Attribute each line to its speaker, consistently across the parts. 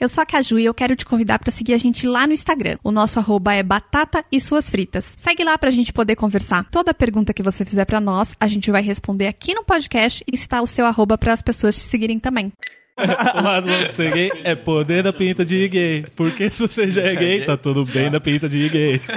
Speaker 1: Eu sou a Caju e eu quero te convidar para seguir a gente lá no Instagram. O nosso arroba é batata e suas fritas. Segue lá para a gente poder conversar. Toda pergunta que você fizer para nós, a gente vai responder aqui no podcast e está o seu arroba para as pessoas te seguirem também.
Speaker 2: o lado bom de ser gay é poder da pinta de gay. Porque se você já é gay, tá tudo bem da pinta de gay.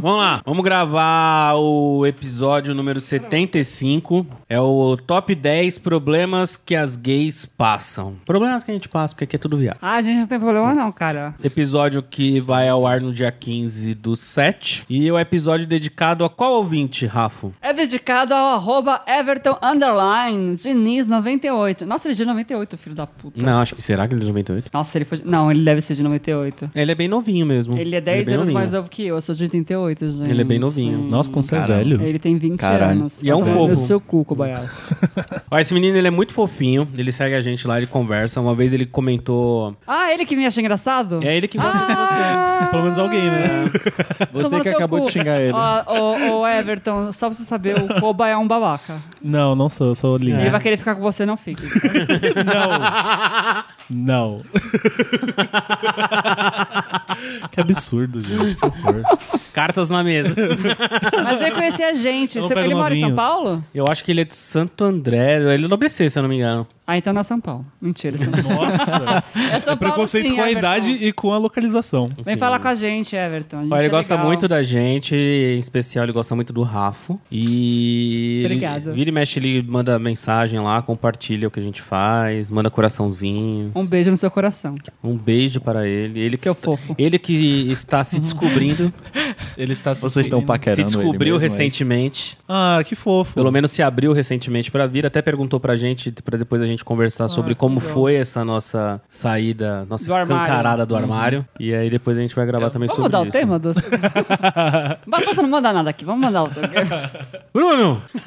Speaker 3: Vamos lá, vamos gravar o episódio número 75. É o top 10 problemas que as gays passam. Problemas que a gente passa, porque aqui é tudo viado.
Speaker 4: Ah, a gente não tem problema não, cara.
Speaker 3: Episódio que vai ao ar no dia 15 do 7. E é o episódio dedicado a qual ouvinte, Rafa?
Speaker 4: É dedicado ao arroba Everton Underline Diniz 98. Nossa, ele é de 98, filho da puta.
Speaker 3: Não, acho que será que ele é de 98?
Speaker 4: Nossa, ele foi... de- Não, ele deve ser de 98.
Speaker 3: Ele é bem novinho mesmo.
Speaker 4: Ele é 10
Speaker 3: bem
Speaker 4: anos
Speaker 3: novinho.
Speaker 4: mais novo que eu, eu sou de 88, gente.
Speaker 3: Ele é bem novinho.
Speaker 2: Nossa, como você é velho.
Speaker 4: Ele tem 20
Speaker 5: Caralho.
Speaker 4: anos.
Speaker 3: E é um
Speaker 4: Olha
Speaker 3: fofo.
Speaker 4: o seu cu, Kobayashi.
Speaker 3: Ó, esse menino, ele é muito fofinho. Ele segue a gente lá, ele conversa. Uma vez ele comentou...
Speaker 4: Ah, ele que me acha engraçado?
Speaker 3: É ele que falou
Speaker 4: Ah!
Speaker 2: Pelo menos alguém, né?
Speaker 4: Toma
Speaker 5: Você
Speaker 4: no
Speaker 5: que
Speaker 4: seu
Speaker 5: acabou
Speaker 4: cu. Ah.
Speaker 5: de xingar ele.
Speaker 4: Ó, Ô, ô, Everton, só pra você saber, o Koba é um babaca.
Speaker 2: Não, não sou, eu sou lindo.
Speaker 4: É. Ele vai querer ficar com você, não fique.
Speaker 2: Não. que absurdo, gente. Por favor.
Speaker 3: Cartas na mesa.
Speaker 4: Mas vem conhecer a gente.
Speaker 2: Eu não
Speaker 4: Você,
Speaker 2: pego
Speaker 4: ele mora em São
Speaker 2: novinhos.
Speaker 4: Paulo?
Speaker 3: Eu acho que ele é de Santo André. Ele é do ABC, se eu não me engano.
Speaker 4: Ah, então não é São Paulo. Mentira. é São Paulo.
Speaker 2: Nossa.
Speaker 4: É São
Speaker 2: É
Speaker 4: Paulo,
Speaker 2: preconceito
Speaker 4: sim,
Speaker 2: com a
Speaker 4: Everton.
Speaker 2: idade e com a localização.
Speaker 4: Vem falar com a gente, Everton. A gente
Speaker 3: Ó, ele
Speaker 4: é
Speaker 3: gosta
Speaker 4: legal.
Speaker 3: muito da gente, em especial ele gosta muito do Rafa. E.
Speaker 4: Obrigada.
Speaker 3: Ele, vira e mexe, ele manda mensagem lá, compartilha o que a gente faz, manda coraçãozinho.
Speaker 4: Um beijo no seu coração.
Speaker 3: Um beijo para ele. Ele que,
Speaker 4: Seu
Speaker 3: está,
Speaker 4: fofo.
Speaker 3: ele que está se descobrindo,
Speaker 2: Ele está
Speaker 5: Vocês estão
Speaker 3: se
Speaker 5: paquerando
Speaker 3: descobriu
Speaker 5: ele mesmo, é
Speaker 3: recentemente.
Speaker 2: Ah, que fofo.
Speaker 3: Pelo menos se abriu recentemente para vir, até perguntou pra gente, pra depois a gente conversar sobre como foi essa nossa saída, nossa
Speaker 4: Ah, Do armário.
Speaker 3: escancarada do armário. E aí depois a gente vai gravar também
Speaker 4: Vamos
Speaker 3: sobre
Speaker 4: mudar
Speaker 3: isso.
Speaker 4: o tema, Doce? Batata não manda nada aqui. Vamos mandar outro.
Speaker 3: Bruno,
Speaker 5: isso?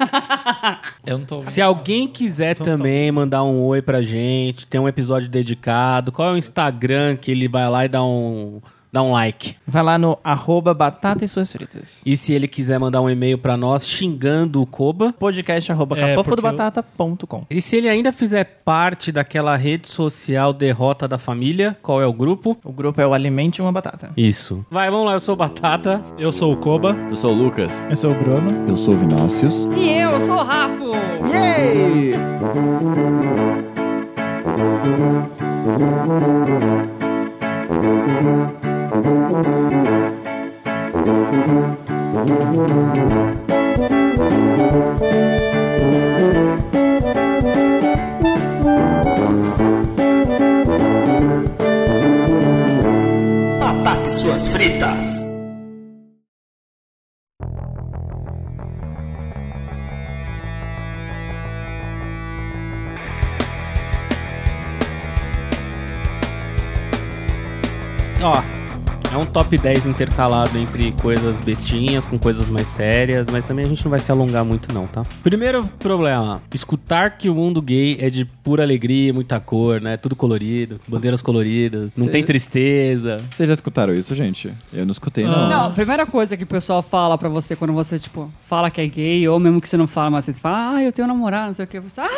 Speaker 5: Eu não tô
Speaker 3: se alguém quiser também mandar um oi pra gente, tem um episódio dedicado, qual é o Instagram que ele vai lá e dá um, dá um like?
Speaker 6: Vai lá no arroba batata e suas fritas.
Speaker 3: E se ele quiser mandar um e-mail pra nós xingando o Koba?
Speaker 6: Podcast arroba
Speaker 2: É,
Speaker 6: cafofodobatata.com.
Speaker 3: E se ele ainda fizer parte daquela rede social Derrota da Família, qual é o grupo?
Speaker 6: O grupo é o Alimente Uma Batata.
Speaker 3: Isso. Vai, vamos lá, eu sou o Batata.
Speaker 2: Eu sou o Koba.
Speaker 5: Eu sou o Lucas.
Speaker 6: Eu sou o Bruno.
Speaker 5: Eu sou o Vinácius.
Speaker 4: E eu sou o Rafa.
Speaker 7: Batata e suas fritas.
Speaker 3: Ó, é um top 10 intercalado entre coisas bestinhas com coisas mais sérias, mas também a gente não vai se alongar muito não, tá? Primeiro problema, escutar que o mundo gay é de pura alegria, e muita cor, né? Tudo colorido, bandeiras coloridas, não
Speaker 5: Cê-
Speaker 3: tem tristeza.
Speaker 5: Vocês já escutaram isso, gente? Eu não escutei, não.
Speaker 4: Não, a primeira coisa que o pessoal fala pra você quando você, tipo, fala que é gay, ou mesmo que você não fala, mas você fala, ah, eu tenho um namorado, não sei o que. Você, ai,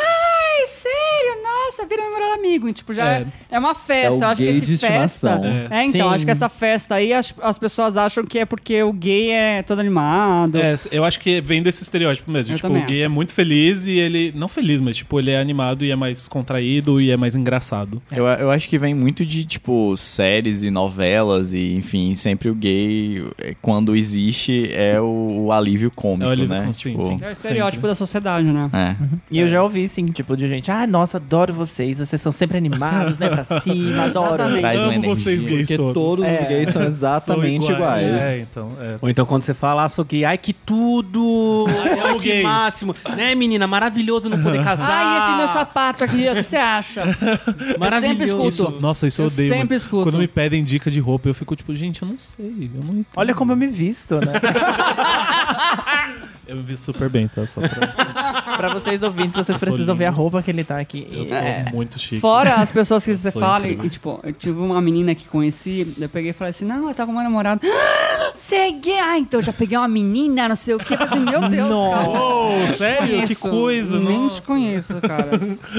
Speaker 4: sério? Nossa, vira meu melhor amigo. E, tipo, já é, é uma festa.
Speaker 5: É o
Speaker 4: eu acho
Speaker 5: gay
Speaker 4: que esse
Speaker 5: de
Speaker 4: festa.
Speaker 5: estimação.
Speaker 4: É, então,
Speaker 6: Sim.
Speaker 4: acho que essa festa aí as, as pessoas acham que é porque o gay é todo animado.
Speaker 2: É, eu acho que vem desse estereótipo mesmo.
Speaker 4: Eu
Speaker 2: tipo,
Speaker 4: também
Speaker 2: o gay é muito feliz e ele. Não feliz, mas tipo, ele é animado e é mais contraído e é mais engraçado.
Speaker 5: Eu, eu acho que vem muito de, tipo, séries e novelas e, enfim, sempre o gay, é, quando existe, é o, o alívio cômico,
Speaker 2: É o alívio
Speaker 5: né?
Speaker 2: cômico, sim,
Speaker 5: tipo,
Speaker 2: sim.
Speaker 4: É o estereótipo da sociedade, né?
Speaker 5: É.
Speaker 6: E eu já ouvi, sim, tipo, de gente. Ah, nossa, adoro vocês. Vocês são sempre animados, né? Pra cima, adoro.
Speaker 4: Exatamente.
Speaker 5: Traz uma
Speaker 2: Amo
Speaker 5: energia.
Speaker 2: vocês gays
Speaker 5: Porque
Speaker 2: todos.
Speaker 5: todos, os gays são exatamente
Speaker 2: São
Speaker 5: iguais.
Speaker 2: É, então. É.
Speaker 3: Ou então quando você fala, ah, sou gay, ai que tudo, ai
Speaker 2: amo
Speaker 3: que
Speaker 2: gays.
Speaker 3: máximo. Né menina, maravilhoso não poder casar.
Speaker 4: Ai, esse meu Ah, sapato aqui, o que você acha?
Speaker 3: Maravilhoso.
Speaker 4: Eu sempre
Speaker 2: Isso,
Speaker 4: escuto.
Speaker 2: nossa, isso eu,
Speaker 4: Eu
Speaker 2: odeio.
Speaker 4: sempre
Speaker 2: mano.
Speaker 4: escuto.
Speaker 2: Quando me pedem dica de roupa, eu fico tipo, gente, eu não sei. Eu não entendo.
Speaker 6: Olha como eu me visto, né?
Speaker 2: Eu me vi super bem, tá? Só pra...
Speaker 6: pra vocês ouvintes, vocês
Speaker 2: sou
Speaker 6: precisam ver a
Speaker 2: lindo.
Speaker 6: roupa que ele tá aqui.
Speaker 2: Eu tô
Speaker 6: É.
Speaker 2: muito chique.
Speaker 4: Fora as pessoas que você
Speaker 2: sou
Speaker 4: fala, e,
Speaker 2: É incrível.
Speaker 4: tipo, eu tive uma menina que conheci, eu peguei e falei assim: não, ela tá com meu namorado. "Ah, Você é gay? Ah, então eu já peguei uma menina, não sei o quê. Eu falei assim, meu Deus, cara.
Speaker 2: Uou, Oh, sério? Que
Speaker 4: Conheço.
Speaker 2: coisa,
Speaker 4: Nem
Speaker 2: nossa.
Speaker 4: te conheço, cara.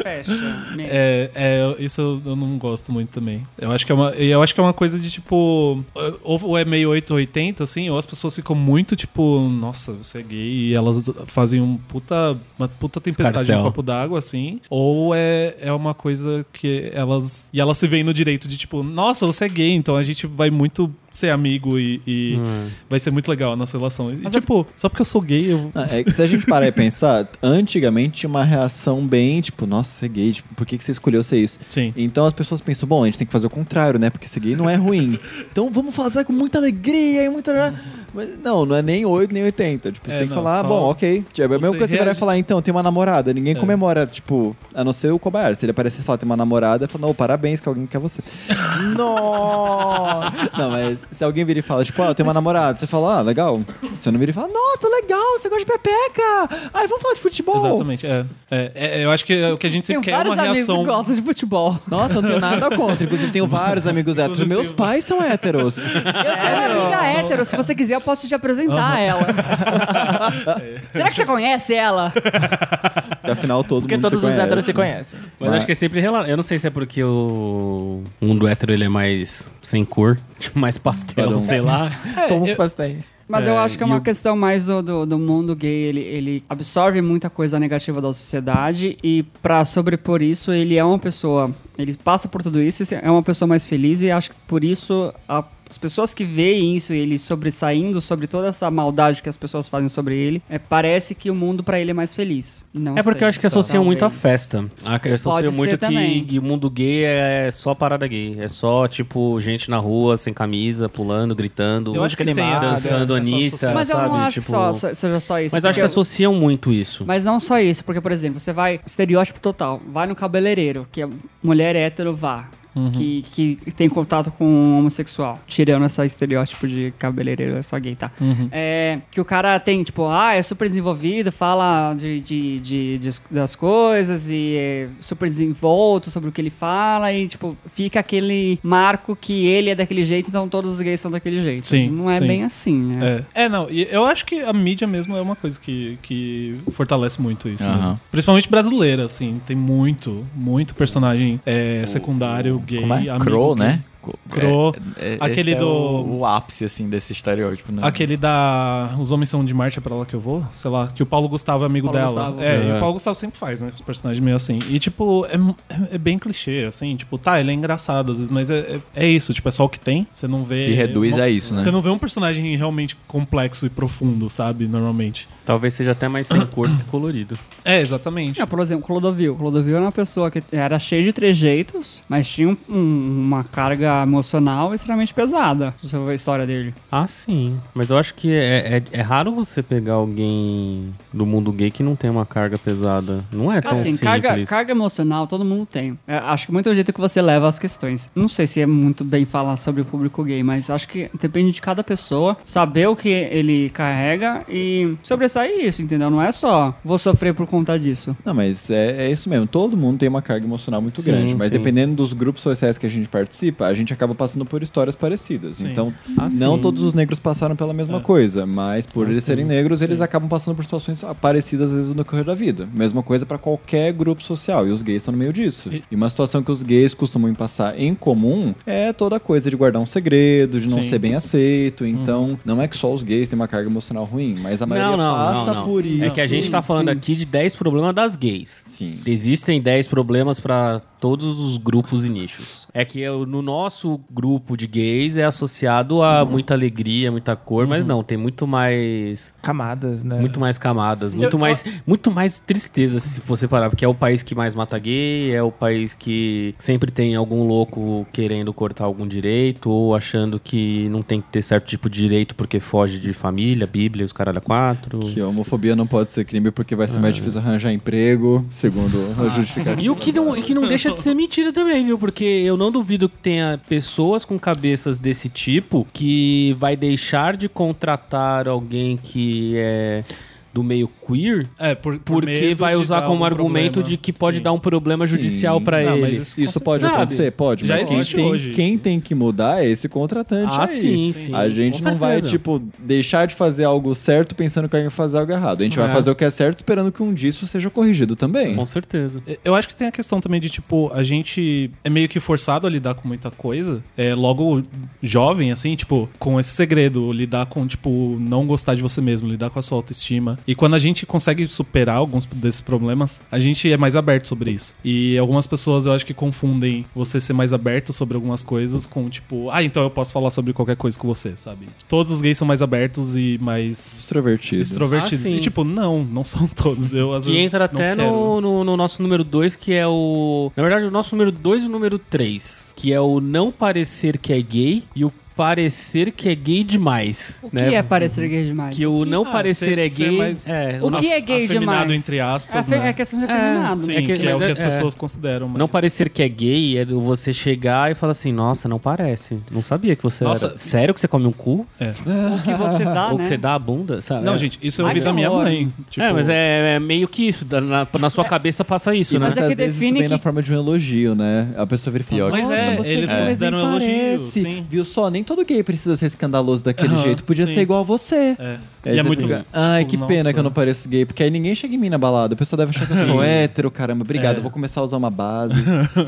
Speaker 4: Fecha. mesmo.
Speaker 2: É, é, eu- isso eu- eu não gosto muito também. Eu acho que é uma, eu acho que é uma coisa de tipo. Ou, ou é meio 880, assim, ou as pessoas ficam muito tipo, nossa, você é gay, e elas fazem um puta, uma puta tempestade
Speaker 3: Escarcel.
Speaker 2: no copo d'água, assim. Ou é, é uma coisa que elas. E elas se veem no direito de tipo, nossa, você é gay, então a gente vai muito ser amigo e, e vai ser muito legal a nossa relação. E,
Speaker 4: é
Speaker 2: tipo, só porque eu sou gay, eu.
Speaker 8: Ah, É que se a gente parar e pensar, antigamente tinha uma reação bem, tipo, nossa, você é gay, tipo, por que, que você escolheu ser isso?
Speaker 2: Sim.
Speaker 8: Então as pessoas pensam, bom, a gente tem que fazer o contrário, né? Porque ser gay não é ruim. Então vamos fazer com muita alegria e muita. Mas não, não é nem 8 nem 80. Tipo, você
Speaker 2: É,
Speaker 8: tem que
Speaker 2: não,
Speaker 8: falar,
Speaker 2: só
Speaker 8: bom, ok. Tipo, é a mesma
Speaker 2: você
Speaker 8: coisa que você vai
Speaker 2: reage-
Speaker 8: falar, então, tem uma namorada. Ninguém
Speaker 2: É.
Speaker 8: comemora, tipo, a não ser o Kobayashi. Se ele aparecer e falar, tem uma namorada, fala, não, parabéns que alguém quer você.
Speaker 6: Nossa!
Speaker 8: Não, mas se alguém vira e fala, tipo, ah, eu tenho uma namorada, você fala, ah, legal. Você não vira e fala, nossa, legal, você gosta de pepeca. Ai, vamos falar de futebol.
Speaker 2: Exatamente, é. É, é, Eu acho que é o que a gente
Speaker 4: Tenho
Speaker 2: sempre quer é uma
Speaker 4: vários amigos
Speaker 2: reação.
Speaker 4: que gostam de futebol.
Speaker 8: Nossa, eu não tenho nada contra. Inclusive, tenho vários amigos héteros.
Speaker 2: Inclusive,
Speaker 8: Meus
Speaker 2: tenho-
Speaker 8: pais são héteros.
Speaker 4: Eu tenho uma amiga hétero, se você quiser, eu posso te apresentar ela. Será que você conhece ela?
Speaker 8: Afinal, todo
Speaker 6: Porque
Speaker 8: mundo
Speaker 6: todos
Speaker 8: se
Speaker 6: os
Speaker 8: conhece.
Speaker 6: héteros se conhecem.
Speaker 3: Mas acho que é sempre relacionado. Eu não sei se é porque o mundo hétero ele é mais sem cor, tipo, mais pastel,
Speaker 8: Padrão.
Speaker 3: sei lá.
Speaker 6: Toma os pastéis.
Speaker 4: Mas eu
Speaker 3: É,
Speaker 4: acho que é
Speaker 3: e
Speaker 4: uma
Speaker 3: o-
Speaker 4: questão mais do, do, do mundo gay. Ele, ele absorve muita coisa negativa da sociedade e, pra sobrepor isso, ele é uma pessoa. Ele passa por tudo isso, e é uma pessoa mais feliz e acho que por isso a- as pessoas que veem isso, ele sobressaindo sobre toda essa maldade que as pessoas fazem sobre ele, é, parece que o mundo pra ele é mais feliz. Não
Speaker 3: É porque
Speaker 4: sei,
Speaker 3: eu acho que associam muito à
Speaker 4: talvez.
Speaker 3: festa. Ah, que associam
Speaker 4: Pode
Speaker 3: muito
Speaker 4: ser
Speaker 3: que,
Speaker 4: também.
Speaker 3: que o mundo gay é só parada gay. É só, tipo, gente na rua, sem camisa, pulando, gritando,
Speaker 2: Eu acho que tem
Speaker 6: essa-
Speaker 3: dançando
Speaker 2: essa
Speaker 3: Anitta,
Speaker 2: associação.
Speaker 4: Mas eu
Speaker 3: sabe?
Speaker 4: não acho
Speaker 3: tipo...
Speaker 4: que só- só- seja só isso.
Speaker 3: Mas eu acho que
Speaker 4: porque-
Speaker 3: associam muito isso.
Speaker 4: Mas não só isso, porque, por exemplo, você vai, estereótipo total, vai no cabeleireiro, que é mulher hétero vá,
Speaker 2: Uhum.
Speaker 4: que, que tem contato com um homossexual. Tirando esse estereótipo de cabeleireiro, é só gay, tá?
Speaker 2: Uhum.
Speaker 4: É, que o cara tem, tipo, ah, é super desenvolvido, fala de, de, de- de- das coisas e é super desenvolto sobre o que ele fala e, tipo, fica aquele marco que ele é daquele jeito, então todos os gays são daquele jeito.
Speaker 2: Sim,
Speaker 4: Não é
Speaker 2: sim.
Speaker 4: bem assim, né?
Speaker 2: É. é, não, e eu acho que a mídia mesmo é uma coisa que, que fortalece muito isso.
Speaker 5: Aham.
Speaker 2: mesmo. Principalmente brasileira, assim, tem muito, muito personagem é, secundário, gay,
Speaker 5: Como é?
Speaker 2: amigo
Speaker 5: Crow,
Speaker 2: gay.
Speaker 5: né?
Speaker 2: Crow.
Speaker 5: É, é, esse
Speaker 2: Aquele
Speaker 5: é
Speaker 2: do-
Speaker 5: O, o ápice, assim, desse estereótipo, né?
Speaker 2: Aquele da Os Homens São de Marte, é pra lá que eu vou, sei lá, que o Paulo Gustavo é amigo
Speaker 4: Paulo
Speaker 2: dela.
Speaker 4: Gustavo.
Speaker 2: É, e
Speaker 3: É.
Speaker 2: o Paulo Gustavo sempre faz, né? Os personagens meio assim. E, tipo, é, mu- é bem clichê, assim, tipo, tá, ele é engraçado às vezes, mas é, é, é isso, tipo, é só o que tem. Você não vê.
Speaker 5: Se reduz
Speaker 2: uma-
Speaker 5: a isso, né?
Speaker 2: Você não vê um personagem realmente complexo e profundo, sabe? Normalmente.
Speaker 3: Talvez seja até mais sem cor do que colorido.
Speaker 2: É, exatamente.
Speaker 4: É, por exemplo, Clodovil. Clodovil era uma pessoa que era cheia de trejeitos, mas tinha um- um- uma carga emocional extremamente pesada. Se você ver a história dele.
Speaker 3: Ah, sim. Mas eu acho que é, é- é raro você pegar alguém do mundo gay que não tem uma carga pesada. Não é tão
Speaker 4: Assim,
Speaker 3: simples.
Speaker 4: carga, carga emocional todo mundo tem. É, acho que muito é o jeito que você leva as questões. Não sei se é muito bem falar sobre o público gay, mas acho que depende de cada pessoa saber o que ele carrega e sobressair isso, entendeu? Não é só vou sofrer por conta disso.
Speaker 8: Não, mas é, é isso mesmo. Todo mundo tem uma carga emocional muito
Speaker 3: Sim,
Speaker 8: grande. Mas
Speaker 3: sim.
Speaker 8: dependendo dos grupos sociais que a gente participa, a gente acaba passando por histórias parecidas. Então,
Speaker 3: Ah,
Speaker 8: não
Speaker 3: sim. É. Ah,
Speaker 8: todos os negros passaram pela mesma coisa. Mas por eles serem negros, eles acabam passando por situações parecidas às vezes no decorrer da vida. Mesma coisa pra qualquer grupo social. E os gays estão no meio disso. E... uma situação que os gays costumam passar em comum é toda a coisa de guardar um segredo, de não
Speaker 2: Sim.
Speaker 8: ser bem aceito.
Speaker 3: Hum.
Speaker 8: Então, não é que só os gays têm uma carga emocional ruim, mas a maioria passa por isso.
Speaker 3: É que a gente tá falando aqui de 10 problemas das gays.
Speaker 8: Sim.
Speaker 3: Existem 10 problemas pra todos os grupos e nichos. É que eu- no nosso grupo de gays é associado a muita alegria, muita cor, mas
Speaker 4: Uhum.
Speaker 3: não, tem muito mais
Speaker 6: Camadas, né?
Speaker 3: muito mais camadas, muito
Speaker 2: Eu-
Speaker 3: mais muito mais tristeza se você parar, porque é o país que mais mata gay, é o país que sempre tem algum louco querendo cortar algum direito ou achando que não tem que ter certo tipo de direito porque foge de família, Bíblia, os caralho a quatro.
Speaker 8: Que a homofobia não pode ser crime porque vai ser mais difícil arranjar emprego, segundo a justificativa.
Speaker 3: Ah. E o que não, e que não deixa de ser mentira também, viu? Porque eu não duvido que tenha pessoas com cabeças desse tipo que vai deixar de contratar alguém que é do meio queer,
Speaker 2: É, por, por
Speaker 3: porque
Speaker 2: medo
Speaker 3: vai
Speaker 2: de
Speaker 3: usar
Speaker 2: dar
Speaker 3: como
Speaker 2: algum
Speaker 3: argumento
Speaker 2: problema.
Speaker 3: de que pode
Speaker 2: Sim.
Speaker 3: dar um problema
Speaker 8: Sim.
Speaker 3: judicial pra
Speaker 2: Não,
Speaker 3: ele.
Speaker 2: mas isso-
Speaker 8: Isso pode
Speaker 3: Sabe?
Speaker 8: acontecer? Pode.
Speaker 2: Já
Speaker 8: mas
Speaker 2: existe
Speaker 8: quem,
Speaker 2: hoje
Speaker 8: quem
Speaker 2: isso.
Speaker 8: tem que mudar é esse contratante
Speaker 3: Ah,
Speaker 8: aí.
Speaker 3: sim, sim.
Speaker 8: A gente
Speaker 3: Com
Speaker 8: não vai,
Speaker 3: certeza.
Speaker 8: tipo, deixar de fazer algo certo pensando que alguém vai fazer algo errado. A gente
Speaker 3: É.
Speaker 8: vai fazer o que é certo esperando que um dia isso seja corrigido também.
Speaker 3: Com certeza.
Speaker 2: Eu acho que tem a questão também de, tipo, a gente é meio que forçado a lidar com muita coisa. É logo jovem, assim, tipo, com esse segredo, lidar com, tipo, não gostar de você mesmo, lidar com a sua autoestima. E quando a gente consegue superar alguns desses problemas, a gente é mais aberto sobre isso. E algumas pessoas eu acho que confundem você ser mais aberto sobre algumas coisas com, tipo, ah, então eu posso falar sobre qualquer coisa com você, sabe? Todos os gays são mais abertos e mais.
Speaker 8: Extrovertido.
Speaker 2: Extrovertidos.
Speaker 3: Ah, sim.
Speaker 2: e tipo, não, não são todos. Eu às
Speaker 3: Que
Speaker 2: vezes.
Speaker 3: entra
Speaker 2: não
Speaker 3: até
Speaker 2: quero.
Speaker 3: no, no- no nosso número 2, que é o. Na verdade, o nosso número 2 e o número 3, que é o não parecer que é gay e o parecer que é gay demais.
Speaker 4: O que
Speaker 3: né?
Speaker 4: é parecer gay demais?
Speaker 3: Que o não
Speaker 2: Ah,
Speaker 3: parecer
Speaker 2: ser-
Speaker 3: é
Speaker 2: ser
Speaker 3: gay.
Speaker 2: mais-
Speaker 3: é,
Speaker 4: O
Speaker 3: não-
Speaker 4: que é gay
Speaker 2: afeminado,
Speaker 4: demais?
Speaker 2: entre aspas,
Speaker 4: É, fe-
Speaker 2: né?
Speaker 4: é questão de afeminado.
Speaker 2: Sim,
Speaker 3: É que-
Speaker 2: que, é o
Speaker 3: mas
Speaker 2: que
Speaker 3: é-
Speaker 2: as pessoas consideram. mas-
Speaker 3: Não parecer que é gay é você chegar e falar assim, nossa, não parece. Não sabia que você
Speaker 2: Nossa. Ah,
Speaker 3: era. Sério que você come um cu?
Speaker 4: O que você dá,
Speaker 3: Ou
Speaker 4: né?
Speaker 3: que você dá a bunda? Sabe?
Speaker 2: Não,
Speaker 3: É.
Speaker 2: gente, isso eu
Speaker 4: Ai,
Speaker 2: ouvi
Speaker 4: que
Speaker 2: da minha
Speaker 4: horror.
Speaker 2: mãe. Tipo,
Speaker 3: É, mas é, é meio que isso. da- Na, na sua cabeça passa isso,
Speaker 8: E
Speaker 3: né?
Speaker 4: É. Mas é
Speaker 8: muitas
Speaker 4: que
Speaker 8: vezes isso
Speaker 4: define
Speaker 8: vem
Speaker 4: que-
Speaker 8: na forma de um elogio, né? A pessoa vira e fala,
Speaker 5: Pior que
Speaker 8: Nossa,
Speaker 2: sim.
Speaker 8: você
Speaker 2: É, eles
Speaker 8: é, mas
Speaker 2: consideram
Speaker 8: nem
Speaker 2: um elogio,
Speaker 8: parece."
Speaker 2: sim.
Speaker 8: Viu só? Nem todo gay precisa ser escandaloso daquele
Speaker 2: Aham,
Speaker 8: jeito. Podia
Speaker 2: sim.
Speaker 8: ser igual a você.
Speaker 2: é.
Speaker 8: Aí
Speaker 2: E é
Speaker 8: você
Speaker 2: muito.
Speaker 8: fica, Ai, que
Speaker 2: tipo,
Speaker 8: pena
Speaker 2: nossa.
Speaker 8: que eu não pareço gay, porque aí ninguém chega em mim na balada. O pessoal deve achar que eu sou hétero, caramba. Obrigado,
Speaker 2: É.
Speaker 8: vou começar a usar uma base.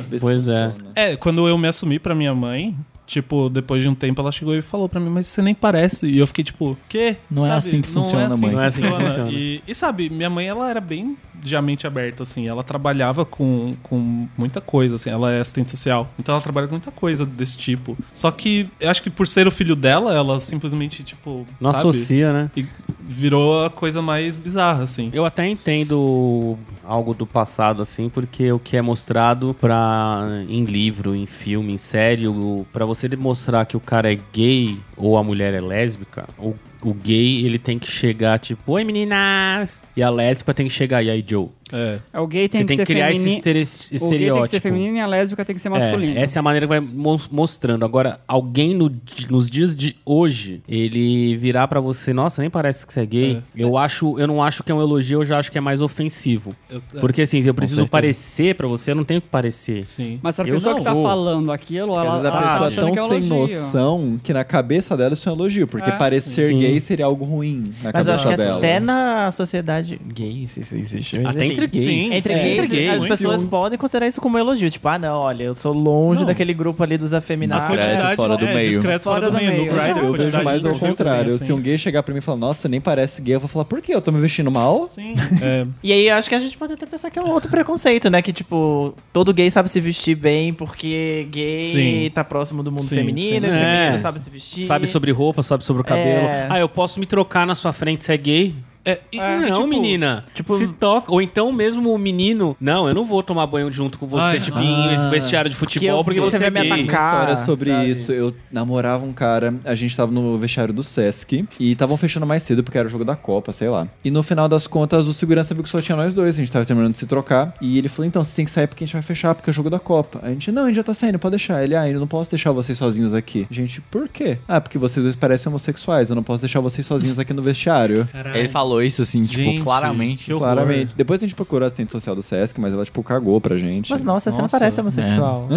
Speaker 8: Ver se
Speaker 3: Pois é.
Speaker 8: funciona.
Speaker 2: É, quando eu me assumi pra minha mãe, tipo, depois de um tempo ela chegou e falou pra mim, mas você nem parece. E eu fiquei tipo, quê?
Speaker 5: Não é assim que funciona, mãe.
Speaker 2: Não é assim que
Speaker 3: funciona.
Speaker 2: funciona. E, e sabe, minha mãe, ela era bem de a mente aberta, assim. Ela trabalhava com, com muita coisa, assim. Ela é assistente social. Então ela trabalha com muita coisa desse tipo. Só que eu acho que por ser o filho dela, ela simplesmente, tipo.
Speaker 3: Não
Speaker 2: sabe?
Speaker 3: associa, né?
Speaker 2: E virou a coisa mais bizarra, assim.
Speaker 3: Eu até entendo algo do passado, assim, porque o que é mostrado pra, em livro, em filme, em série, o- pra você demonstrar que o cara é gay ou a mulher é lésbica, o, o gay ele tem que chegar tipo, oi meninas! E a lésbica tem que chegar, e aí Joe?
Speaker 2: É.
Speaker 4: É, O gay tem
Speaker 3: você
Speaker 4: que
Speaker 3: tem que
Speaker 4: ser
Speaker 3: criar esse
Speaker 4: femini-
Speaker 3: estere-
Speaker 4: O gay tem que ser
Speaker 3: estereótipo.
Speaker 4: feminino e a lésbica tem que ser masculina.
Speaker 3: É, essa é a maneira que vai mos- mostrando. Agora, alguém no di- nos dias de hoje, ele virar pra você, nossa, nem parece que você é gay.
Speaker 2: É.
Speaker 3: Eu acho, eu não acho que é um elogio, eu já acho que é mais ofensivo.
Speaker 2: Eu- é.
Speaker 3: Porque assim, eu preciso
Speaker 5: certeza.
Speaker 3: parecer pra você, eu não tenho que parecer.
Speaker 2: Sim.
Speaker 4: Mas se a
Speaker 3: Eu
Speaker 4: pessoa que tá
Speaker 3: sou.
Speaker 4: falando aquilo, ela,
Speaker 8: Às vezes a
Speaker 4: ela tá
Speaker 8: pessoa é
Speaker 4: achando
Speaker 8: tão
Speaker 4: que é um
Speaker 8: sem
Speaker 4: elogio.
Speaker 8: noção que na cabeça dela isso é um elogio, porque
Speaker 4: É.
Speaker 8: parecer
Speaker 3: Sim.
Speaker 8: gay seria algo ruim na
Speaker 6: Mas eu acho
Speaker 8: cabeça
Speaker 6: que
Speaker 8: dela.
Speaker 6: até na sociedade gay, se isso existe. mas
Speaker 3: Até
Speaker 6: enfim.
Speaker 3: entre gays.
Speaker 2: Sim,
Speaker 6: Entre
Speaker 2: sim.
Speaker 6: gays,
Speaker 2: Entre gays,
Speaker 6: as
Speaker 2: sim.
Speaker 6: pessoas
Speaker 2: Sim.
Speaker 6: podem considerar isso como um elogio. Tipo, ah, não, olha, eu sou
Speaker 2: Não.
Speaker 6: longe daquetos daquele grupo ali dos
Speaker 2: As
Speaker 6: afeminados.
Speaker 5: quantidades-
Speaker 2: quantidades
Speaker 5: fora do
Speaker 2: é,
Speaker 5: meio.
Speaker 2: discreto fora, do, meio. No Grindr,
Speaker 8: Eu
Speaker 2: a quantidade
Speaker 8: vejo mais
Speaker 2: de
Speaker 8: ao
Speaker 2: perfil
Speaker 8: contrário.
Speaker 2: também, assim.
Speaker 8: Se um gay chegar pra mim e falar, nossa, nem parece gay, eu vou falar, por quê? Eu tô me vestindo mal?
Speaker 2: Sim. É,
Speaker 6: E aí eu acho que a gente pode até pensar que é um outro preconceito, né? Que, tipo, todo gay sabe se vestir bem porque gay
Speaker 2: Sim.
Speaker 6: tá próximo do mundo
Speaker 2: Sim,
Speaker 6: feminino,
Speaker 2: sim.
Speaker 6: e
Speaker 3: É.
Speaker 6: feminino sabe se vestir.
Speaker 3: Sabe sobre roupa, sabe sobre o cabelo.
Speaker 6: É.
Speaker 3: Ah, eu posso me trocar na sua frente se é gay?
Speaker 2: é, e,
Speaker 3: não,
Speaker 2: tipo,
Speaker 3: menina. Tipo,
Speaker 6: tipo-
Speaker 3: se toca. Ou então mesmo o menino. Não, eu não vou tomar banho junto com você,
Speaker 2: Ai,
Speaker 3: tipo,
Speaker 8: ah.
Speaker 3: em esse vestiário de futebol, porque,
Speaker 6: eu- você
Speaker 3: você, é
Speaker 6: vai me
Speaker 3: gay.
Speaker 6: atacar.
Speaker 8: história sobre
Speaker 6: Ah, sabe?
Speaker 8: isso. Eu namorava um cara, a gente tava no vestiário do Sesc e estavam fechando mais cedo porque era o jogo da Copa, sei lá. E no final das contas, o segurança viu que só tinha nós dois, a gente tava terminando de se trocar. E ele falou: então, você tem que sair porque a gente vai fechar, porque é o jogo da Copa. A gente, não, a gente já tá saindo, pode deixar. Ele, ah, eu não posso deixar vocês sozinhos aqui. Gente, por quê? Ah, porque vocês dois parecem homossexuais, eu não posso deixar vocês sozinhos aqui no vestiário.
Speaker 5: Ele falou isso assim,
Speaker 2: Gente,
Speaker 5: tipo, claramente.
Speaker 2: que horror.
Speaker 8: Claramente. Depois a gente procurou a assistente social do Sesc, mas ela, tipo, cagou pra gente.
Speaker 6: Mas nossa, você não
Speaker 2: Nossa,
Speaker 6: parece homossexual.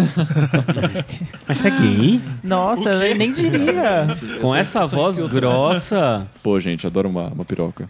Speaker 3: Mas você é gay?
Speaker 6: Nossa, eu nem diria.
Speaker 3: Com essa voz grossa.
Speaker 8: Pô, gente, adoro uma, uma piroca.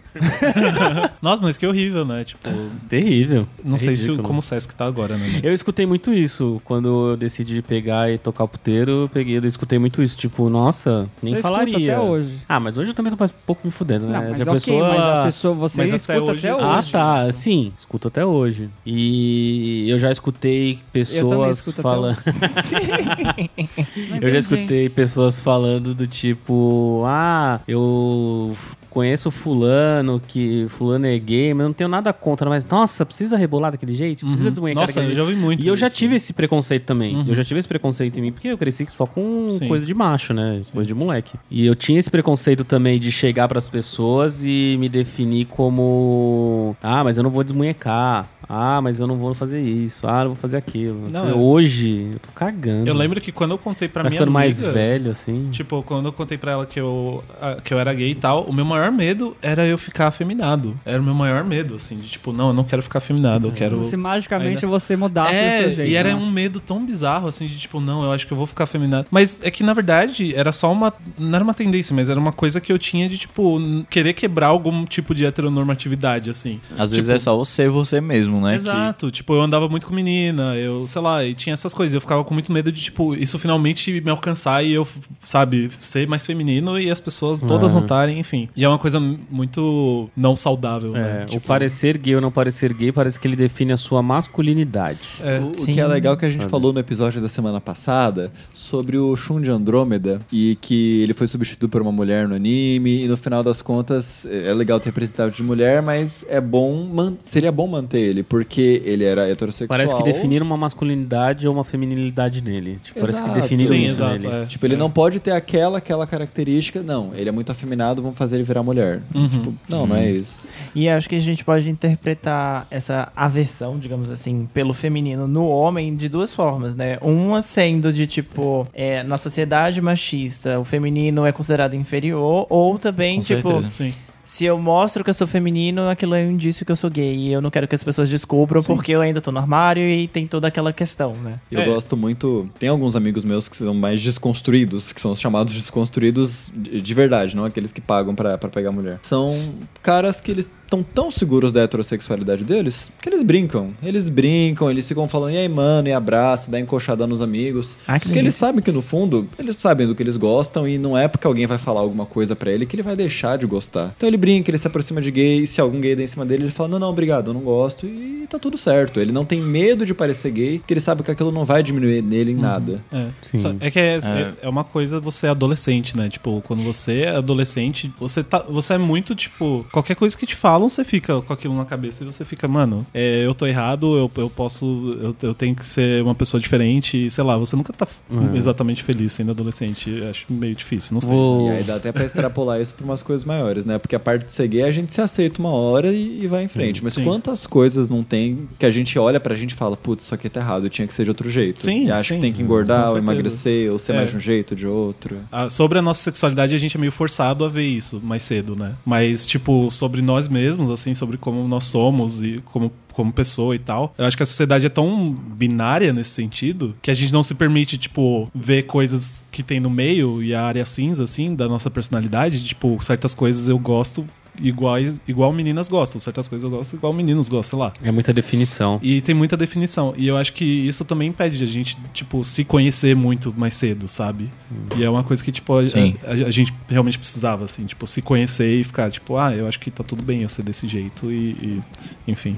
Speaker 2: Nossa, mas que horrível, né? Tipo,
Speaker 3: Terrível.
Speaker 2: não sei se, o-
Speaker 3: Ridículo.
Speaker 2: como o Sesc tá agora, né?
Speaker 3: Eu escutei muito isso quando eu decidi pegar e tocar o puteiro. Eu, peguei, eu escutei muito isso. Tipo, nossa, nem
Speaker 4: Você escuta
Speaker 3: falaria.
Speaker 4: até hoje.
Speaker 3: Ah, mas hoje eu também tô mais- um pouco me fudendo, né?
Speaker 4: Não, mas
Speaker 3: a
Speaker 4: ok,
Speaker 3: pessoa.
Speaker 4: mas a pessoa, você
Speaker 2: Mas até
Speaker 4: escuta até
Speaker 2: hoje
Speaker 4: hoje.
Speaker 2: existe.
Speaker 3: Ah, tá. Sim, escuto até hoje. E eu já escutei pessoas
Speaker 4: escuto até
Speaker 3: falando. eu já escutei pessoas falando do tipo, ah, eu f- conheço fulano que fulano é gay, mas eu não tenho nada contra, mas nossa, precisa rebolar daquele jeito, precisa
Speaker 2: Uhum.
Speaker 3: desmunhecar
Speaker 2: Nossa,
Speaker 3: daquele
Speaker 2: eu já
Speaker 3: jeito.
Speaker 2: ouvi muito.
Speaker 3: um E eu já
Speaker 2: isso.
Speaker 3: tive esse preconceito também.
Speaker 2: Uhum.
Speaker 3: Eu já tive esse preconceito em mim, porque eu cresci só com
Speaker 2: Sim.
Speaker 3: coisa de macho, né? Coisa de moleque. E eu tinha esse preconceito também de chegar pras pessoas e me definir como. Ah, mas eu não vou desmunhecar. Ah, mas eu não vou fazer isso. Ah, eu vou fazer aquilo.
Speaker 2: Não,
Speaker 3: Até
Speaker 2: eu-
Speaker 3: Hoje, eu tô cagando.
Speaker 2: Eu lembro que quando eu contei pra
Speaker 3: Tá
Speaker 2: minha
Speaker 3: ficando mais
Speaker 2: amiga.
Speaker 3: velho, assim.
Speaker 2: Tipo, quando eu contei pra ela que eu, ah, que eu era gay e tal, o meu maior maior medo era eu ficar afeminado. Era o meu maior medo, assim, de tipo, não, eu não quero ficar afeminado, eu quero.
Speaker 4: Você magicamente
Speaker 2: ainda-
Speaker 4: você mudar o
Speaker 2: É,
Speaker 4: seu jeito.
Speaker 2: e era
Speaker 4: né?
Speaker 2: um medo tão bizarro, assim, de tipo, não, eu acho que eu vou ficar afeminado. Mas é que, na verdade, era só uma. Não era uma tendência, mas era uma coisa que eu tinha de, tipo, n- querer quebrar algum tipo de heteronormatividade, assim.
Speaker 5: Às vezes
Speaker 2: Tipo-
Speaker 5: é só você você mesmo,
Speaker 3: é
Speaker 5: né?
Speaker 2: Exato. Tipo, eu andava muito com menina, eu, sei lá, e tinha essas coisas. Eu ficava com muito medo de, tipo, isso finalmente me alcançar e eu, sabe, ser mais feminino e as pessoas todas
Speaker 3: Ah.
Speaker 2: notarem, enfim. E é uma coisa muito não saudável, né?
Speaker 3: É, o
Speaker 2: Tipo,
Speaker 3: parecer gay ou não parecer gay parece que ele define a sua masculinidade.
Speaker 2: É.
Speaker 8: O, o que é legal que a gente
Speaker 3: Olha.
Speaker 8: falou no episódio da semana passada sobre o Shun de Andrômeda e que ele foi substituído por uma mulher no anime e no final das contas é é legal ter representado de mulher, mas é bom man- seria bom manter ele porque ele era heterossexual.
Speaker 3: Parece que definir uma masculinidade ou uma feminilidade nele. Tipo, parece que
Speaker 8: Exato.
Speaker 3: definiram
Speaker 2: Sim,
Speaker 3: isso
Speaker 2: exato.
Speaker 3: nele.
Speaker 2: é.
Speaker 8: Tipo, ele não pode ter aquela, aquela característica. Não, ele é muito afeminado, vamos fazer ele virar mulher.
Speaker 3: Uhum.
Speaker 8: Tipo, não, não é isso.
Speaker 6: E acho que a gente pode interpretar essa aversão, digamos assim, pelo feminino no homem de duas formas, né? Uma sendo de tipo, é, na sociedade machista, o feminino é considerado inferior, ou também,
Speaker 5: Com
Speaker 6: tipo,
Speaker 5: certeza.
Speaker 2: Sim.
Speaker 6: se eu mostro que eu sou feminino, aquilo é um indício que eu sou gay. E eu não quero que as pessoas descubram porque eu ainda tô no armário e tem toda aquela questão, né?
Speaker 8: Eu
Speaker 2: É.
Speaker 8: gosto muito. Tem alguns amigos meus que são mais desconstruídos, que são os chamados desconstruídos de de verdade, não aqueles que pagam pra pra pegar mulher. São caras que eles estão tão seguros da heterossexualidade deles que eles brincam. Eles brincam, eles ficam falando, e aí, mano, e abraça, dá encoxada nos amigos.
Speaker 6: Ah, que
Speaker 8: Porque eles sabem que no fundo, eles sabem do que eles gostam e não é porque alguém vai falar alguma coisa pra ele que ele vai deixar de gostar. Então ele brinca, ele se aproxima de gay, e se algum gay der em cima dele, ele fala: "Não, não, obrigado, eu não gosto" e tá tudo certo. Ele não tem medo de parecer gay, porque ele sabe que aquilo não vai diminuir nele em nada.
Speaker 2: É.
Speaker 3: Sim.
Speaker 2: Só- é que é, é- é uma coisa você é adolescente, né? Tipo, quando você é adolescente, você, tá, você é muito, tipo, qualquer coisa que te falam, você fica com aquilo na cabeça e você fica, mano, é, eu tô errado, eu, eu posso, eu, eu tenho que ser uma pessoa diferente, e, sei lá, você nunca tá f-
Speaker 3: É.
Speaker 2: exatamente feliz sendo adolescente. Eu Acho meio difícil, não sei.
Speaker 3: Vou-
Speaker 8: E aí dá até pra extrapolar isso pra umas coisas maiores, né? Porque a parte de ser gay a gente se aceita uma hora e, e vai em frente. Mas
Speaker 2: Uhum, Sim.
Speaker 8: quantas coisas não tem que a gente olha pra gente e fala, putz, isso aqui tá errado, tinha que ser de outro jeito.
Speaker 2: Sim,
Speaker 8: e acha
Speaker 2: sim.
Speaker 8: que tem que
Speaker 2: Com
Speaker 8: engordar, ou
Speaker 2: certeza.
Speaker 8: emagrecer, ou ser
Speaker 2: É.
Speaker 8: mais de um jeito, de outro.
Speaker 2: Ah, sobre a nossa sexualidade, a gente é meio forçado a ver isso mais cedo, né? Mas, tipo, sobre nós mesmos, assim, sobre como nós somos e como, como pessoa e tal. Eu acho que a sociedade é tão binária nesse sentido que a gente não se permite, tipo, ver coisas que tem no meio e a área cinza, assim, da nossa personalidade. Tipo, certas coisas eu gosto iguais, igual meninas gostam, certas coisas eu gosto igual meninos gostam, sei lá.
Speaker 3: É muita definição.
Speaker 2: E tem muita definição. E eu acho que isso também impede de a gente, tipo, se conhecer muito mais cedo, sabe? E é uma coisa que, tipo, a,
Speaker 5: Sim.
Speaker 2: a- a gente realmente precisava, assim, tipo, se conhecer e ficar, tipo, ah, eu acho que tá tudo bem eu ser desse jeito e, e enfim.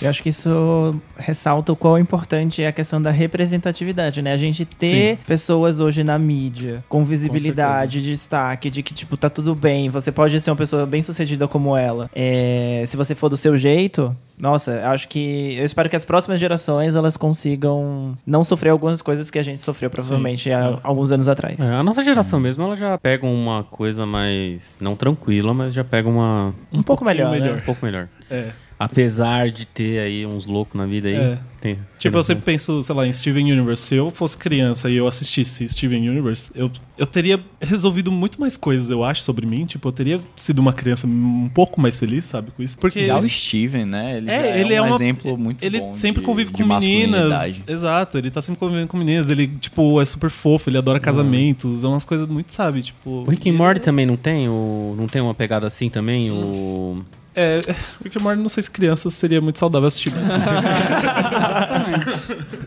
Speaker 6: Eu acho que isso ressalta o quão importante é a questão da representatividade, né? A gente ter pessoas hoje na mídia com visibilidade, destaque, de que, tipo, tá tudo bem, você pode ser uma pessoa bem sucedida como ela. É, se você for do seu jeito, nossa, eu acho que. Eu espero que as próximas gerações elas consigam não sofrer algumas coisas que a gente sofreu, provavelmente, há
Speaker 2: É.
Speaker 6: alguns anos atrás.
Speaker 3: É, a nossa geração mesmo, ela já pega uma coisa mais. não tranquila, mas já pega uma.
Speaker 6: Um, pouco
Speaker 2: pouquinho
Speaker 6: melhor. né?
Speaker 2: melhor.
Speaker 3: um pouco melhor.
Speaker 2: É.
Speaker 3: Apesar de ter aí uns loucos na vida aí.
Speaker 2: É.
Speaker 3: tem-
Speaker 2: Tipo,
Speaker 3: sei
Speaker 2: eu
Speaker 3: lá,
Speaker 2: sempre penso, sei lá, em Steven Universe. Se eu fosse criança e eu assistisse Steven Universe, eu, eu teria resolvido muito mais coisas, eu acho, sobre mim. Tipo, eu teria sido uma criança um pouco mais feliz, sabe, com isso. Porque
Speaker 5: Já o
Speaker 2: eles-
Speaker 5: Steven, né? Ele, já
Speaker 2: É, ele é,
Speaker 5: um
Speaker 2: uma-
Speaker 5: exemplo muito
Speaker 2: Ele
Speaker 5: bom de-
Speaker 2: sempre convive
Speaker 5: de
Speaker 2: com meninas.
Speaker 5: masculinidade.
Speaker 2: Exato, ele tá sempre convivendo com meninas. Ele, tipo, é super fofo, ele
Speaker 5: Uhum.
Speaker 2: adora casamentos. É umas coisas muito, sabe? Tipo.
Speaker 3: O Rick and Morty também não tem? O, não tem uma pegada assim também? O...
Speaker 2: É, Rick and Morty, não sei se criança seria muito saudável assistir, mas.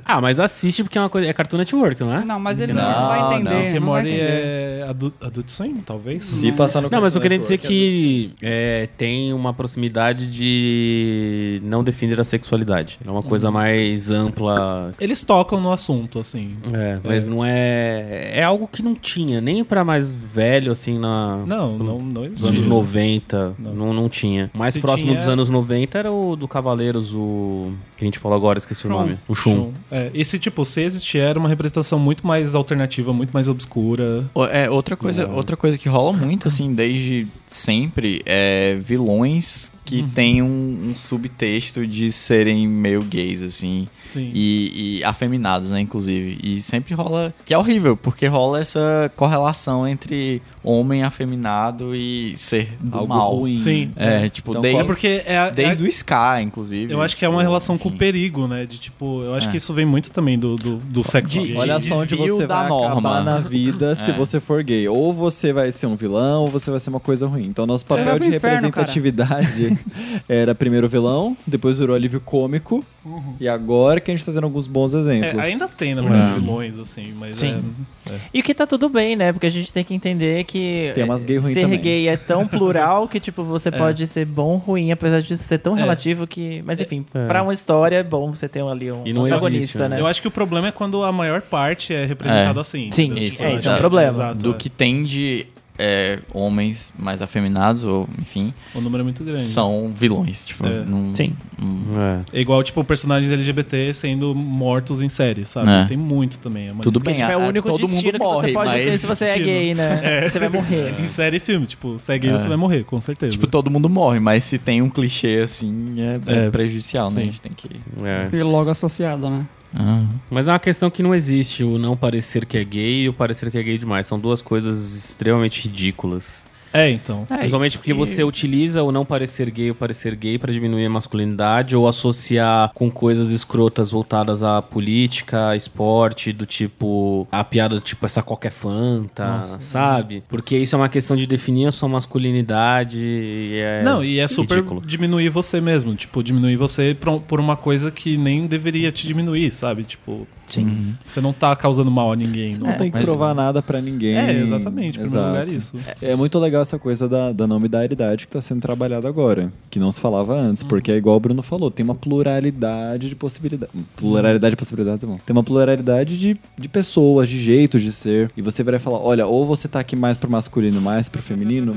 Speaker 3: Ah, mas assiste porque é uma coisa. É Cartoon Network, não é?
Speaker 4: Não, mas ele não,
Speaker 5: Não,
Speaker 4: vai
Speaker 5: não,
Speaker 2: Rick
Speaker 4: entender.
Speaker 2: and
Speaker 4: não vai
Speaker 2: Morty
Speaker 4: entender.
Speaker 2: é adulto, adulto swim, talvez?
Speaker 8: Se passar no
Speaker 3: Não, mas eu queria
Speaker 8: Cartoon
Speaker 3: dizer
Speaker 8: Network,
Speaker 3: que
Speaker 8: é
Speaker 3: é, tem uma proximidade de não definir a sexualidade. É uma coisa mais ampla.
Speaker 2: Eles tocam no assunto, assim.
Speaker 5: Uhum.
Speaker 3: É, mas não é. É algo que não tinha, nem pra mais velho, assim, na.
Speaker 2: Não, não, não
Speaker 3: Dos anos
Speaker 2: existe.
Speaker 3: 90,
Speaker 2: Não.
Speaker 3: não, não tinha. O mais
Speaker 2: Se
Speaker 3: próximo
Speaker 2: tinha-
Speaker 3: dos anos 90 era o do Cavaleiros, o que a gente falou agora, esqueci o nome. O Shun.
Speaker 2: É, esse tipo, se existir, era uma representação muito mais alternativa, muito mais obscura.
Speaker 5: O- É, outra coisa, outra coisa que rola muito, assim, desde sempre, é vilões que
Speaker 2: Uhum.
Speaker 5: têm um, um subtexto de serem meio gays, assim,
Speaker 2: Sim.
Speaker 5: e, e afeminados, né, inclusive. E sempre rola, que é horrível, porque rola essa correlação entre homem afeminado e ser do
Speaker 8: Algo
Speaker 5: mal.
Speaker 8: ruim.
Speaker 2: Sim.
Speaker 5: É, tipo,
Speaker 8: Então,
Speaker 5: desde,
Speaker 2: É porque é, a-
Speaker 5: desde
Speaker 2: é-
Speaker 5: o Scar, inclusive.
Speaker 2: eu acho que é uma
Speaker 5: Tipo,
Speaker 2: relação com o
Speaker 5: enfim.
Speaker 2: perigo, né? De tipo, eu acho
Speaker 5: É.
Speaker 2: que isso vem muito também do, do, do sexo
Speaker 5: De-
Speaker 2: gay.
Speaker 8: Olha só onde
Speaker 5: desvio
Speaker 8: você
Speaker 5: da
Speaker 8: vai
Speaker 5: norma.
Speaker 8: acabar na vida se você for gay. Ou você vai ser um vilão, ou você vai ser uma coisa ruim. Então, nosso
Speaker 4: Você vai
Speaker 8: papel
Speaker 4: pro
Speaker 8: de
Speaker 4: inferno,
Speaker 8: representatividade era primeiro vilão, depois virou alívio cômico. E agora que a gente tá tendo alguns bons
Speaker 2: Uhum. É,
Speaker 8: exemplos.
Speaker 2: ainda tem, na verdade, vilões, assim, mas
Speaker 6: Sim. E que tá tudo bem, né? Porque a gente tem que entender que
Speaker 8: Tem umas gay ruim
Speaker 6: ser
Speaker 8: também.
Speaker 6: gay é tão plural que, tipo, você pode ser bom ruim, apesar disso ser tão relativo que. Mas enfim, pra uma história é bom você ter ali um
Speaker 3: E não
Speaker 6: protagonista,
Speaker 3: existe, né?
Speaker 2: é.
Speaker 6: né?
Speaker 2: Eu acho que o problema é quando a maior parte é representada
Speaker 5: É.
Speaker 2: assim.
Speaker 6: Sim,
Speaker 2: entendeu?
Speaker 5: isso,
Speaker 2: eu
Speaker 5: é,
Speaker 2: acho
Speaker 5: isso é um
Speaker 2: que-
Speaker 6: problema.
Speaker 2: Exato,
Speaker 5: do
Speaker 2: é.
Speaker 5: que tem de é, homens mais afeminados, ou enfim,
Speaker 2: O número é muito grande.
Speaker 5: são vilões. Tipo,
Speaker 2: É.
Speaker 5: não-
Speaker 6: Sim.
Speaker 5: não-
Speaker 3: É.
Speaker 2: É igual, tipo, personagens LGBT sendo mortos em série, sabe?
Speaker 5: É.
Speaker 2: Tem muito também. É uma
Speaker 5: Tudo
Speaker 6: Porque,
Speaker 5: bem,
Speaker 6: tipo, é o
Speaker 5: a-
Speaker 6: único
Speaker 5: todo
Speaker 6: destino
Speaker 5: mundo
Speaker 6: que
Speaker 5: morre,
Speaker 6: você pode
Speaker 5: mas
Speaker 6: ter se você é
Speaker 2: destino.
Speaker 6: gay, né? Você vai morrer.
Speaker 2: Em série e filme, tipo, se é gay,
Speaker 5: É.
Speaker 2: você vai morrer, com certeza.
Speaker 5: Tipo, todo mundo morre, mas se tem um clichê assim, é, é
Speaker 2: Uhum. É,
Speaker 5: prejudicial, né?
Speaker 2: sim.
Speaker 5: A gente tem que.
Speaker 3: É.
Speaker 4: E logo associado, né?
Speaker 5: Ah.
Speaker 3: Mas é uma questão que não existe, o não parecer que é gay e o parecer que é gay demais. São duas coisas extremamente ridículas.
Speaker 2: É, então.
Speaker 3: Principalmente porque você utiliza o não parecer gay e o parecer gay pra diminuir a masculinidade ou associar com coisas escrotas voltadas à política, a esporte, do tipo a piada do tipo essa qualquer fanta, sabe? Porque isso é uma questão de definir a sua masculinidade e é
Speaker 2: Não, e é super
Speaker 3: ridículo.
Speaker 2: diminuir você mesmo. Tipo, diminuir você pra- por uma coisa que nem deveria te diminuir, sabe? Tipo,
Speaker 5: Sim.
Speaker 2: você não tá causando mal a ninguém. Não.
Speaker 8: Não tem que
Speaker 5: mas-
Speaker 8: provar nada pra ninguém.
Speaker 2: né? É, exatamente. Em primeiro
Speaker 8: Exato.
Speaker 2: lugar, isso.
Speaker 8: É muito legal essa coisa da, da nominalidade que está sendo trabalhada agora, que não se falava antes, porque é igual o Bruno falou, tem uma pluralidade de possibilidades. Pluralidade de possibilidades, é bom. Tem uma pluralidade de, de pessoas, de jeitos de ser. E você vai falar, olha, ou você tá aqui mais pro masculino, mais pro feminino,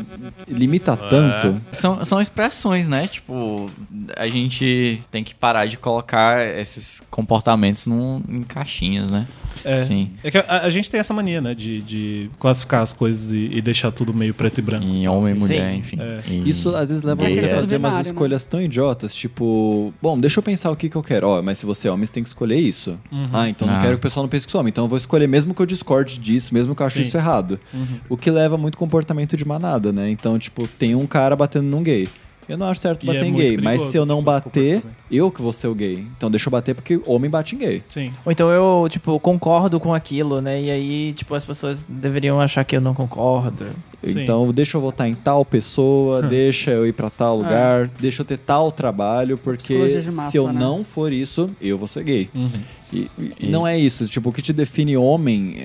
Speaker 8: limita tanto.
Speaker 5: São, são expressões, né? Tipo, a gente tem que parar de colocar esses comportamentos num, em caixinhas, né?
Speaker 2: É.
Speaker 5: Sim.
Speaker 2: É que a, a gente tem essa mania, né? De, de classificar as coisas e, e deixar tudo meio preto e branco.
Speaker 5: Em homem e
Speaker 6: Sim.
Speaker 5: mulher, enfim.
Speaker 2: É.
Speaker 5: E-
Speaker 8: Isso às vezes leva
Speaker 5: É,
Speaker 8: você
Speaker 5: é.
Speaker 8: a fazer umas
Speaker 4: Binário, né?
Speaker 8: escolhas tão idiotas, tipo, bom, deixa eu pensar o que, que eu quero. Ó, mas se você é homem, você tem que escolher isso.
Speaker 2: Uhum.
Speaker 8: Ah, então
Speaker 5: Ah.
Speaker 8: não quero que o pessoal não pense que sou homem. Então eu vou escolher mesmo que eu discorde disso, mesmo que eu ache
Speaker 2: Sim.
Speaker 8: isso errado.
Speaker 2: Uhum.
Speaker 8: O que leva muito comportamento de manada, né? Então, tipo, tem um cara batendo num gay. Eu não acho certo
Speaker 2: E
Speaker 8: bater
Speaker 2: é
Speaker 8: em
Speaker 2: muito
Speaker 8: gay, mas
Speaker 2: perigoso,
Speaker 8: se eu não
Speaker 2: tipo, esse
Speaker 8: bater,
Speaker 2: comportamento.
Speaker 8: eu que vou ser o gay. Então deixa eu bater porque homem bate em gay.
Speaker 2: Sim.
Speaker 6: Ou então eu, tipo, concordo com aquilo, né? E aí, tipo, as pessoas deveriam achar que eu não concordo.
Speaker 2: Sim.
Speaker 8: Então deixa eu votar em tal pessoa, deixa eu ir pra tal lugar, deixa eu ter tal trabalho, porque
Speaker 4: Psicologia de massa,
Speaker 8: se eu
Speaker 4: né?
Speaker 8: não for isso, eu vou ser gay.
Speaker 2: Uhum.
Speaker 8: E, e- e não é isso. Tipo, o que te define homem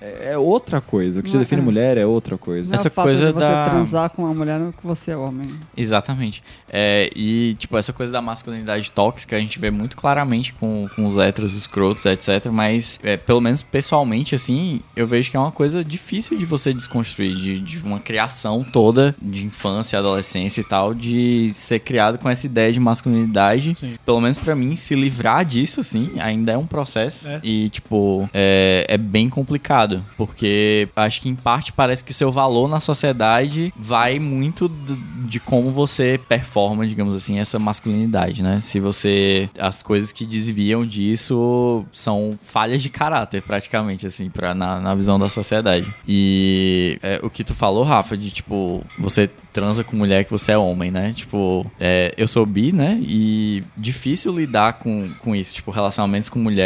Speaker 8: é, é outra coisa. O que te
Speaker 4: Não,
Speaker 8: define
Speaker 4: é.
Speaker 8: mulher é outra coisa.
Speaker 4: Não é
Speaker 5: Essa
Speaker 4: o fato
Speaker 5: coisa
Speaker 4: de você
Speaker 5: da-
Speaker 4: transar com uma mulher que você é homem.
Speaker 5: Exatamente. É, e, tipo, essa coisa da masculinidade tóxica a gente vê muito claramente com, com os héteros escrotos, etc. Mas, é, pelo menos pessoalmente, assim, eu vejo que é uma coisa difícil de você desconstruir, de, de uma criação toda de infância, adolescência e tal, de ser criado com essa ideia de masculinidade.
Speaker 2: Sim.
Speaker 5: Pelo menos pra mim, se livrar disso, assim, ainda é um processo.
Speaker 2: É.
Speaker 5: E, tipo, é, é bem complicado. Porque acho que, em parte, parece que seu valor na sociedade vai muito d- de como você performa, digamos assim, essa masculinidade, né? Se você. As coisas que desviam disso são falhas de caráter, praticamente, assim, pra, na, na visão da sociedade. E é, o que tu falou, Rafa, de, tipo, você transa com mulher que você é homem, né? Tipo, é, eu sou bi, né? E difícil lidar com, com isso, tipo, relacionamentos com mulheres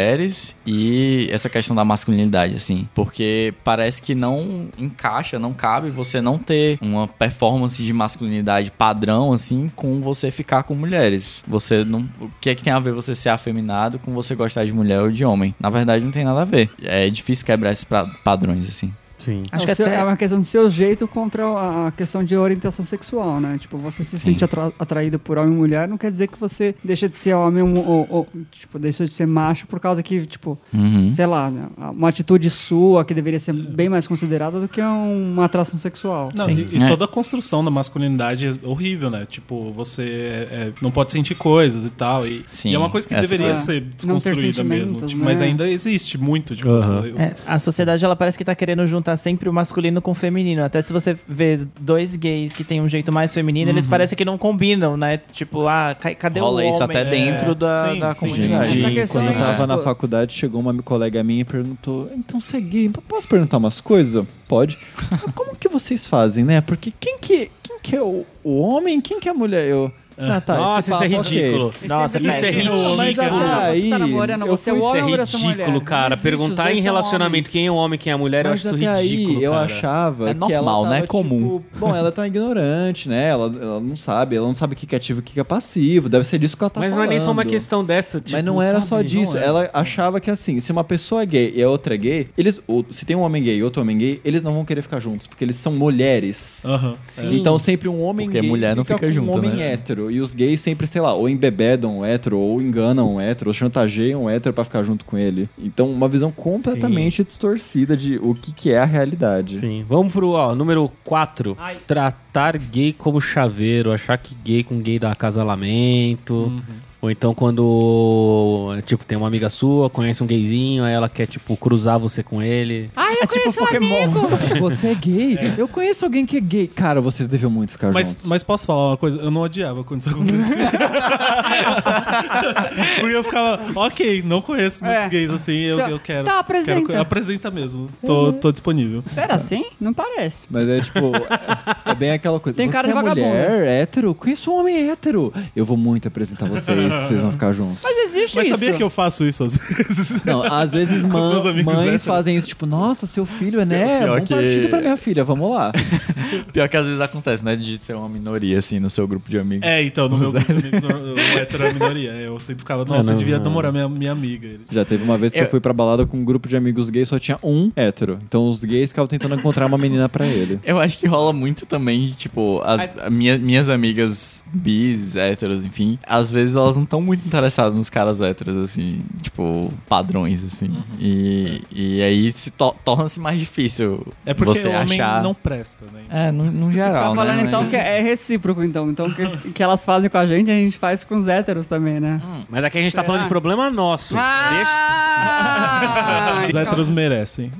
Speaker 5: e essa questão da masculinidade, assim. Porque parece que não encaixa, não cabe você não ter uma performance de masculinidade padrão, assim, com você ficar com mulheres. Você não. O que é que tem a ver você ser afeminado com você gostar de mulher ou de homem? Na verdade, não tem nada a ver. É difícil quebrar esses pra- padrões, assim.
Speaker 3: Sim.
Speaker 6: Acho
Speaker 4: É o
Speaker 6: que
Speaker 4: seu-
Speaker 6: até-
Speaker 4: É uma questão do seu jeito contra a questão de orientação sexual, né? Tipo, você se
Speaker 5: Sim.
Speaker 4: sente atra- atraído por homem e mulher, não quer dizer que você deixa de ser homem ou, ou- ou, tipo, deixa de ser macho por causa que, tipo,
Speaker 5: Uhum.
Speaker 4: sei lá, né? uma atitude sua que deveria ser bem mais considerada do que uma atração sexual.
Speaker 2: Não,
Speaker 5: Sim.
Speaker 2: e, e
Speaker 5: É.
Speaker 2: toda a construção da masculinidade é horrível, né? Tipo, você é, é, não pode sentir coisas e tal. E,
Speaker 5: Sim,
Speaker 2: e é uma coisa que
Speaker 5: essa
Speaker 2: deveria
Speaker 4: coisa.
Speaker 2: ser desconstruída mesmo.
Speaker 4: sentimentos,
Speaker 2: tipo,
Speaker 4: né?
Speaker 2: Mas ainda existe muito. Tipo,
Speaker 3: Aham.
Speaker 2: os- os-
Speaker 6: É, a sociedade ela parece que tá querendo juntar sempre o masculino com o feminino. Até se você vê dois gays que tem um jeito mais feminino,
Speaker 2: Uhum.
Speaker 6: eles parecem que não combinam, né? Tipo, ah, ca- cadê o
Speaker 5: Rola
Speaker 6: homem? É.
Speaker 5: isso até dentro da,
Speaker 2: Sim,
Speaker 5: da
Speaker 2: sim.
Speaker 5: comunidade.
Speaker 4: Essa questão
Speaker 8: Quando
Speaker 4: é,
Speaker 8: eu tava
Speaker 4: tipo,
Speaker 8: na faculdade, chegou uma colega minha e perguntou: Então você é gay? Posso perguntar umas coisas? Eu, Pode. "Mas Como que vocês fazem, né? Porque quem que, quem que é o, o homem? Quem que é a mulher? Eu. "Ah, tá,
Speaker 3: Nossa, isso
Speaker 8: esse
Speaker 3: é
Speaker 8: papo, ok."
Speaker 3: ridículo. Nossa,
Speaker 4: Esse é
Speaker 3: cara,
Speaker 2: ridículo.
Speaker 3: isso
Speaker 8: Mas
Speaker 2: Chique,
Speaker 8: até
Speaker 2: né?
Speaker 8: aí.
Speaker 4: você tá namorando,
Speaker 8: eu
Speaker 4: você é o
Speaker 8: fui-
Speaker 4: homem ou você
Speaker 3: Isso
Speaker 4: é
Speaker 3: é
Speaker 4: mulher?
Speaker 3: ridículo, cara.
Speaker 4: Não existe, os
Speaker 3: Perguntar
Speaker 4: dois
Speaker 3: em
Speaker 4: são
Speaker 3: relacionamento
Speaker 4: homens.
Speaker 3: quem é homem, quem é mulher, eu
Speaker 8: Mas
Speaker 3: acho isso
Speaker 8: até
Speaker 3: ridículo.
Speaker 8: aí eu
Speaker 3: cara.
Speaker 8: achava
Speaker 5: É
Speaker 8: que
Speaker 5: normal,
Speaker 8: ela tava,
Speaker 5: né? Comum.
Speaker 8: Tipo, bom, ela tá ignorante, né? Ela, ela não sabe, ela não sabe o que que é ativo e o que que é passivo. Deve ser disso que ela tá
Speaker 3: Mas não
Speaker 8: falando.
Speaker 3: é nem só uma questão dessa. Tipo,
Speaker 8: Mas não era
Speaker 3: sabe?
Speaker 8: só
Speaker 3: Não
Speaker 8: disso.
Speaker 3: é.
Speaker 8: Ela achava que assim, se uma pessoa é gay e a outra é gay, eles. ou se tem um homem gay e outro homem gay, eles não vão querer ficar juntos, porque eles são
Speaker 3: Ah.
Speaker 8: mulheres.
Speaker 2: Aham.
Speaker 3: Sim.
Speaker 8: Então sempre um homem
Speaker 5: Porque
Speaker 8: gay
Speaker 5: mulher não fica
Speaker 8: com
Speaker 5: junto,
Speaker 8: um homem
Speaker 5: né?
Speaker 8: hétero. E os gays sempre, sei lá, ou embebedam um hétero, ou enganam um hétero, ou chantageiam um hétero pra ficar junto com ele. Então uma visão completamente distorcida de o que, que é a realidade.
Speaker 3: Sim. Vamos pro ó, número 4.
Speaker 4: Ai.
Speaker 3: Tratar gay como chaveiro. Achar que gay com gay dá acasalamento.
Speaker 4: Uhum.
Speaker 3: Ou então quando, tipo, tem uma amiga sua, conhece um gayzinho, aí ela quer, tipo, cruzar você com ele.
Speaker 4: Ah, eu
Speaker 6: É tipo
Speaker 4: conheço um
Speaker 6: Pokémon.
Speaker 4: amigo!
Speaker 8: Você é gay? Eu conheço alguém que é gay. Cara, vocês deviam muito ficar
Speaker 2: Mas,
Speaker 8: juntos.
Speaker 2: mas posso falar uma coisa? Eu não odiava quando isso acontecia. Porque eu ficava, ok, não conheço muitos
Speaker 4: É.
Speaker 2: gays assim, eu,
Speaker 4: Só-
Speaker 2: eu quero.
Speaker 4: Tá,
Speaker 2: quero-
Speaker 4: apresenta. Uhum.
Speaker 2: apresenta mesmo. Tô, tô disponível.
Speaker 4: Será assim? Não parece.
Speaker 8: Mas é tipo, é é bem aquela coisa.
Speaker 4: Tem cara
Speaker 8: você
Speaker 4: de
Speaker 8: é
Speaker 4: vagabundo.
Speaker 8: mulher, hétero? Conheço um homem hétero. Eu vou muito apresentar vocês, vocês vão ficar juntos.
Speaker 4: Mas existe
Speaker 2: Mas
Speaker 4: isso.
Speaker 2: sabia que eu faço isso às vezes?
Speaker 8: Não, às vezes
Speaker 2: Com os
Speaker 8: mã-
Speaker 2: meus amigos né?
Speaker 8: mães
Speaker 2: héteros.
Speaker 8: fazem isso, tipo, nossa, seu filho é né,
Speaker 5: Pior- pior
Speaker 8: bom
Speaker 5: que-
Speaker 8: partido pra minha filha, vamos lá.
Speaker 5: Pior que às vezes acontece, né? De ser uma minoria, assim, no seu grupo de amigos.
Speaker 2: É, então, no meu grupo de amigos, o hétero é a minoria. Eu sempre ficava, nossa,
Speaker 3: não,
Speaker 2: eu devia
Speaker 3: não.
Speaker 2: namorar minha, minha amiga. Eles-
Speaker 8: Já teve uma vez que eu,
Speaker 2: É.
Speaker 5: Eu-
Speaker 8: fui pra balada com um grupo de amigos gays, só tinha um hétero. Então os gays ficavam tentando encontrar uma menina pra ele.
Speaker 5: Eu acho que rola muito também, tipo, as a minha- minhas amigas bis, héteros, enfim, às vezes elas não estão muito interessadas nos caras héteros, assim, tipo, padrões, assim.
Speaker 2: Uhum.
Speaker 5: E, e aí se to- torna-se mais difícil
Speaker 2: É porque
Speaker 5: você
Speaker 2: o homem
Speaker 5: achar.
Speaker 2: não presta, né?
Speaker 5: É, no, no
Speaker 4: Você
Speaker 5: geral.
Speaker 4: tá falando
Speaker 5: né?
Speaker 4: então
Speaker 5: Mas-
Speaker 4: que é recíproco, então. Então o que, que elas fazem com a gente, a gente faz com os héteros também, né?
Speaker 3: Mas aqui a gente tá
Speaker 4: Será?
Speaker 3: falando de problema nosso. Deixa.
Speaker 4: Ah!
Speaker 2: Os héteros merecem.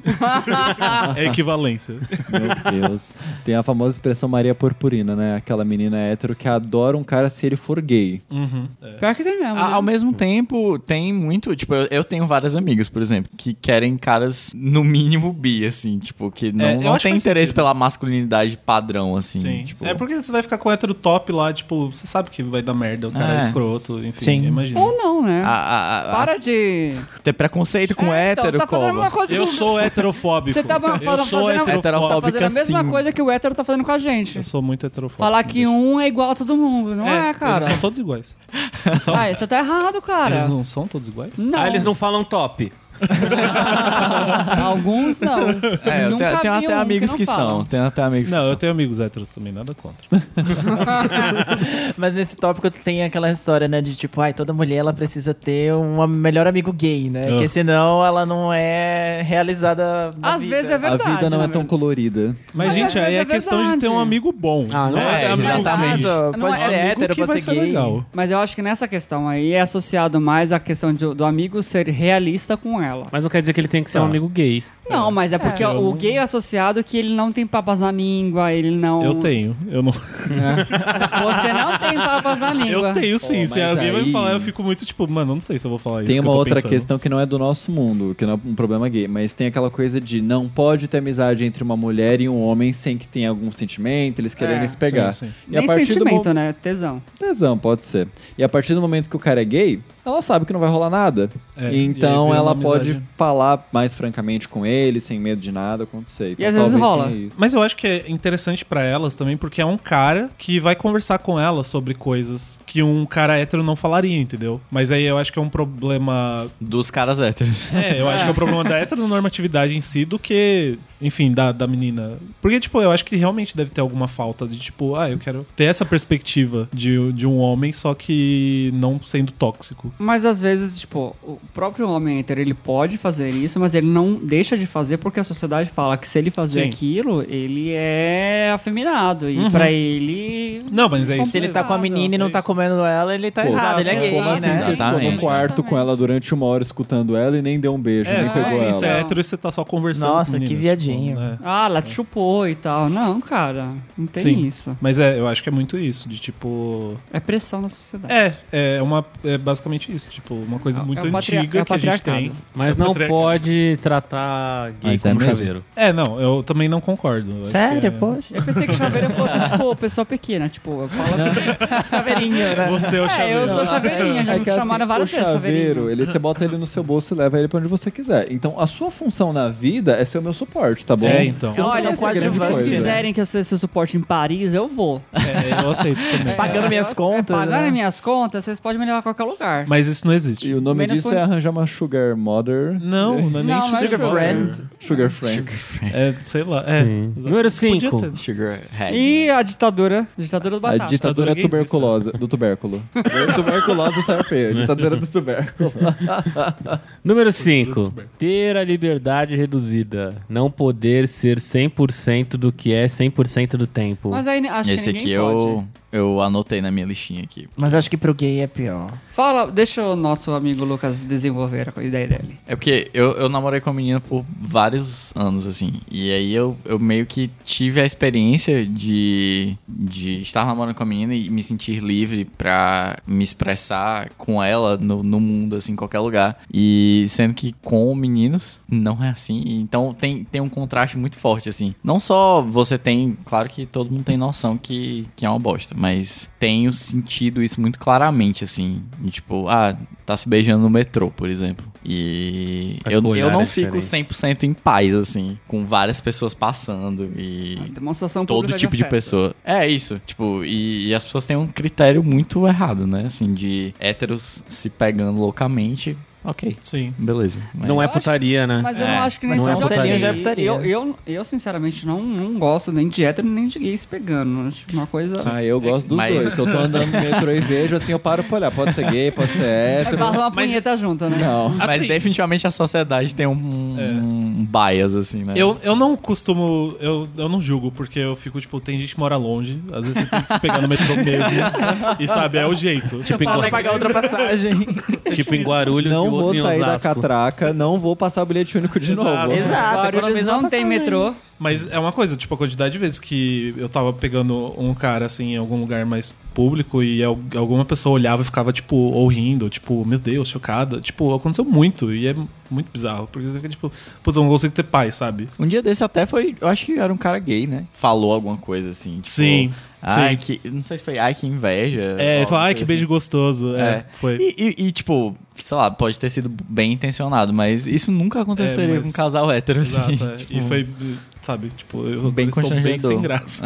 Speaker 2: é equivalência.
Speaker 8: Meu Deus. Tem a famosa expressão Maria Purpurina, né? Aquela menina hétero que adora um cara se ele for gay.
Speaker 2: Uhum, é.
Speaker 4: Pior que tem mesmo.
Speaker 5: A-
Speaker 4: né?
Speaker 5: Ao mesmo tempo, tem muito. Tipo, eu, eu tenho várias amigas, por exemplo, que querem caras, no mínimo, bi, assim, tipo, que não,
Speaker 2: É, eu
Speaker 5: não
Speaker 2: acho que
Speaker 5: tem
Speaker 2: faz
Speaker 5: interesse
Speaker 2: sentido.
Speaker 5: pela masculinidade padrão, assim.
Speaker 2: Sim.
Speaker 5: Tipo,
Speaker 2: É porque você vai ficar com o hétero top lá, tipo, você sabe que vai dar merda, o cara é,
Speaker 5: É.
Speaker 2: escroto, enfim,
Speaker 6: Sim.
Speaker 2: imagina.
Speaker 4: Ou não, né?
Speaker 5: a- a- a-
Speaker 4: Para de.
Speaker 5: ter preconceito com
Speaker 4: É, então,
Speaker 5: hétero,
Speaker 4: você tá fazendo
Speaker 5: Cova.
Speaker 4: a mesma coisa
Speaker 2: Eu
Speaker 4: que o-
Speaker 2: sou heterofóbico.
Speaker 4: Você tá fa-
Speaker 2: Eu
Speaker 4: fazendo-
Speaker 2: sou
Speaker 4: fazendo- tá
Speaker 2: heterofóbico.
Speaker 4: fazendo a mesma
Speaker 5: sim.
Speaker 4: coisa que o hétero tá fazendo com a gente.
Speaker 2: Eu sou muito heterofóbico.
Speaker 4: Falar que um é igual a todo mundo. Não é, cara.
Speaker 2: Eles são todos iguais. Não são?
Speaker 4: Ah, você tá errado, cara.
Speaker 2: Eles não são todos iguais?
Speaker 4: Não.
Speaker 3: Ah, eles não falam top.
Speaker 4: Alguns não.
Speaker 5: É, eu
Speaker 4: Nunca
Speaker 5: tenho,
Speaker 4: vi
Speaker 5: tenho
Speaker 4: um
Speaker 5: até amigos
Speaker 4: não
Speaker 5: que, são.
Speaker 4: falam.
Speaker 5: Tenho até amigos
Speaker 2: Hum. Não, eu
Speaker 5: que
Speaker 2: tenho amigos héteros também, nada contra.
Speaker 6: Mas nesse tópico tem aquela história, né? De tipo, ai, toda mulher ela precisa ter um melhor amigo gay, né?
Speaker 2: Ah.
Speaker 6: Porque senão ela não é realizada. na
Speaker 4: Às
Speaker 6: vida.
Speaker 4: vezes é verdade.
Speaker 8: a vida não
Speaker 4: na
Speaker 8: é
Speaker 2: né,
Speaker 8: tão colorida.
Speaker 2: Mas,
Speaker 4: Mas às
Speaker 2: gente, aí
Speaker 4: vezes
Speaker 2: é,
Speaker 4: é
Speaker 2: questão de ter um
Speaker 4: verdade.
Speaker 2: amigo bom. né?
Speaker 3: Ah, não é,
Speaker 2: amigo
Speaker 6: tá
Speaker 5: exatamente.
Speaker 2: ruim.
Speaker 6: Exato,
Speaker 4: Não
Speaker 6: Pode
Speaker 4: é
Speaker 6: ser
Speaker 2: Amigo
Speaker 6: hétero,
Speaker 2: que
Speaker 6: pode
Speaker 2: vai
Speaker 6: ser
Speaker 2: ser
Speaker 6: gay.
Speaker 2: legal.
Speaker 4: Mas eu acho que nessa questão aí é associado mais à questão de- do amigo ser realista com ela.
Speaker 3: Mas não quer dizer que ele tem que ser
Speaker 2: Tá.
Speaker 3: um amigo gay.
Speaker 4: Não, mas é porque
Speaker 2: É.
Speaker 4: o gay é associado que ele não tem papas na língua, ele não.
Speaker 2: Eu tenho. Eu, não...
Speaker 4: Você não tem papas na língua.
Speaker 2: eu tenho sim.
Speaker 8: Pô,
Speaker 2: se
Speaker 8: mas
Speaker 2: alguém vai me
Speaker 8: aí-
Speaker 2: falar, eu fico muito tipo, mano, eu não sei se eu vou falar isso.
Speaker 8: Tem
Speaker 2: que
Speaker 8: uma
Speaker 2: eu tô
Speaker 8: outra
Speaker 2: pensando.
Speaker 8: questão que não é do nosso mundo, que não é um problema gay, mas tem aquela coisa de não pode ter amizade entre uma mulher e um homem sem que tenha algum sentimento, eles quererem se pegar.
Speaker 2: sim.
Speaker 8: E a
Speaker 4: É, Nem
Speaker 8: partir do
Speaker 4: sentimento,
Speaker 8: momento.
Speaker 4: né? Tesão.
Speaker 8: Tesão, pode ser. E a partir do momento que o cara é gay, ela sabe que não vai rolar nada.
Speaker 2: É, e aí
Speaker 8: então
Speaker 2: vira
Speaker 8: ela
Speaker 2: uma
Speaker 8: pode
Speaker 2: amizade.
Speaker 8: falar mais francamente com ele, sem medo de nada acontecer. Então,
Speaker 4: às vezes
Speaker 8: talvez
Speaker 4: rola.
Speaker 8: tenha isso.
Speaker 2: Mas eu acho que é interessante pra elas também, porque é um cara que vai conversar com ela sobre coisas que um cara hétero não falaria, entendeu? Mas aí eu acho que é um problema
Speaker 5: são. Dos caras héteros.
Speaker 2: um É, eu acho que é o problema da heteronormatividade em si do que, enfim, da, da menina. Porque, tipo, eu acho que realmente deve ter alguma falta de, tipo, ah, eu quero ter essa perspectiva de, de um homem, só que não sendo tóxico.
Speaker 4: Mas às vezes, tipo, o próprio homem hétero, ele pode fazer isso, mas ele não deixa de fazer porque a sociedade fala que se ele fazer
Speaker 2: Sim. Uhum.
Speaker 4: aquilo, ele é afeminado. E pra ele.
Speaker 2: Não, mas é isso.
Speaker 6: Se ele tá com a menina e
Speaker 2: É
Speaker 6: não tá comendo ela, ele tá
Speaker 8: Pô,
Speaker 6: errado, ele é
Speaker 8: exato.
Speaker 6: gay,
Speaker 8: Como assim,
Speaker 6: né?
Speaker 8: Você ficou no
Speaker 5: Exatamente.
Speaker 8: quarto com ela durante uma hora escutando ela e nem deu um beijo,
Speaker 2: É,
Speaker 8: nem pegou
Speaker 2: assim,
Speaker 8: ela.
Speaker 2: você é hétero e você tá só conversando
Speaker 6: né? Nossa,
Speaker 2: com
Speaker 6: que
Speaker 2: meninas,
Speaker 6: viadinho.
Speaker 2: né?
Speaker 4: Ah, ela te chupou e tal. Não, cara, não tem
Speaker 2: Sim.
Speaker 4: isso.
Speaker 2: Mas é, eu acho que é muito isso, de tipo.
Speaker 4: É pressão na sociedade.
Speaker 2: É, é uma. É basicamente isso. Tipo, uma coisa
Speaker 4: É-
Speaker 2: muito
Speaker 4: é o patria-
Speaker 2: antiga
Speaker 4: é o
Speaker 2: que a gente tem.
Speaker 4: patriarcado.
Speaker 3: Mas
Speaker 2: É
Speaker 3: não
Speaker 2: patriarcado.
Speaker 3: pode tratar gay
Speaker 5: Mas é
Speaker 3: como
Speaker 5: mesmo?
Speaker 3: chaveiro.
Speaker 2: É, não, eu também não concordo. Eu acho que
Speaker 6: Sério,
Speaker 2: é-
Speaker 6: poxa.
Speaker 4: Eu pensei que chaveira fosse, tipo, pessoa pequena. Tipo, fala.
Speaker 6: Chaveirinho, né?
Speaker 2: Você é o
Speaker 4: É, eu
Speaker 2: chaveiro.
Speaker 4: sou chaveirinha, já
Speaker 8: É
Speaker 4: me
Speaker 8: que, assim,
Speaker 4: chamaram várias
Speaker 8: o
Speaker 4: vezes.
Speaker 8: chaveiro,
Speaker 4: Chaveirinha.
Speaker 8: ele, você bota ele no seu bolso e leva ele pra onde você quiser. Então, a sua função na vida é ser o meu suporte, tá bom?
Speaker 2: É, então.
Speaker 6: Não
Speaker 4: Olha,
Speaker 6: precisa
Speaker 4: se
Speaker 6: ser
Speaker 4: vocês
Speaker 6: grande coisa.
Speaker 4: quiserem que eu seja seu suporte em Paris, eu vou.
Speaker 2: É, eu aceito também.
Speaker 6: Pagando minhas contas.
Speaker 4: Pagando
Speaker 6: né?
Speaker 4: minhas contas, vocês podem me levar a qualquer lugar.
Speaker 2: Mas isso não existe.
Speaker 8: E o nome
Speaker 4: Menos
Speaker 8: disso
Speaker 4: quando-
Speaker 8: é arranjar uma sugar mother,
Speaker 2: Não, não é nem
Speaker 4: Não, mas
Speaker 2: sugar
Speaker 4: sugar
Speaker 2: friend.
Speaker 8: sugar friend.
Speaker 2: É, sei lá. É.
Speaker 3: Sim.
Speaker 2: Exato.
Speaker 3: Número
Speaker 2: Podia
Speaker 3: 5.
Speaker 2: ter.
Speaker 5: Sugar head.
Speaker 4: E a ditadura? A ditadura do
Speaker 8: A
Speaker 4: Batata.
Speaker 8: ditadura
Speaker 2: Ditadura
Speaker 8: é
Speaker 2: gaysista.
Speaker 8: tuberculosa, do tubérculo. tuberculosa saiu feia, a ditadura do tubérculo.
Speaker 3: Número 5. Ter a liberdade reduzida. Não poder ser 100% do que é 100% do tempo.
Speaker 4: Mas aí acho
Speaker 5: Esse
Speaker 4: que
Speaker 5: aqui é
Speaker 4: ninguém pode.
Speaker 5: eu, eu anotei na minha listinha aqui.
Speaker 6: Mas acho que pro gay é pior.
Speaker 4: Fala, deixa o nosso amigo Lucas desenvolver a ideia dele.
Speaker 5: É porque eu, eu namorei com uma menina por vários anos, assim. E aí eu, eu meio que tive a experiência de, de estar namorando com a menina e me sentir livre pra me expressar com ela no, no mundo, assim, em qualquer lugar. E sendo que com meninos não é assim. Então tem, tem um contraste muito forte, assim. Não só você tem. Claro que todo mundo tem noção que, que é uma bosta, mas tenho sentido isso muito claramente, assim. E, tipo, ah, tá se beijando no metrô, por exemplo. E
Speaker 3: Acho que o
Speaker 5: eu,
Speaker 3: olhar
Speaker 5: eu não
Speaker 3: é
Speaker 5: fico
Speaker 3: diferente.
Speaker 5: 100% em paz, assim, com várias pessoas passando
Speaker 4: A
Speaker 5: e
Speaker 4: demonstração
Speaker 5: todo
Speaker 4: pública
Speaker 5: tipo de
Speaker 4: afeto.
Speaker 5: pessoa. É isso, tipo, e, e as pessoas têm um critério muito errado, né? Assim, de héteros se pegando loucamente. Ok,
Speaker 2: Sim.
Speaker 5: beleza. mas-
Speaker 3: Não é
Speaker 4: Eu acho-
Speaker 3: putaria, né?
Speaker 4: Mas eu
Speaker 5: É,
Speaker 4: não acho que nem
Speaker 3: mas não é
Speaker 4: seja
Speaker 3: putaria,
Speaker 4: ok.
Speaker 6: já é putaria.
Speaker 4: Eu, eu, eu, sinceramente, não, não gosto nem de hétero nem de gays pegando. Acho que uma coisa.
Speaker 8: Ah, eu gosto dos
Speaker 5: Mas-
Speaker 8: dois. Se eu tô andando no metrô e vejo, assim, eu paro pra olhar. Pode ser gay, pode ser
Speaker 4: É
Speaker 8: hétero.
Speaker 4: barra uma
Speaker 2: Mas-
Speaker 4: punheta junto, né?
Speaker 8: Não.
Speaker 5: Mas
Speaker 2: Assim- É.
Speaker 5: definitivamente a sociedade tem um, um bias, assim, né?
Speaker 2: Eu, eu não costumo. Eu, eu não julgo, porque eu fico, tipo, tem gente que mora longe. Às vezes você tem que se pegar no metrô mesmo. e sabe, é o jeito.
Speaker 3: Tipo, em, Gua-
Speaker 6: Pra pagar outra passagem.
Speaker 3: tipo em Guarulhos e
Speaker 8: Não
Speaker 3: outro
Speaker 8: vou
Speaker 3: em
Speaker 8: sair da
Speaker 3: Osasco.
Speaker 8: catraca, não vou passar o bilhete único de
Speaker 2: Exato.
Speaker 8: novo.
Speaker 2: Exato.
Speaker 6: Exato,
Speaker 4: Guarulhos
Speaker 6: economizar uma
Speaker 4: não tem
Speaker 6: passagem.
Speaker 4: metrô.
Speaker 2: Mas é uma coisa, tipo, a quantidade de vezes que eu tava pegando um cara, assim, em algum lugar mais público e al- alguma pessoa olhava e ficava, tipo, ou rindo, ou, tipo, meu Deus, chocada. Tipo, aconteceu muito e é muito bizarro. Porque você fica, tipo, putz, eu não consigo ter paz, sabe?
Speaker 5: Um dia desse até foi. Eu acho que era um cara gay, né? Falou alguma coisa assim. Tipo,
Speaker 2: Sim, sim.
Speaker 5: Ai, que. Não sei se foi. Ai, que inveja.
Speaker 2: É, ele fala, ai, que
Speaker 5: beijo
Speaker 2: beijo gostoso. É,
Speaker 5: assim. É.
Speaker 2: foi.
Speaker 5: E, e- e, tipo, sei lá, pode ter sido bem intencionado, mas isso nunca aconteceria
Speaker 2: É, mas-
Speaker 5: com um casal hétero, assim.
Speaker 2: Exato, é.
Speaker 5: Tipo,
Speaker 2: E foi, sabe, tipo, eu
Speaker 5: Bem
Speaker 2: bem estou bem
Speaker 5: constrangedor.
Speaker 2: sem graça.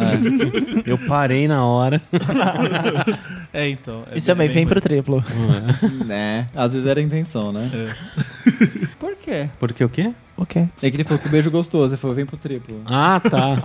Speaker 5: é.
Speaker 3: Eu parei na hora.
Speaker 2: É, então.
Speaker 6: Isso também vem pro triplo.
Speaker 8: Né? Às vezes era a intenção, né?
Speaker 2: É.
Speaker 4: Por quê?
Speaker 3: Porque o quê?
Speaker 6: Ok.
Speaker 8: É que ele falou que beijo gostoso, ele falou, vem pro triplo.
Speaker 3: Ah, tá.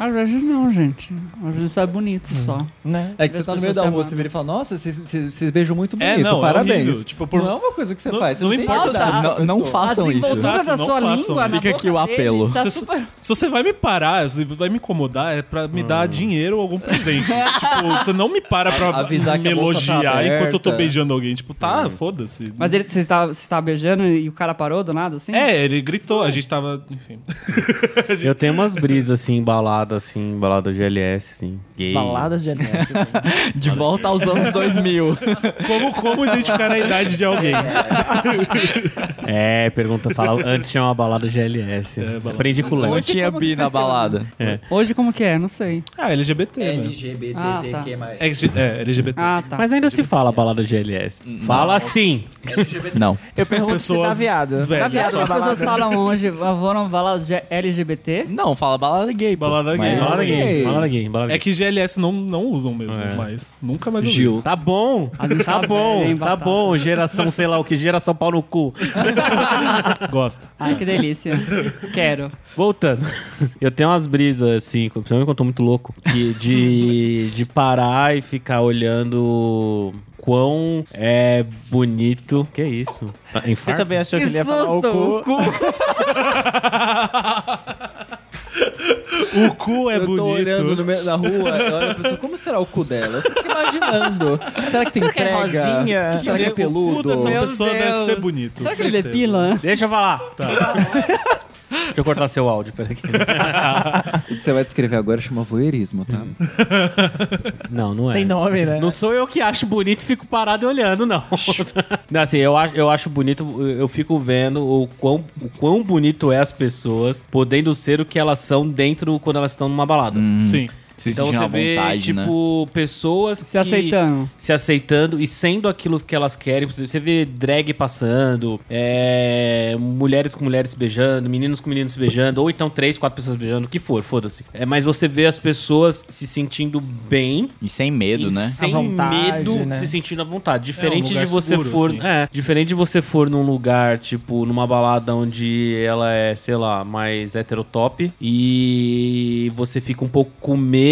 Speaker 4: Às vezes não, gente. Às vezes é bonito só.
Speaker 6: Né?
Speaker 8: É que você tá no meio
Speaker 4: As pessoas
Speaker 8: da
Speaker 4: se
Speaker 8: rua,
Speaker 4: amam.
Speaker 8: você vira e fala, nossa, vocês- vocês vocês beijam muito bonito,
Speaker 2: É, não, é
Speaker 8: parabéns.
Speaker 2: horrível, tipo, por-
Speaker 8: Não é uma coisa que você
Speaker 2: Não-
Speaker 8: faz, você
Speaker 2: não
Speaker 8: não, tem
Speaker 4: importa,
Speaker 8: nada a ver com a
Speaker 5: não, não
Speaker 8: pessoa.
Speaker 5: façam
Speaker 4: A
Speaker 5: isso.
Speaker 4: desenvoltura da
Speaker 2: Exato, não
Speaker 4: sua
Speaker 2: façam.
Speaker 4: língua, na
Speaker 5: Fica
Speaker 4: boca
Speaker 5: aqui o
Speaker 4: dele,
Speaker 5: apelo.
Speaker 4: tá
Speaker 2: Se-
Speaker 4: super-
Speaker 2: Se você vai me parar, se vai me incomodar, é pra me dar dinheiro ou algum presente. tipo, você não me para pra
Speaker 8: Avisar que
Speaker 2: me
Speaker 8: Ah. a bolsa tá
Speaker 2: elogiar enquanto eu tô
Speaker 8: aberta.
Speaker 2: beijando alguém. Tipo, tá, foda-se.
Speaker 4: Mas ele, você está, você está beijando e o cara parou do nada, assim?
Speaker 2: É, ele gritou, a gente tava. Enfim.
Speaker 3: Eu tenho umas brisas assim, balada, assim, balada GLS, assim. Gay.
Speaker 6: Baladas de aliança.
Speaker 5: De volta aos anos 2000.
Speaker 2: Como, como identificar a idade de alguém?
Speaker 3: É, pergunta, fala. Antes tinha uma balada GLS.
Speaker 2: É, balada.
Speaker 3: Aprendi com o Léo.
Speaker 5: Não tinha
Speaker 4: como que
Speaker 5: bi na
Speaker 4: funciona?
Speaker 5: balada.
Speaker 4: Hoje como que é? Não sei.
Speaker 2: Ah, LGBT, né?
Speaker 4: Ah, tá.
Speaker 2: É, é, LGBT.
Speaker 4: Ah, tá.
Speaker 3: Mas ainda se fala balada GLS. Fala assim.
Speaker 5: Não.
Speaker 6: Eu pergunto se tá
Speaker 2: Pessoas
Speaker 6: viado.
Speaker 2: velhas,
Speaker 6: tá viado
Speaker 2: só.
Speaker 6: na
Speaker 4: As pessoas
Speaker 6: balada?
Speaker 4: falam hoje, foram baladas de LGBT?
Speaker 5: Não, fala balada gay. pô.
Speaker 2: Balada gay.
Speaker 5: Mas-
Speaker 3: Balada gay,
Speaker 8: Ei.
Speaker 3: balada gay, balada
Speaker 2: É
Speaker 3: gay.
Speaker 2: que GLS não, não usam mesmo,
Speaker 3: É.
Speaker 2: mas nunca mais ouvi.
Speaker 8: Gil.
Speaker 3: Tá bom, tá
Speaker 4: tá
Speaker 3: bom,
Speaker 4: velha, hein,
Speaker 3: tá
Speaker 4: batata.
Speaker 3: bom, geração sei lá o que, geração pau no cu.
Speaker 2: Gosta.
Speaker 4: Ai, que delícia. Quero.
Speaker 3: Voltando, eu tenho umas brisas assim, principalmente quando eu tô muito louco, que de, de parar e ficar olhando quão é bonito. Que isso? Tá,
Speaker 6: Você
Speaker 3: infarto?
Speaker 6: também é
Speaker 2: Então,
Speaker 6: achou que, ele ia falar o cu?
Speaker 2: O cu é
Speaker 8: eu
Speaker 2: bonito.
Speaker 8: tô olhando no meio da rua, eu olho a pessoa, como será o cu dela? Eu fico imaginando. Será que tem
Speaker 6: que é
Speaker 8: entrega?
Speaker 6: rosinha?
Speaker 8: Será que é
Speaker 2: O cu
Speaker 8: peludo?
Speaker 2: dessa
Speaker 4: Meu
Speaker 2: pessoa deve
Speaker 4: Deus.
Speaker 2: ser bonito.
Speaker 4: Será que ele é
Speaker 2: certeza.
Speaker 4: depila?
Speaker 3: Deixa eu falar. Tá. Deixa eu cortar seu áudio, peraí.
Speaker 8: O que você vai descrever agora chama voyeurismo, tá?
Speaker 2: Hum.
Speaker 3: Não, não é.
Speaker 6: Tem nome, né?
Speaker 3: Não sou eu que acho bonito e fico parado olhando, não. não assim, eu acho, eu acho bonito, eu fico vendo o quão, o quão bonito é as pessoas podendo ser o que elas são dentro quando elas estão numa balada.
Speaker 6: Hum.
Speaker 2: Sim.
Speaker 5: Se
Speaker 3: Então
Speaker 5: sentindo
Speaker 3: você
Speaker 5: à
Speaker 3: vê,
Speaker 5: vontade, né?
Speaker 3: tipo, pessoas
Speaker 4: Se aceitando.
Speaker 3: se aceitando e sendo aquilo que elas querem. Você vê drag passando, é, mulheres com mulheres se beijando, meninos com meninos se beijando, ou então três, quatro pessoas beijando, o que for, foda-se. É, mas você vê as pessoas se sentindo bem
Speaker 5: E sem medo,
Speaker 3: e
Speaker 5: né?
Speaker 3: Sem
Speaker 6: À vontade,
Speaker 3: medo,
Speaker 6: né?
Speaker 3: se sentindo à vontade. Diferente
Speaker 2: É, um lugar
Speaker 3: de você
Speaker 2: seguro,
Speaker 3: for.
Speaker 2: assim.
Speaker 3: É, diferente de você for num lugar, tipo, numa balada onde ela é, sei lá, mais heterotop e você fica um pouco com medo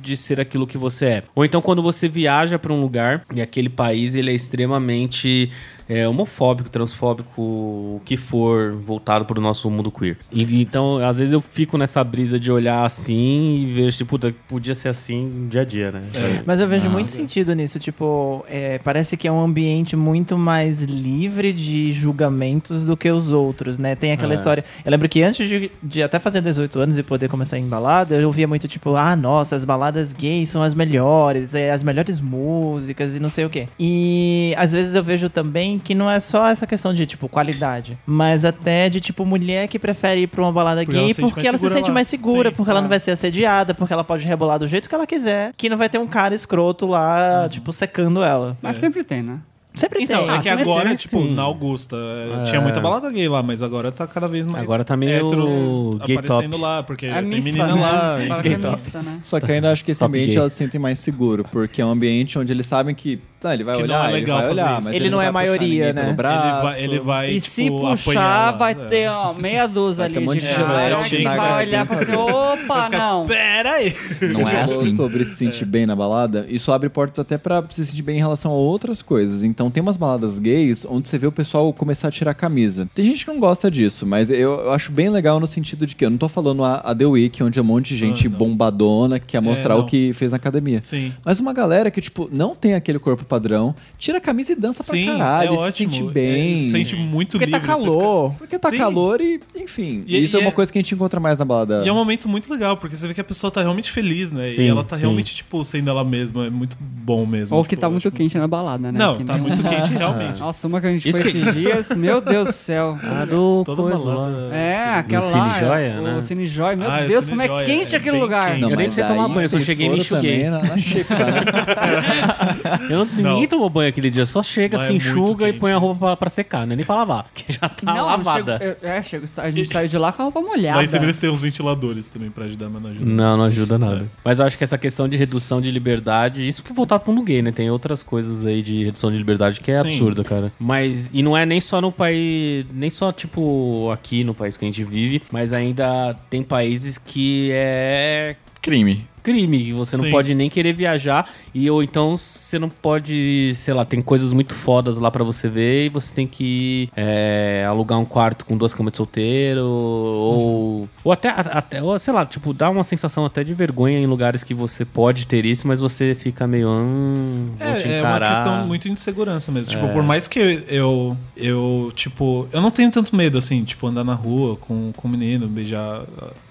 Speaker 3: de ser aquilo que você é. Ou então quando você viaja pra um lugar e aquele país ele é extremamente é, homofóbico, transfóbico, o que for voltado pro nosso mundo queer. E- então, às vezes eu fico nessa brisa de olhar assim e vejo, tipo, puta, podia ser assim no dia a dia,
Speaker 2: É,
Speaker 3: né?
Speaker 6: Mas eu
Speaker 2: Ah.
Speaker 6: vejo muito sentido nisso. Tipo, é, parece que é um ambiente muito mais livre de julgamentos do que os outros, né? Tem aquela
Speaker 3: É.
Speaker 6: história. Eu lembro que antes de, de até fazer 18 anos e poder começar em balada, eu ouvia muito tipo, ah, nossa, as baladas gays são as melhores, é, as melhores músicas e não sei o quê. E às vezes eu vejo também que não é só essa questão de, tipo, qualidade, mas até de, tipo, mulher que prefere ir pra uma balada
Speaker 2: Porque ela
Speaker 6: gay
Speaker 2: se sente
Speaker 6: porque
Speaker 2: mais
Speaker 6: ela se
Speaker 2: segura
Speaker 6: sente
Speaker 2: lá.
Speaker 6: mais segura,
Speaker 2: Sim,
Speaker 6: porque ela
Speaker 2: claro.
Speaker 6: não vai ser assediada, porque ela pode rebolar do jeito que ela quiser, que não vai ter um cara escroto lá, tipo, secando ela.
Speaker 2: É.
Speaker 4: Mas sempre tem, né?
Speaker 6: Sempre
Speaker 2: Então,
Speaker 6: tem.
Speaker 2: é que
Speaker 6: Ah,
Speaker 2: agora,
Speaker 6: sempre
Speaker 2: tipo, na Augusta, é, tinha muita balada gay lá, mas agora tá cada vez mais.
Speaker 3: Agora tá meio
Speaker 2: héteros
Speaker 3: gay
Speaker 2: aparecendo
Speaker 3: top.
Speaker 2: lá, porque
Speaker 4: É
Speaker 2: tem
Speaker 4: mista,
Speaker 2: menina
Speaker 4: né?
Speaker 2: lá.
Speaker 4: Fala
Speaker 2: enfim.
Speaker 4: que é
Speaker 3: Gay top.
Speaker 4: mista, né?
Speaker 8: Só que ainda acho que esse
Speaker 3: Top
Speaker 8: ambiente
Speaker 3: gay.
Speaker 8: elas se sentem mais seguro, porque é um ambiente onde eles sabem que ah, ele vai
Speaker 2: Que não
Speaker 8: olhar,
Speaker 2: é legal
Speaker 8: ele vai
Speaker 2: fazer
Speaker 8: olhar,
Speaker 2: isso.
Speaker 8: mas
Speaker 6: Ele não é
Speaker 8: vai
Speaker 6: a maioria,
Speaker 8: puxar ninguém
Speaker 6: né?
Speaker 8: pelo
Speaker 6: Ele
Speaker 2: Ele
Speaker 8: braço.
Speaker 2: vai, ele vai
Speaker 4: E
Speaker 2: tipo,
Speaker 4: se
Speaker 2: apanhar
Speaker 4: puxar,
Speaker 2: lá.
Speaker 4: vai
Speaker 2: É.
Speaker 4: ter ó, meia dúzia
Speaker 8: Vai ter
Speaker 4: ali
Speaker 8: um monte
Speaker 4: de
Speaker 8: de
Speaker 4: cara
Speaker 2: gente
Speaker 4: que
Speaker 2: na
Speaker 4: vai
Speaker 8: garganta.
Speaker 4: olhar e falar assim, opa, não.
Speaker 2: Pera aí!
Speaker 5: Não é
Speaker 8: falou
Speaker 5: assim.
Speaker 8: sobre se sentir bem na balada, isso abre portas até pra se sentir bem em relação a outras coisas. Então tem umas baladas gays onde você vê o pessoal começar a tirar a camisa. Tem gente que não gosta disso, mas eu, eu acho bem legal no sentido de que eu não tô falando a, a The Week, onde é um monte de gente bombadona que quer
Speaker 2: Ah,
Speaker 8: mostrar
Speaker 2: É, não.
Speaker 8: o que fez na academia.
Speaker 2: Sim.
Speaker 8: Mas uma galera que, tipo, não tem aquele corpo padrão, tira a camisa e dança
Speaker 2: Sim,
Speaker 8: pra caralho,
Speaker 2: é
Speaker 8: se
Speaker 2: ótimo.
Speaker 8: sente
Speaker 2: É,
Speaker 8: bem.
Speaker 2: se sente muito
Speaker 6: Porque tá
Speaker 2: livre. você
Speaker 6: calor.
Speaker 8: Porque tá
Speaker 2: Sim.
Speaker 8: calor e, enfim.
Speaker 2: E- e
Speaker 8: isso é uma
Speaker 2: é-
Speaker 8: coisa que a gente encontra mais na balada.
Speaker 2: E é um momento muito legal, porque você vê que a pessoa tá realmente feliz, né?
Speaker 3: Sim,
Speaker 2: e ela tá
Speaker 3: sim.
Speaker 2: realmente, tipo, sendo ela mesma. É muito bom mesmo.
Speaker 4: Ou que
Speaker 2: tipo,
Speaker 4: tá
Speaker 2: eu
Speaker 4: muito
Speaker 2: acho
Speaker 4: quente na balada, né?
Speaker 2: Não,
Speaker 4: Que
Speaker 2: tá
Speaker 4: nem- É
Speaker 2: muito quente realmente.
Speaker 4: Nossa, uma que a gente
Speaker 3: Isso
Speaker 4: foi
Speaker 3: que-
Speaker 4: esses dias, meu Deus do céu.
Speaker 2: É,
Speaker 3: Ah, do
Speaker 2: Toda
Speaker 3: coisa lá.
Speaker 2: balada.
Speaker 4: É, aquela
Speaker 3: Cine
Speaker 4: lá.
Speaker 3: Joia,
Speaker 4: o
Speaker 3: né?
Speaker 4: Cine Joia. Meu
Speaker 2: Ah, é o
Speaker 4: Deus,
Speaker 2: Cine
Speaker 4: como é
Speaker 2: Joia,
Speaker 4: quente
Speaker 2: é
Speaker 4: aquele
Speaker 2: bem
Speaker 4: lugar.
Speaker 2: quente.
Speaker 8: Não,
Speaker 3: Eu nem
Speaker 8: mas
Speaker 3: precisei tomar
Speaker 8: aí
Speaker 3: banho, eu só
Speaker 8: vocês
Speaker 3: cheguei e me
Speaker 8: foram
Speaker 3: enxuguei.
Speaker 8: também na- na xícara, né?
Speaker 3: Eu,
Speaker 2: Não.
Speaker 3: ninguém tomou banho aquele dia, só chega,
Speaker 2: Mas
Speaker 3: se
Speaker 2: é muito
Speaker 3: enxuga e
Speaker 2: quente.
Speaker 3: põe a roupa pra, pra secar, né? Nem pra lavar, que já tá
Speaker 4: não,
Speaker 3: lavada.
Speaker 4: chego- eu- é, chego- a gente saiu de lá com a roupa molhada.
Speaker 2: Lá em cima eles têm uns ventiladores também pra ajudar, mas não ajuda.
Speaker 3: Não, não ajuda
Speaker 2: É.
Speaker 3: nada. Mas eu acho que essa questão de redução de liberdade, isso que voltar pro mundo gay, né? Tem outras coisas aí de redução de liberdade que é
Speaker 2: Sim.
Speaker 3: absurda, cara. Mas, e não é nem só no país, nem só, tipo, aqui no país que a gente vive, mas ainda tem países que é
Speaker 5: Crime.
Speaker 3: crime, que você não
Speaker 2: Sim.
Speaker 3: pode nem querer viajar e ou então você não pode, sei lá, tem coisas muito fodas lá pra você ver e você tem que é, alugar um quarto com duas camas de solteiro
Speaker 2: Uhum.
Speaker 3: ou ou até, até ou, sei lá, tipo, dá uma sensação até de vergonha em lugares que você pode ter isso, mas você fica meio, hum, vou te
Speaker 2: É, é uma
Speaker 3: encarar. É.
Speaker 2: questão muito de insegurança mesmo. Tipo, por mais que eu, eu, tipo, eu não tenho tanto medo, assim, tipo, andar na rua com, com um menino, beijar.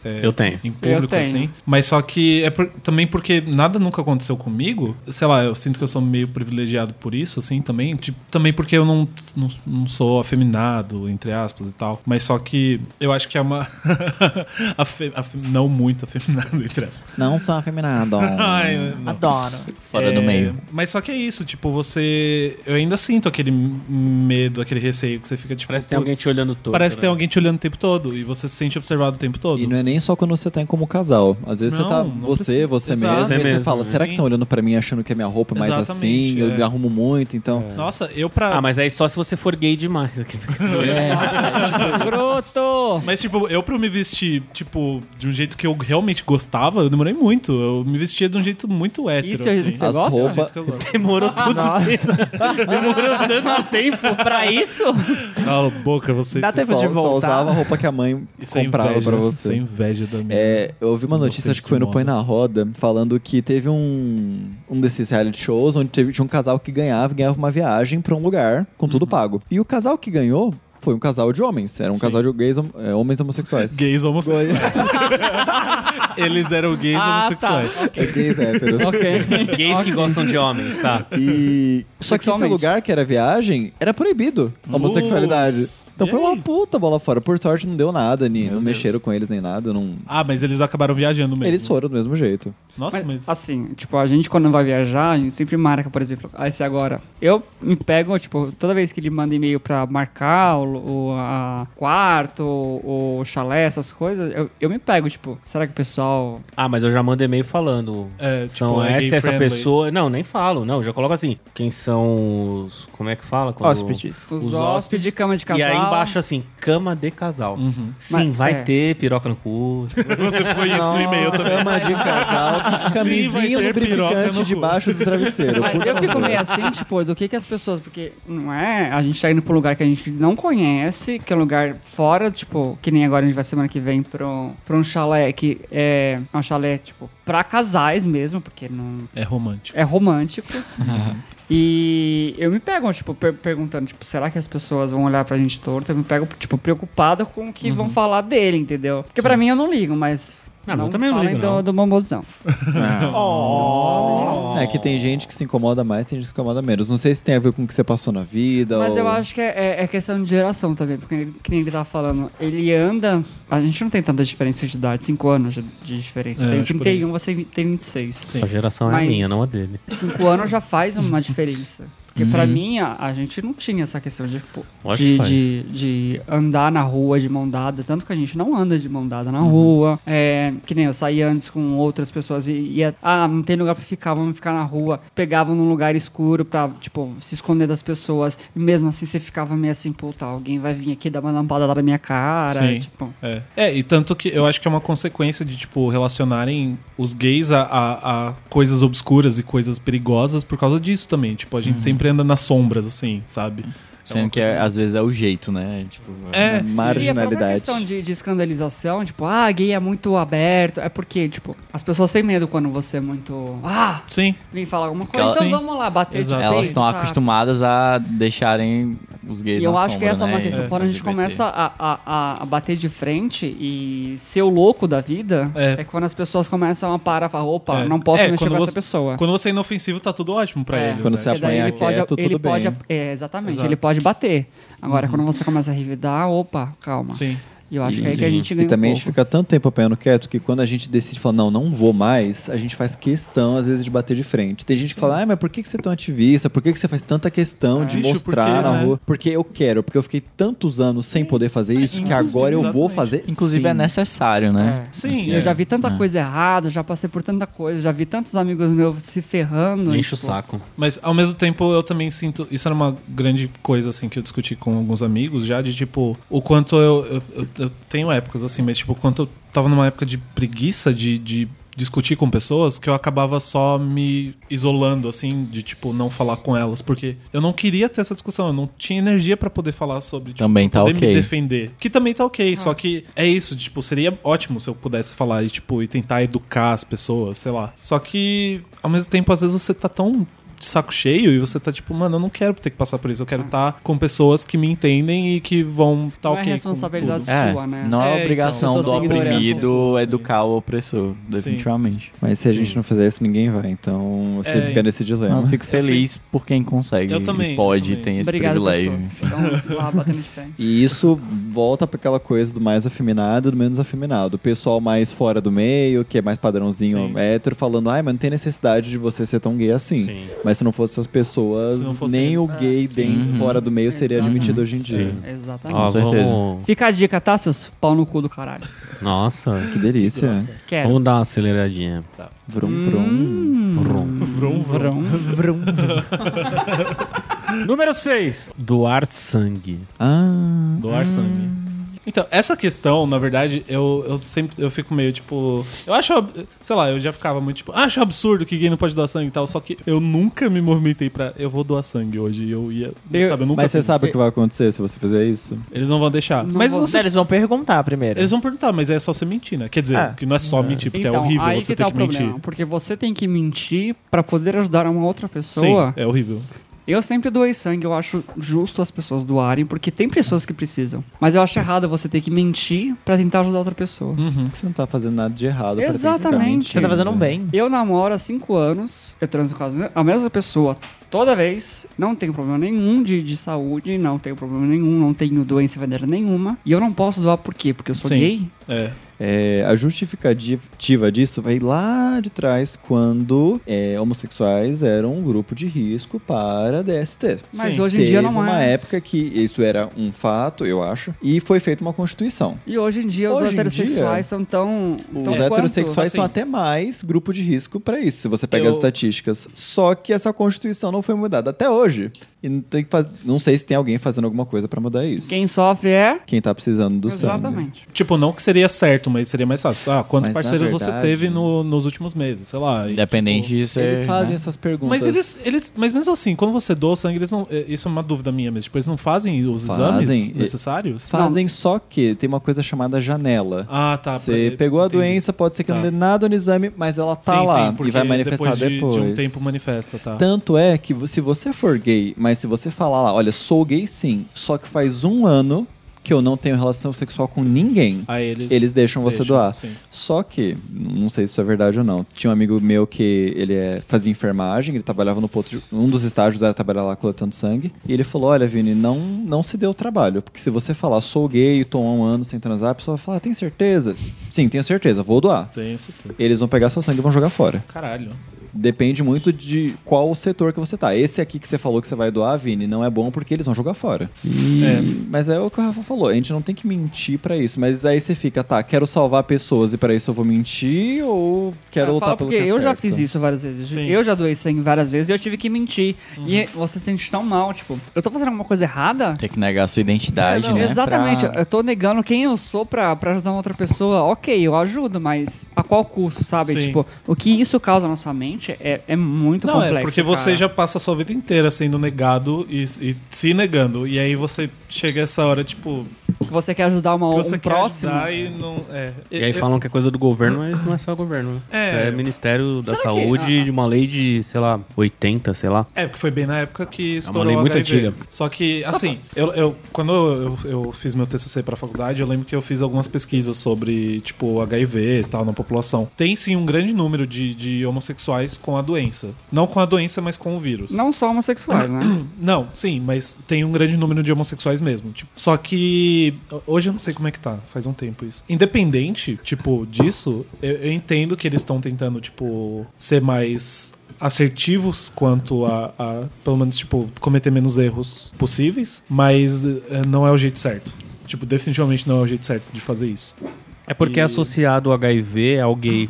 Speaker 2: é,
Speaker 3: Eu tenho.
Speaker 2: Em público,
Speaker 4: Eu tenho.
Speaker 2: assim. Mas só que é por- também porque nada nunca aconteceu comigo. Sei lá, eu sinto que eu sou meio privilegiado por isso, assim, também. Tipo, também porque eu não, não, não sou afeminado, entre aspas e tal. Mas só que eu acho que é uma. Afe- afe- não muito afeminado, entre aspas.
Speaker 8: Não sou afeminado.
Speaker 2: Ai, não.
Speaker 6: Adoro.
Speaker 5: Fora do
Speaker 2: É,
Speaker 5: meio.
Speaker 2: Mas só que é isso, tipo, você. Eu ainda sinto aquele medo, aquele receio que você fica tipo.
Speaker 3: Parece que tem alguém
Speaker 2: "Putz,
Speaker 3: te olhando todo.
Speaker 2: Parece que tem
Speaker 3: né?
Speaker 2: alguém te olhando o tempo todo e você se sente observado o tempo todo.
Speaker 8: E não é nem só quando você tá em como casal. Às vezes
Speaker 2: Não,
Speaker 8: você tá
Speaker 2: não
Speaker 8: você,
Speaker 2: precisa.
Speaker 8: você
Speaker 2: Exato.
Speaker 8: mesmo,
Speaker 3: Você
Speaker 8: e você
Speaker 3: mesmo,
Speaker 8: fala,
Speaker 2: né?
Speaker 8: será que
Speaker 2: Sim.
Speaker 8: estão olhando pra mim achando que a minha roupa é mais
Speaker 2: Exatamente,
Speaker 8: assim? Eu
Speaker 2: é.
Speaker 8: me arrumo muito, então.
Speaker 2: Nossa, eu pra.
Speaker 3: Ah, mas aí só se você for gay demais.
Speaker 2: tá-
Speaker 4: Broto!
Speaker 2: Mas, tipo, eu pra eu me vestir, tipo, de um jeito que eu realmente gostava, eu demorei muito. Eu me vestia de um jeito muito hétero,
Speaker 4: Isso é o jeito
Speaker 2: assim.
Speaker 4: que
Speaker 8: As
Speaker 4: Você gosta?
Speaker 2: Do jeito
Speaker 8: roupas.
Speaker 2: que eu gosto.
Speaker 3: Demorou
Speaker 4: Ah,
Speaker 3: tudo.
Speaker 4: Demorou tanto tempo Ah. pra isso?
Speaker 2: Cala a boca, vocês.
Speaker 6: Dá
Speaker 2: vocês-
Speaker 6: tempo
Speaker 8: Só,
Speaker 6: de
Speaker 8: só
Speaker 6: voltar.
Speaker 8: usava a roupa que a mãe
Speaker 2: Isso é
Speaker 8: comprava
Speaker 2: inveja.
Speaker 8: pra
Speaker 2: Isso é
Speaker 8: você.
Speaker 2: inveja da minha.
Speaker 8: É, eu ouvi uma
Speaker 2: Vocês
Speaker 8: notícia, acho que foi no
Speaker 2: de
Speaker 8: Põe
Speaker 2: moda.
Speaker 8: na Roda, falando que teve um, um desses reality shows onde teve, tinha um casal que ganhava, ganhava uma viagem pra um lugar com tudo pago. E o casal que ganhou foi um casal de homens, era um
Speaker 2: Uhum. Sim.
Speaker 8: casal de gays, hom- é, homens homossexuais.
Speaker 2: Gays homossexuais. Eles eram gays
Speaker 4: Ah, tá.
Speaker 2: homossexuais.
Speaker 8: É, gays héteros.
Speaker 4: Ok.
Speaker 3: Gays que gostam de homens, tá?
Speaker 8: E. Só que esse
Speaker 4: Sexualmente.
Speaker 8: lugar que era viagem, era proibido a homossexualidade.
Speaker 2: Putz,
Speaker 8: Então
Speaker 2: e é
Speaker 8: foi
Speaker 2: aí?
Speaker 8: uma puta bola fora. Por sorte não deu nada, nem, não mexeram com eles nem nada. Não...
Speaker 2: Ah, mas eles acabaram viajando mesmo.
Speaker 8: Eles foram do mesmo jeito.
Speaker 2: Nossa, mas.
Speaker 4: Mas, assim, tipo, a gente quando vai viajar, a gente sempre marca, por exemplo, ah, esse agora. Eu me pego, tipo, toda vez que ele manda e-mail pra marcar o, o a quarto, o, o chalé, essas coisas, eu, eu me pego, tipo, será que o pessoal.
Speaker 3: Ah, mas eu já mando e-mail falando.
Speaker 2: É,
Speaker 3: são
Speaker 2: tipo, é
Speaker 3: essa
Speaker 2: gay
Speaker 3: e essa
Speaker 2: friendly.
Speaker 3: pessoa. Não, nem falo. Não, eu já coloco assim. Quem são os. Como é que fala? Quando-
Speaker 6: Hóspedes.
Speaker 4: tipo, Os,
Speaker 3: Os
Speaker 4: hóspedes de cama de casal.
Speaker 3: E aí embaixo assim, cama de casal. Sim,
Speaker 4: Mas-
Speaker 3: vai
Speaker 4: é.
Speaker 3: ter piroca no cu.
Speaker 2: Você põe isso no e-mail também.
Speaker 3: é
Speaker 8: Cama de casal,
Speaker 2: vai
Speaker 8: camisinha
Speaker 2: ter piroca
Speaker 8: lubrificante
Speaker 2: no
Speaker 8: debaixo do travesseiro.
Speaker 4: Mas
Speaker 8: Por
Speaker 4: eu fico
Speaker 8: favor.
Speaker 4: meio assim, tipo, do que que as pessoas... Porque, não é... A gente tá indo pra um lugar que a gente não conhece, que é um lugar fora, tipo... Que nem agora a gente vai semana que vem pra um, pra um chalé que é... é Um chalé, tipo, pra casais mesmo, porque não...
Speaker 2: É romântico.
Speaker 4: É romântico. E eu me pego, tipo, per- perguntando, tipo, será que as pessoas vão olhar pra gente torto? Eu me pego, tipo, preocupado com o que vão falar dele, entendeu? Porque pra mim eu não ligo, mas...
Speaker 3: Ah, mas eu também Uhum. não
Speaker 4: falem
Speaker 3: ligo,
Speaker 4: do,
Speaker 3: não.
Speaker 4: do mamozão.
Speaker 8: É que tem gente que se incomoda mais, tem gente que se incomoda menos. Não sei se tem a ver com o que você passou na vida.
Speaker 4: Mas
Speaker 8: ou...
Speaker 4: eu acho que é, é- é questão de geração também, porque ele- que nem ele tava falando, ele anda. A gente não tem tanta diferença de idade, 5 anos de, de diferença.
Speaker 2: É,
Speaker 4: Eu tenho
Speaker 2: acho por aí.
Speaker 4: 31, você tem 26.
Speaker 3: Sua geração é a
Speaker 4: Mas-
Speaker 3: minha, não a dele.
Speaker 4: 5 anos já faz uma diferença. Porque pra mim, a, a gente não tinha essa questão de, pô,
Speaker 3: Uhum. Lógico que
Speaker 4: de,
Speaker 3: faz.
Speaker 4: de, de andar na rua de mão dada. Tanto que a gente não anda de mão dada na
Speaker 3: Uhum.
Speaker 4: rua. É, que nem eu saía antes com outras pessoas e ia. Ah, não tem lugar pra ficar, vamos ficar na rua. Pegavam num lugar escuro pra, tipo, se esconder das pessoas. E mesmo assim você ficava meio assim, pô, tá, alguém vai vir aqui dar uma lampada na minha cara.
Speaker 2: Sim.
Speaker 4: Tipo,
Speaker 2: É. É, e tanto que eu acho que é uma consequência de, tipo, relacionarem os gays a, a- a coisas obscuras e coisas perigosas por causa disso também. Tipo, a gente
Speaker 4: Uhum.
Speaker 2: sempre anda nas sombras, assim, sabe?
Speaker 5: Sendo que é- às vezes é o jeito, né? Tipo,
Speaker 4: E
Speaker 2: É,
Speaker 8: Na
Speaker 4: a própria
Speaker 8: marginalidade.
Speaker 4: questão de, de escandalização, tipo, ah, gay é muito aberto. É porque, tipo, as pessoas têm medo quando você é muito. Ah,
Speaker 2: Sim.
Speaker 4: vem falar alguma
Speaker 5: Porque
Speaker 4: coisa.
Speaker 5: ela-
Speaker 4: Então
Speaker 2: Sim.
Speaker 4: vamos lá, bater de
Speaker 2: Exato.
Speaker 4: peito,
Speaker 5: elas estão
Speaker 4: sabe?
Speaker 5: acostumadas a deixarem os gays
Speaker 4: E eu
Speaker 5: na
Speaker 4: acho que
Speaker 5: sombra,
Speaker 4: essa é uma
Speaker 5: né?
Speaker 4: questão.
Speaker 5: E
Speaker 4: Quando a gente
Speaker 5: LGBT.
Speaker 4: começa a, a- a- a bater de frente e ser o louco da vida,
Speaker 2: É.
Speaker 4: é, quando as pessoas começam a parar e falar, opa,
Speaker 2: É.
Speaker 4: não posso
Speaker 2: É,
Speaker 4: mexer
Speaker 2: quando
Speaker 4: com
Speaker 2: você-
Speaker 4: essa pessoa.
Speaker 2: Quando você é inofensivo, tá tudo ótimo pra
Speaker 4: É.
Speaker 2: eles.
Speaker 8: Quando
Speaker 2: né?
Speaker 8: você
Speaker 4: Porque daí
Speaker 8: apanhar
Speaker 4: ele pode-
Speaker 8: quieto,
Speaker 4: ele
Speaker 8: tudo
Speaker 4: pode-
Speaker 8: bem.
Speaker 4: é, exatamente,
Speaker 2: Exato. Uhum.
Speaker 4: ele pode bater. Agora, quando você começa a revidar, opa, calma.
Speaker 2: Sim.
Speaker 4: E eu acho que é aí que a gente ganha
Speaker 8: E também
Speaker 4: um
Speaker 8: a gente
Speaker 4: pouco.
Speaker 8: fica tanto tempo apanhando quieto que quando a gente decide falar, não, não vou mais, a gente faz questão, às vezes, de bater de frente. Tem gente que fala, ah, mas por que, que você é tão ativista? Por que, que você faz tanta questão de
Speaker 2: Bicho, por
Speaker 8: mostrar
Speaker 2: quê,
Speaker 8: na
Speaker 2: né?
Speaker 8: rua? Porque eu quero, porque eu fiquei tantos anos sem poder
Speaker 4: É,
Speaker 8: fazer isso que agora eu vou
Speaker 2: exatamente.
Speaker 8: fazer.
Speaker 5: Inclusive
Speaker 8: sim.
Speaker 5: é necessário, né?
Speaker 4: É.
Speaker 2: Sim,
Speaker 5: Assim,
Speaker 4: Eu
Speaker 5: é.
Speaker 4: já vi tanta coisa errada, já passei por tanta coisa, já vi tantos amigos meus se ferrando.
Speaker 3: Enche o
Speaker 4: tipo,
Speaker 3: saco.
Speaker 2: Mas ao mesmo tempo eu também sinto. Isso era uma grande coisa, assim, que eu discuti com alguns amigos já, de tipo, o quanto eu. Eu, eu- eu tenho épocas assim, mas tipo, o quanto eu tava numa época de preguiça de. de discutir com pessoas que eu acabava só me isolando assim de tipo não falar com elas porque eu não queria ter essa discussão eu não tinha energia pra poder falar sobre tipo,
Speaker 5: Também tá
Speaker 2: poder me
Speaker 5: ok.
Speaker 2: defender que também tá
Speaker 4: Ah.
Speaker 2: ok só que é isso tipo seria ótimo se eu pudesse falar e tipo e tentar educar as pessoas sei lá só que ao mesmo tempo às vezes você tá tão de saco cheio e você tá tipo, mano, eu não quero ter que passar por isso. Eu quero estar com pessoas que me entendem e que vão estar
Speaker 4: Ah. Não é
Speaker 2: ok. com
Speaker 4: responsabilidade
Speaker 2: tudo.
Speaker 5: É,
Speaker 4: Sua, né?
Speaker 5: não é,
Speaker 2: É,
Speaker 5: obrigação
Speaker 4: então, pessoas
Speaker 5: do
Speaker 4: sem
Speaker 5: oprimido
Speaker 2: ignorância.
Speaker 5: educar o opressor, definitivamente.
Speaker 8: Mas se a gente não fizer isso, ninguém vai. Então você
Speaker 2: É,
Speaker 8: fica nesse dilema.
Speaker 5: Eu fico feliz por quem consegue,
Speaker 2: Eu
Speaker 5: e
Speaker 2: também, eu
Speaker 5: pode, e
Speaker 2: também.
Speaker 5: tem esse
Speaker 4: Obrigado,
Speaker 5: privilégio.
Speaker 4: pessoas. que Estão lá batendo de frente.
Speaker 8: E isso volta pra aquela coisa do mais afeminado e do menos afeminado. O pessoal mais fora do meio, que é mais padrãozinho
Speaker 2: Sim.
Speaker 8: hétero, falando, ai, mas não tem necessidade de você ser tão gay assim.
Speaker 3: Sim.
Speaker 8: Mas se não fossem essas pessoas,
Speaker 2: Se não fossem
Speaker 8: nem
Speaker 2: eles. Ah,
Speaker 8: o gay dentro-
Speaker 5: Uhum.
Speaker 8: fora do meio seria
Speaker 4: Exato.
Speaker 8: admitido hoje em dia.
Speaker 3: Sim.
Speaker 4: É, Exatamente.
Speaker 3: Ó,
Speaker 5: certeza.
Speaker 3: vamos...
Speaker 4: Fica a dica, tá, seus pau no cu do caralho.
Speaker 3: Nossa.
Speaker 8: Que delícia.
Speaker 4: Quero. Hum.
Speaker 3: Vamos dar uma aceleradinha.
Speaker 2: Hum.
Speaker 8: Vrum, vrum.
Speaker 2: Vrum, vrum.
Speaker 3: Número 6. Doar sangue.
Speaker 8: Ah,
Speaker 2: Doar sangue. Então, essa questão, na verdade, eu, eu sempre eu fico meio tipo. Eu acho. ab- Sei lá, eu já ficava muito tipo. Acho absurdo que gay não pode doar sangue e tal. Só que eu nunca me movimentei pra. Eu vou doar sangue hoje. e Eu ia.
Speaker 4: Eu-
Speaker 2: sabe, eu nunca Hum.
Speaker 8: mas você
Speaker 2: fiz
Speaker 8: sabe o
Speaker 2: isso.
Speaker 8: que vai acontecer se você fizer isso?
Speaker 2: Eles não vão deixar.
Speaker 4: Não
Speaker 2: mas
Speaker 4: vou-
Speaker 2: você.
Speaker 6: Eles vão perguntar primeiro.
Speaker 2: Eles vão perguntar, mas é só você mentir, né? Quer dizer,
Speaker 6: É.
Speaker 2: que não é só mentir, porque
Speaker 4: Então,
Speaker 2: é horrível
Speaker 4: aí
Speaker 2: você
Speaker 4: que tá o
Speaker 2: ter que
Speaker 4: problema,
Speaker 2: mentir.
Speaker 4: porque você tem que mentir pra poder ajudar uma outra
Speaker 2: Sim,
Speaker 4: pessoa.
Speaker 2: é horrível.
Speaker 4: Eu sempre doei sangue, eu acho justo as pessoas doarem, porque tem pessoas que precisam. Mas eu acho errado você ter que mentir pra tentar ajudar outra pessoa.
Speaker 2: Uhum.
Speaker 8: Você não tá fazendo nada de errado. pra ter que ficar
Speaker 4: Exatamente.
Speaker 6: Você tá fazendo um
Speaker 8: mentindo.
Speaker 6: bem.
Speaker 4: Eu namoro há cinco anos, eu transo com as me- a mesma pessoa toda vez, não tenho problema nenhum de, de saúde, não tenho problema nenhum, não tenho doença venérea nenhuma. E eu não posso doar por quê? Porque eu sou
Speaker 2: Sim.
Speaker 4: gay?
Speaker 2: É.
Speaker 8: É, a justificativa disso vai lá de trás quando é, homossexuais eram um grupo de risco para DST.
Speaker 4: Mas
Speaker 2: Sim.
Speaker 4: hoje em
Speaker 8: Teve
Speaker 4: dia não
Speaker 8: uma
Speaker 4: é.
Speaker 8: época que isso era um fato, eu acho, e foi feita uma constituição.
Speaker 4: E hoje em dia os
Speaker 8: Hoje em dia,
Speaker 4: heterossexuais são tão.
Speaker 8: Os
Speaker 4: tão quanto?
Speaker 8: heterossexuais
Speaker 2: Então,
Speaker 8: são
Speaker 2: Assim.
Speaker 8: até mais grupo de risco para isso, se você pega
Speaker 2: Eu-
Speaker 8: as estatísticas. Só que essa constituição não foi mudada até hoje. E não, tem que faz... não sei se tem alguém fazendo alguma coisa para mudar isso.
Speaker 4: Quem sofre é.
Speaker 8: Quem tá precisando do sangue.
Speaker 4: Exatamente.
Speaker 2: Tipo, não que seria certo, mas seria mais fácil. Ah, quantos
Speaker 8: Mas, na
Speaker 2: parceiros você
Speaker 8: verdade-
Speaker 2: teve
Speaker 4: né?
Speaker 2: no- nos últimos meses? Sei lá. e,
Speaker 5: Independente de ser.
Speaker 8: Eles fazem
Speaker 5: né?
Speaker 8: essas perguntas.
Speaker 2: Mas eles, eles. Mas mesmo assim, quando você doa o sangue, eles não. é, Isso é uma dúvida minha mesmo. Tipo, eles não fazem os
Speaker 8: Fazem.
Speaker 2: exames
Speaker 8: E-
Speaker 2: necessários?
Speaker 8: Fazem só que tem uma coisa chamada janela.
Speaker 2: Ah, tá.
Speaker 8: Você
Speaker 2: pra-
Speaker 8: pegou a
Speaker 2: entendi.
Speaker 8: doença, pode ser que não
Speaker 2: Tá.
Speaker 8: dê nada no exame, mas ela tá lá e
Speaker 2: porque
Speaker 8: vai manifestar
Speaker 2: de,
Speaker 8: depois.
Speaker 2: de um tempo manifesta, tá?
Speaker 8: Tanto é que vo- se você for gay, mas se você falar lá, olha, sou gay sim, só que faz um ano que eu não tenho relação sexual com ninguém,
Speaker 2: Aí eles,
Speaker 8: eles deixam você doar.
Speaker 2: Ah, Sim.
Speaker 8: Só que, não sei se isso é verdade ou não, tinha um amigo meu que ele é- fazia enfermagem, ele trabalhava no ponto de, um dos estágios era trabalhar lá coletando sangue, e ele falou, olha Vini, não, não se dê o trabalho, porque se você falar, sou gay, tô há um ano sem transar, a pessoa vai falar, tem certeza? Sim, tenho certeza, vou doar.
Speaker 2: Tem isso tudo.
Speaker 8: Eles vão pegar seu sangue e vão jogar fora.
Speaker 2: Caralho.
Speaker 8: Depende muito de qual setor que você tá. Esse aqui que você falou que você vai doar, Vini, não é bom porque eles vão jogar fora.
Speaker 2: É.
Speaker 8: Mas é o que o Rafa falou, a gente não tem que mentir pra isso. Mas aí você fica, tá, quero salvar pessoas e pra isso eu vou mentir ou quero
Speaker 4: Eu
Speaker 8: lutar
Speaker 4: falo
Speaker 8: pelo
Speaker 4: porque
Speaker 8: que é
Speaker 4: eu já
Speaker 8: certo?
Speaker 4: fiz isso várias vezes.
Speaker 2: Sim. Uhum.
Speaker 4: Eu já doei sangue várias vezes e eu tive que mentir. E você se sente tão mal, tipo, eu tô fazendo alguma coisa errada?
Speaker 5: Tem que negar a sua identidade, né?
Speaker 4: É, Exatamente,
Speaker 5: Pra-
Speaker 4: eu tô negando quem eu sou pra, pra ajudar uma outra pessoa. Ok, eu ajudo, mas a qual custo, sabe?
Speaker 2: Sim.
Speaker 4: Tipo, o que isso causa na sua mente é, é muito
Speaker 2: não,
Speaker 4: complexo.
Speaker 2: é porque você
Speaker 4: cara.
Speaker 2: já passa a sua vida inteira sendo negado e, e se negando. E aí você chega essa hora, tipo,
Speaker 4: Que você quer ajudar uma,
Speaker 2: que
Speaker 4: um
Speaker 2: você quer
Speaker 4: próximo.
Speaker 2: ajudar e não. É.
Speaker 3: E aí falam que é coisa do governo, mas não é só governo. né?
Speaker 2: É.
Speaker 3: É, Ministério da
Speaker 4: Será que-
Speaker 3: Saúde,
Speaker 4: Ah.
Speaker 3: de uma lei de, sei lá, 80, sei lá.
Speaker 2: É, porque foi bem na época que estourou
Speaker 3: lei
Speaker 2: o
Speaker 3: muito
Speaker 2: HIV.
Speaker 3: antiga.
Speaker 2: Só que, assim, eu, eu- quando eu, eu fiz meu TCC pra faculdade, eu lembro que eu fiz algumas pesquisas sobre, tipo, HIV e tal na população. Tem, sim, um grande número de, de homossexuais com a doença. Não com a doença, mas com o vírus.
Speaker 4: Não só homossexuais, né?
Speaker 2: Não, sim, mas tem um grande número de homossexuais mesmo. tipo. Só que hoje eu não sei como é que tá, faz um tempo isso. Independente, tipo, disso, eu, eu entendo que eles estão tentando, tipo, ser mais assertivos quanto a, a, pelo menos, tipo, cometer menos erros possíveis, mas eh, não é o jeito certo. Tipo, definitivamente não é o jeito certo de fazer isso.
Speaker 3: É porque é
Speaker 2: E-
Speaker 3: associado o HIV ao gay.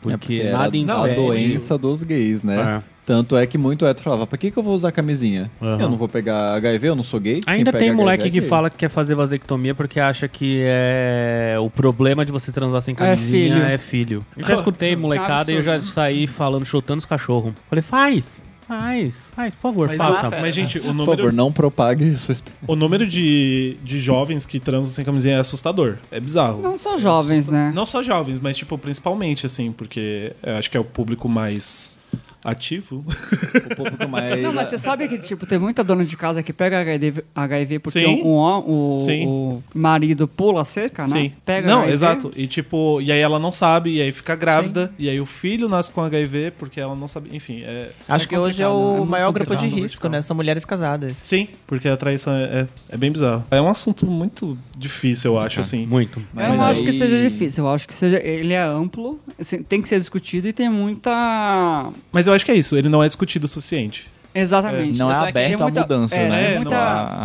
Speaker 3: Porque,
Speaker 8: É porque era
Speaker 3: nada
Speaker 8: a
Speaker 3: impede.
Speaker 8: doença dos gays, né?
Speaker 3: É.
Speaker 8: Tanto é que muito hétero falava, pra que, que eu vou usar camisinha?
Speaker 3: Aham.
Speaker 8: Eu não vou pegar HIV, eu não sou gay.
Speaker 3: Ainda
Speaker 8: Quem
Speaker 3: tem
Speaker 8: pega
Speaker 3: moleque
Speaker 8: HIV é
Speaker 3: que
Speaker 8: gay.
Speaker 3: fala que quer fazer vasectomia porque acha que é o problema de você transar sem camisinha
Speaker 4: filho.
Speaker 3: é filho. Eu já escutei molecada e eu já saí falando, chutando os cachorros. Falei, faz, faz, faz, por favor,
Speaker 2: Mas,
Speaker 3: faça.
Speaker 2: o- mas, gente, o
Speaker 8: Por
Speaker 2: número,
Speaker 8: favor, não propague sua experiência.
Speaker 2: o número de, de jovens que transam sem camisinha é assustador. É bizarro.
Speaker 4: Não só jovens, né?
Speaker 2: Não só jovens, mas, tipo, principalmente, assim, porque eu acho que é o público mais ativo.
Speaker 8: Um pouco mais.
Speaker 4: Não, mas você sabe que, tipo, tem muita dona de casa que pega HIV, HIV porque
Speaker 2: Sim.
Speaker 4: o, o, o-
Speaker 2: Sim.
Speaker 4: o marido pula a cerca, né?
Speaker 2: Sim.
Speaker 4: Pega
Speaker 2: não,
Speaker 4: HIV.
Speaker 2: exato. E tipo, e aí ela não sabe, e aí fica grávida, e aí o filho nasce com HIV porque ela não sabe. Enfim, é.
Speaker 6: Acho
Speaker 4: É
Speaker 6: que hoje é
Speaker 4: complicado,
Speaker 6: o
Speaker 4: né? É
Speaker 6: maior
Speaker 4: muito
Speaker 6: grupo de
Speaker 4: complicado,
Speaker 6: risco,
Speaker 4: muito
Speaker 6: né? São mulheres casadas.
Speaker 2: Sim, porque a traição é, é, é bem bizarro. É um assunto muito difícil,
Speaker 4: É.
Speaker 2: eu acho, assim.
Speaker 3: Muito.
Speaker 4: Eu não
Speaker 8: aí-
Speaker 4: acho que seja difícil, eu acho que seja, ele é amplo, assim, tem que ser discutido e tem muita.
Speaker 2: Mas eu acho que é isso, ele não é discutido o suficiente.
Speaker 4: Exatamente.
Speaker 5: Não é
Speaker 4: Tanto que tem
Speaker 5: aberto à mudança,
Speaker 4: é,
Speaker 5: né?
Speaker 4: tem
Speaker 2: É,
Speaker 4: muita-
Speaker 5: não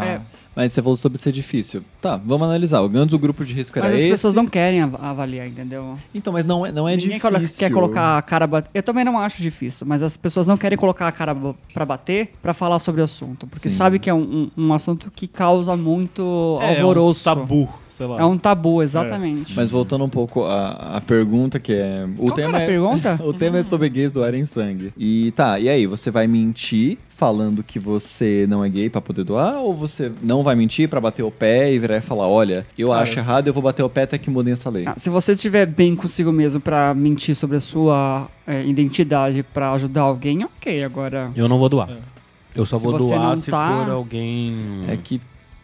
Speaker 5: há-
Speaker 4: é,
Speaker 8: Mas você falou sobre ser difícil. Tá, vamos analisar. O Gans, o grupo de risco era
Speaker 4: mas as
Speaker 8: esse.
Speaker 4: pessoas não querem av- avaliar, entendeu?
Speaker 8: Então, mas não é, não é
Speaker 4: Ninguém
Speaker 8: difícil.
Speaker 4: colo- quer colocar a cara ba- Eu também não acho difícil, mas as pessoas não querem colocar a cara ba- pra bater pra falar sobre o assunto. Porque sabe que é um, um, um assunto que causa muito
Speaker 2: É,
Speaker 4: alvoroço.
Speaker 2: É um tabu, sei lá.
Speaker 4: É um tabu, exatamente.
Speaker 8: Mas voltando um pouco à, à pergunta, que é. O
Speaker 4: Qual que
Speaker 8: tema
Speaker 4: era Então a
Speaker 8: é.
Speaker 4: pergunta?
Speaker 8: O tema é sobre gays doarem sangue. E tá, e aí, você vai mentir falando que você não é gay pra poder doar? Ou você não vai mentir pra bater o pé e virar e falar, olha, eu acho errado, eu vou bater o pé até que mudem essa lei?
Speaker 4: Ah, Se você estiver bem consigo mesmo pra mentir sobre a sua eh, identidade pra ajudar alguém, ok. Agora,
Speaker 3: Eu não vou doar. É. Eu só
Speaker 4: Se
Speaker 3: vou
Speaker 4: você
Speaker 3: doar
Speaker 4: não
Speaker 3: se
Speaker 4: tá-
Speaker 3: for alguém
Speaker 8: É que.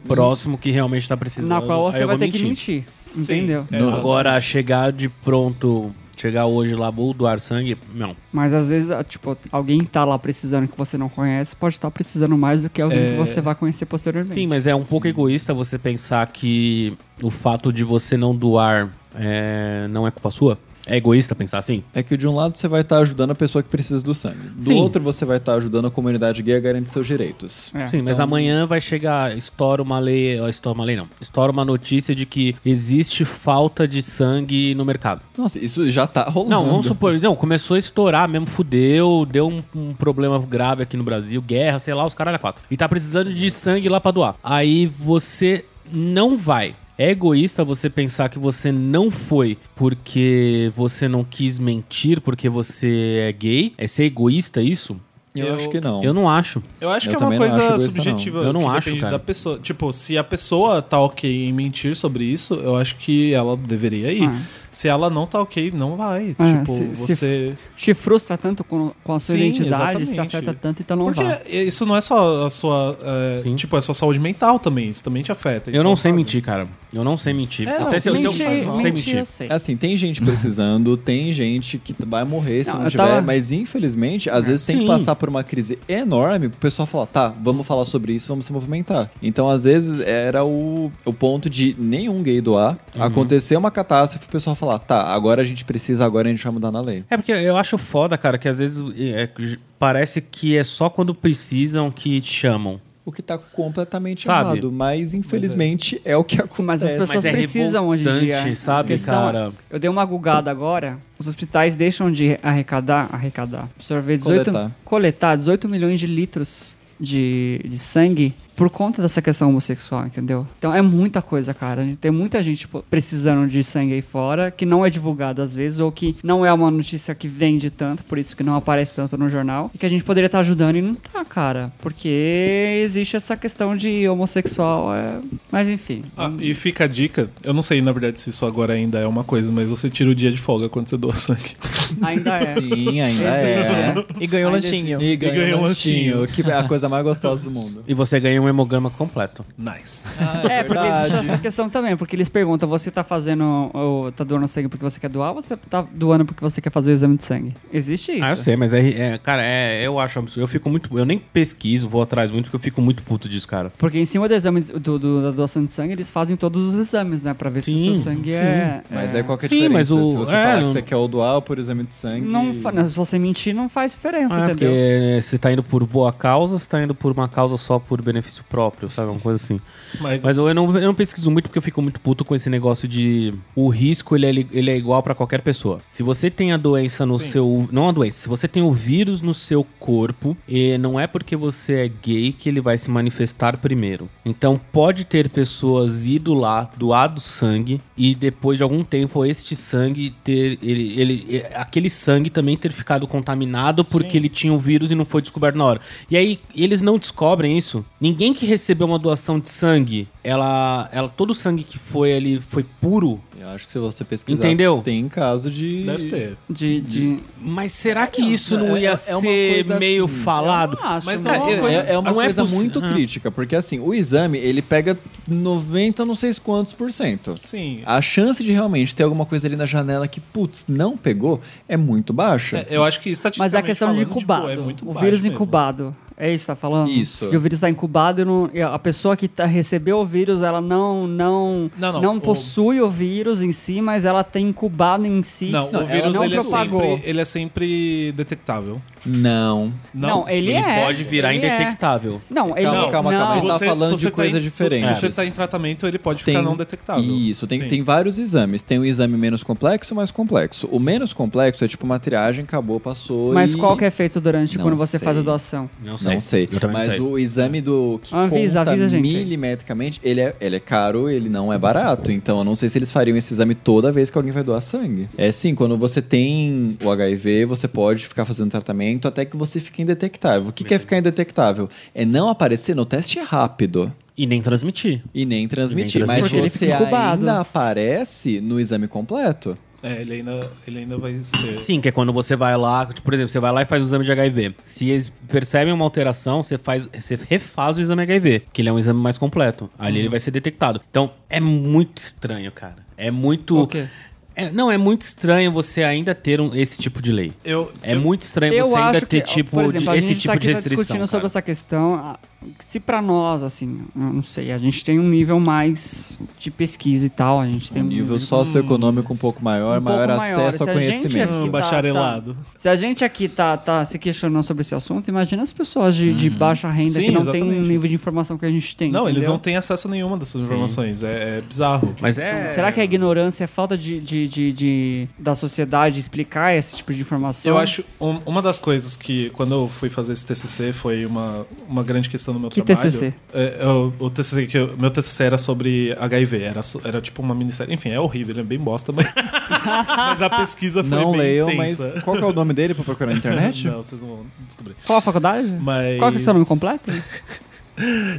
Speaker 3: próximo que realmente tá precisando.
Speaker 4: na qual
Speaker 3: Aí
Speaker 4: você
Speaker 3: eu
Speaker 4: vai
Speaker 3: vou
Speaker 4: ter que mentir. Entendeu?
Speaker 2: É,
Speaker 8: Não.
Speaker 3: Agora, chegar de pronto, chegar hoje lá, vou doar sangue, não.
Speaker 4: Mas às vezes, ah, tipo, alguém tá lá precisando que você não conhece, pode estar precisando mais do que alguém que você vai conhecer posteriormente.
Speaker 3: É. Sim, mas é um pouco egoísta você pensar que o fato de você não doar é, não é culpa sua. É egoísta pensar assim?
Speaker 8: É que de um lado você vai estar ajudando a pessoa que precisa do sangue. Do
Speaker 3: Sim.
Speaker 8: outro você vai estar ajudando a comunidade gay a garantir seus direitos.
Speaker 4: É.
Speaker 3: Sim, mas amanhã vai chegar, estoura uma lei, ó, estoura uma lei não, estoura uma notícia de que existe falta de sangue no mercado.
Speaker 8: Nossa, isso já tá rolando.
Speaker 3: Não, vamos supor, não, começou a estourar mesmo, fudeu, deu um, um problema grave aqui no Brasil, guerra, sei lá, os caralho a quatro. E tá precisando de sangue lá pra doar. Aí você não vai. É egoísta você pensar que você não foi porque você não quis mentir, porque você é gay? É ser egoísta isso?
Speaker 8: Eu, acho que não.
Speaker 3: Eu não acho.
Speaker 2: Eu acho que
Speaker 8: Eu
Speaker 2: é uma
Speaker 8: também não acho
Speaker 2: coisa
Speaker 8: egoísta, não.
Speaker 2: subjetiva.
Speaker 3: Eu não
Speaker 2: que
Speaker 3: acho,
Speaker 2: depende
Speaker 3: cara.
Speaker 2: da pessoa. Tipo, se a pessoa tá ok em mentir sobre isso, eu acho que ela deveria ir.
Speaker 4: Ah.
Speaker 2: Se ela não tá ok, não vai.
Speaker 4: Ah,
Speaker 2: tipo,
Speaker 4: se- se-
Speaker 2: você.
Speaker 4: Te frustra tanto com, com a sua
Speaker 2: Sim,
Speaker 4: identidade, se
Speaker 2: exatamente.
Speaker 4: afeta tanto, então não
Speaker 2: Porque
Speaker 4: vá.
Speaker 2: isso não é só a sua. é,
Speaker 3: Sim.
Speaker 2: tipo, é sua saúde mental também. Isso também te afeta.
Speaker 3: Eu não
Speaker 2: Então,
Speaker 3: sei
Speaker 2: sabe?
Speaker 3: mentir, cara. Eu não sei mentir.
Speaker 2: É, não,
Speaker 3: Até se eu, se eu-
Speaker 4: Mentir-
Speaker 3: eu não sei
Speaker 4: mentir,
Speaker 3: mentir.
Speaker 4: eu sei.
Speaker 8: É assim, tem gente precisando, tem gente que vai morrer se
Speaker 4: Não,
Speaker 8: não,
Speaker 4: eu
Speaker 8: tiver,
Speaker 4: tava-
Speaker 8: mas infelizmente, às vezes tem
Speaker 3: Sim.
Speaker 8: que passar por uma crise enorme pro pessoal falar, tá, vamos falar sobre isso, vamos se movimentar. Então, às vezes, era o, o ponto de nenhum gay doar, acontecer uma catástrofe, o pessoal falar, tá, agora a gente precisa, agora a gente vai mudar na lei.
Speaker 3: É porque eu acho foda, cara, que às vezes é, que parece que é só quando precisam que te chamam.
Speaker 8: O que tá completamente
Speaker 3: Sabe?
Speaker 8: errado, mas infelizmente é. o que acontece.
Speaker 4: Mas as pessoas
Speaker 3: Mas é
Speaker 4: precisam hoje em dia.
Speaker 3: revoltante, sabe,
Speaker 4: A questão é-
Speaker 3: cara?
Speaker 4: Eu dei uma gugada agora. Os hospitais deixam de arrecadar, arrecadar, absorver 18,
Speaker 8: Coletar.
Speaker 4: coletar. 18 milhões de litros de, de sangue por conta dessa questão homossexual, entendeu? Então é muita coisa, cara. A gente Tem muita gente tipo, precisando de sangue aí fora que não é divulgada às vezes ou que não é uma notícia que vende tanto, por isso que não aparece tanto no jornal e que a gente poderia estar ajudando e não tá, cara, porque existe essa questão de homossexual, é... mas enfim.
Speaker 2: Ah, e fica a dica, eu não sei na verdade se isso agora ainda é uma coisa, mas você tira o dia de folga quando você doa sangue.
Speaker 4: Ainda é.
Speaker 8: Sim, ainda é.
Speaker 6: E ganhou
Speaker 4: Ainda
Speaker 6: lanchinho.
Speaker 8: E ganha,
Speaker 2: ganha
Speaker 8: um
Speaker 2: um lanchinho.
Speaker 8: lanchinho, que é a coisa mais gostosa do mundo.
Speaker 3: E você ganha um hemograma completo.
Speaker 2: Nice.
Speaker 4: É, porque existe
Speaker 8: verdade.
Speaker 4: essa questão também, porque eles perguntam: você tá fazendo, ou tá doando sangue porque você quer doar, ou você tá doando porque você quer fazer o exame de sangue? Existe isso.
Speaker 3: Ah, eu sei, mas é, é- cara, é, eu acho absurdo. Eu fico muito. Eu nem pesquiso, vou atrás muito, porque eu fico muito puto disso, cara.
Speaker 4: Porque em cima do exame de- do, do- da doação de sangue, eles fazem todos os exames, né? Pra ver se o
Speaker 3: Sim,
Speaker 4: seu sangue
Speaker 3: sim.
Speaker 4: é.
Speaker 8: Mas
Speaker 4: é...
Speaker 8: é qualquer
Speaker 3: Sim,
Speaker 8: diferença.
Speaker 3: mas o-
Speaker 8: Se você
Speaker 3: é,
Speaker 8: falar que
Speaker 3: não-
Speaker 8: você quer o dual por exemplo de sangue.
Speaker 4: Não, fa- não, se você mentir, não faz diferença,
Speaker 3: Ah,
Speaker 4: entendeu?
Speaker 3: porque você tá indo por boa causa, você tá indo por uma causa só por benefício próprio, sabe? Uma coisa assim.
Speaker 2: Mas,
Speaker 3: Mas eu não, eu não pesquiso muito porque eu fico muito puto com esse negócio de o risco ele é, li- ele é igual pra qualquer pessoa. Se você tem a doença no seu. Não a doença, se você tem o vírus no seu corpo, e não é porque você é gay que ele vai se manifestar primeiro. Então pode ter pessoas ido lá, doado sangue, e depois de algum tempo este sangue ter. Ele, ele, e- aquele sangue também ter ficado contaminado porque ele tinha o vírus e não foi descoberto na hora. E aí, eles não descobrem isso. Ninguém que recebeu uma doação de sangue é ela, ela todo o sangue que foi ali foi puro.
Speaker 8: Eu acho que se você pesquisar,
Speaker 3: Entendeu?
Speaker 8: tem caso de...
Speaker 2: Deve ter.
Speaker 4: De, de...
Speaker 3: Mas será que isso não
Speaker 8: é-
Speaker 3: ia
Speaker 8: é uma
Speaker 3: ser
Speaker 8: coisa
Speaker 3: meio
Speaker 8: assim.
Speaker 3: falado?
Speaker 4: Eu não acho,
Speaker 2: Mas
Speaker 4: não.
Speaker 2: é uma
Speaker 8: É-
Speaker 2: coisa-
Speaker 8: É, uma
Speaker 2: Não é
Speaker 8: coisa
Speaker 2: possi-
Speaker 8: muito
Speaker 3: Ah.
Speaker 8: crítica, porque assim, o exame, ele pega 90 não sei quantos por cento.
Speaker 2: Sim.
Speaker 8: A chance de realmente ter alguma coisa ali na janela que, putz, não pegou, é muito baixa.
Speaker 2: É, eu acho que
Speaker 4: Mas
Speaker 2: estatisticamente
Speaker 4: é a questão de
Speaker 2: falando, tipo,
Speaker 4: incubado.
Speaker 2: é muito
Speaker 4: o
Speaker 2: baixo
Speaker 4: vírus
Speaker 2: mesmo.
Speaker 4: incubado. É isso que tá falando?
Speaker 8: Isso.
Speaker 4: De o vírus estar incubado e, não- e a pessoa que tá- recebeu o vírus, ela não não,
Speaker 2: Não, não, o-
Speaker 4: possui o vírus em si, mas ela tem incubado em si.
Speaker 2: Não,
Speaker 8: Não,
Speaker 2: o
Speaker 8: ela
Speaker 2: vírus
Speaker 4: não
Speaker 2: ele, é
Speaker 4: propagou.
Speaker 2: sempre, ele é sempre detectável.
Speaker 8: Não.
Speaker 2: Não,
Speaker 4: Não, ele,
Speaker 3: Ele
Speaker 4: é.
Speaker 3: pode virar
Speaker 4: ele é.
Speaker 3: indetectável.
Speaker 4: Não, ele
Speaker 8: Calma,
Speaker 4: é.
Speaker 8: calma,
Speaker 4: não.
Speaker 8: calma.
Speaker 2: se
Speaker 8: Você tá falando
Speaker 2: se
Speaker 8: de coisas
Speaker 2: se-
Speaker 8: diferentes.
Speaker 2: Se você tá em tratamento, ele pode
Speaker 8: Tem-
Speaker 2: ficar não detectável.
Speaker 8: Isso, tem,
Speaker 2: Sim.
Speaker 8: tem vários exames. Tem o exame menos complexo e mais complexo. O menos complexo é tipo uma triagem, acabou, passou.
Speaker 4: Mas
Speaker 8: e-
Speaker 4: qual que é feito durante
Speaker 8: Não
Speaker 4: quando você
Speaker 8: sei.
Speaker 4: faz a doação?
Speaker 8: Não sei.
Speaker 3: Eu também
Speaker 8: Mas
Speaker 3: sei.
Speaker 8: o exame do que
Speaker 4: Avisa,
Speaker 8: conta
Speaker 4: avisa, gente.
Speaker 8: milimetricamente, ele é, ele é caro, ele não é barato. Então eu não sei se eles fariam esse exame toda vez que alguém vai doar sangue. É sim, quando você tem o HIV, você pode ficar fazendo tratamento até que você fique indetectável. O que, que é ficar indetectável? É não aparecer no teste rápido.
Speaker 3: E nem transmitir.
Speaker 8: E nem transmitir,
Speaker 3: transmitir.
Speaker 8: mas
Speaker 4: Porque ele
Speaker 8: você
Speaker 4: fica incubado.
Speaker 8: ainda aparece no exame completo.
Speaker 2: É, ele ainda, ele ainda vai ser.
Speaker 3: Sim, que é quando você vai lá, tipo, por exemplo, você vai lá e faz o exame de HIV. Se eles percebem uma alteração, você faz, você refaz o exame HIV, que ele é um exame mais completo. Ali
Speaker 4: Uhum.
Speaker 3: ele vai ser detectado. Então, é muito estranho, cara. É muito
Speaker 4: O quê?
Speaker 3: É- não, é muito estranho você ainda ter um- esse tipo de lei.
Speaker 2: Eu,
Speaker 3: É
Speaker 2: eu-
Speaker 3: muito estranho
Speaker 4: Eu
Speaker 3: você
Speaker 4: acho
Speaker 3: ainda ter
Speaker 4: que,
Speaker 3: tipo
Speaker 4: por exemplo,
Speaker 3: de-
Speaker 4: a
Speaker 3: esse
Speaker 4: gente
Speaker 3: tipo
Speaker 4: tá
Speaker 3: de
Speaker 4: aqui
Speaker 3: restrição.
Speaker 4: discutindo
Speaker 3: cara.
Speaker 4: sobre essa questão. a- Se pra nós, assim, eu não sei, a gente tem um nível mais de pesquisa e tal, a gente tem
Speaker 8: Um
Speaker 4: um
Speaker 8: nível socioeconômico um pouco maior,
Speaker 4: Um pouco
Speaker 8: maior
Speaker 4: maior.
Speaker 8: acesso
Speaker 4: Se
Speaker 8: ao
Speaker 4: a gente
Speaker 8: conhecimento.
Speaker 4: aqui-
Speaker 2: um bacharelado.
Speaker 4: Se a gente aqui tá, tá se questionando sobre esse assunto, imagina as pessoas de, de baixa renda
Speaker 2: Uhum. Sim,
Speaker 4: que não tem
Speaker 2: exatamente.
Speaker 4: o nível de informação que a gente tem.
Speaker 2: Não, eles
Speaker 4: entendeu?
Speaker 2: não têm acesso a nenhuma dessas informações. É, é bizarro.
Speaker 3: Mas é.
Speaker 4: Será que a ignorância é falta de, de, de, de- da sociedade explicar esse tipo de informação?
Speaker 2: Eu acho um- uma das coisas que quando eu fui fazer esse TCC foi uma, uma grande questão do meu
Speaker 4: Que
Speaker 2: trabalho.
Speaker 4: TCC?
Speaker 2: É, eu- o TCC que eu- meu TCC era sobre HIV, era so- era tipo uma minissérie. Enfim, é horrível, ele é bem bosta, mas mas a pesquisa foi
Speaker 8: Não
Speaker 2: bem
Speaker 8: leiam,
Speaker 2: intensa.
Speaker 8: mas qual que é o nome dele pra procurar na internet?
Speaker 2: Não, vocês vão descobrir.
Speaker 4: Qual a faculdade?
Speaker 2: Mas
Speaker 4: Qual que é o seu nome completo?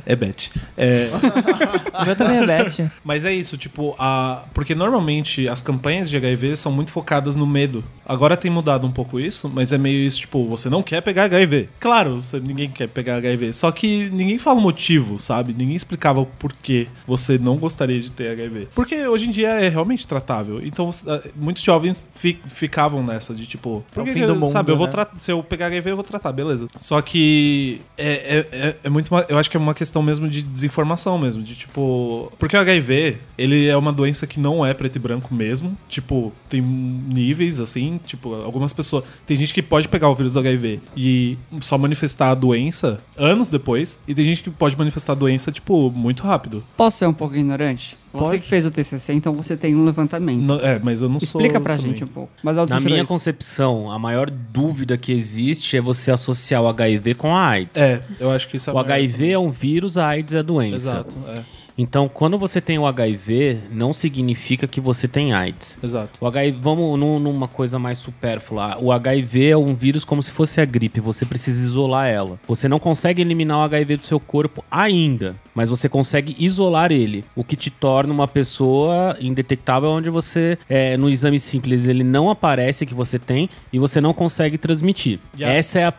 Speaker 2: É Beth. É,
Speaker 6: O meu também é Beth.
Speaker 2: Mas é isso, tipo, a... porque normalmente as campanhas de HIV são muito focadas no medo. Agora tem mudado um pouco isso, mas é meio isso, tipo, você não quer pegar HIV. Claro, você- ninguém quer pegar HIV. Só que ninguém fala o motivo, sabe? Ninguém explicava o porquê você não gostaria de ter HIV. Porque hoje em dia é realmente tratável. Então, você- ah, muitos jovens fi- ficavam nessa de tipo, por
Speaker 6: É o
Speaker 2: que
Speaker 6: fim
Speaker 2: que
Speaker 6: do
Speaker 2: eu-
Speaker 6: mundo,
Speaker 2: sabe, eu vou
Speaker 6: né?
Speaker 2: tra- se eu pegar HIV, eu vou tratar, beleza. Só que é, é- é- é muito. uma- eu acho que é uma questão mesmo de desinformação mesmo. De tipo. Porque o HIV, ele é uma doença que não é preto e branco mesmo. Tipo, tem níveis assim. Tipo, algumas pessoas. Tem gente que pode pegar o vírus do HIV e só manifestar a doença anos depois. E tem gente que pode manifestar a doença, tipo, muito rápido.
Speaker 4: Posso ser um pouco ignorante? Você
Speaker 2: Pode.
Speaker 4: que fez o TCC, então você tem um levantamento.
Speaker 2: Não- é, mas eu não sou.
Speaker 4: Explica pra
Speaker 2: também.
Speaker 4: gente um pouco. Mas ela
Speaker 3: Na
Speaker 4: tirou
Speaker 3: minha
Speaker 4: isso.
Speaker 3: concepção, a maior dúvida que existe é você associar o HIV com a AIDS.
Speaker 2: É, eu acho que isso é
Speaker 3: O
Speaker 2: a maior-
Speaker 3: HIV é um vírus, a AIDS é a doença.
Speaker 2: Exato, é.
Speaker 3: Então, quando você tem o HIV, não significa que você tem AIDS.
Speaker 2: Exato.
Speaker 3: O HIV, vamos num- numa coisa mais supérflua. O HIV é um vírus como se fosse a gripe, você precisa isolar ela. Você não consegue eliminar o HIV do seu corpo ainda, mas você consegue isolar ele, o que te torna uma pessoa indetectável, onde você, é, no exame simples, ele não aparece que você tem e você não consegue transmitir.
Speaker 2: E a-
Speaker 3: Essa é a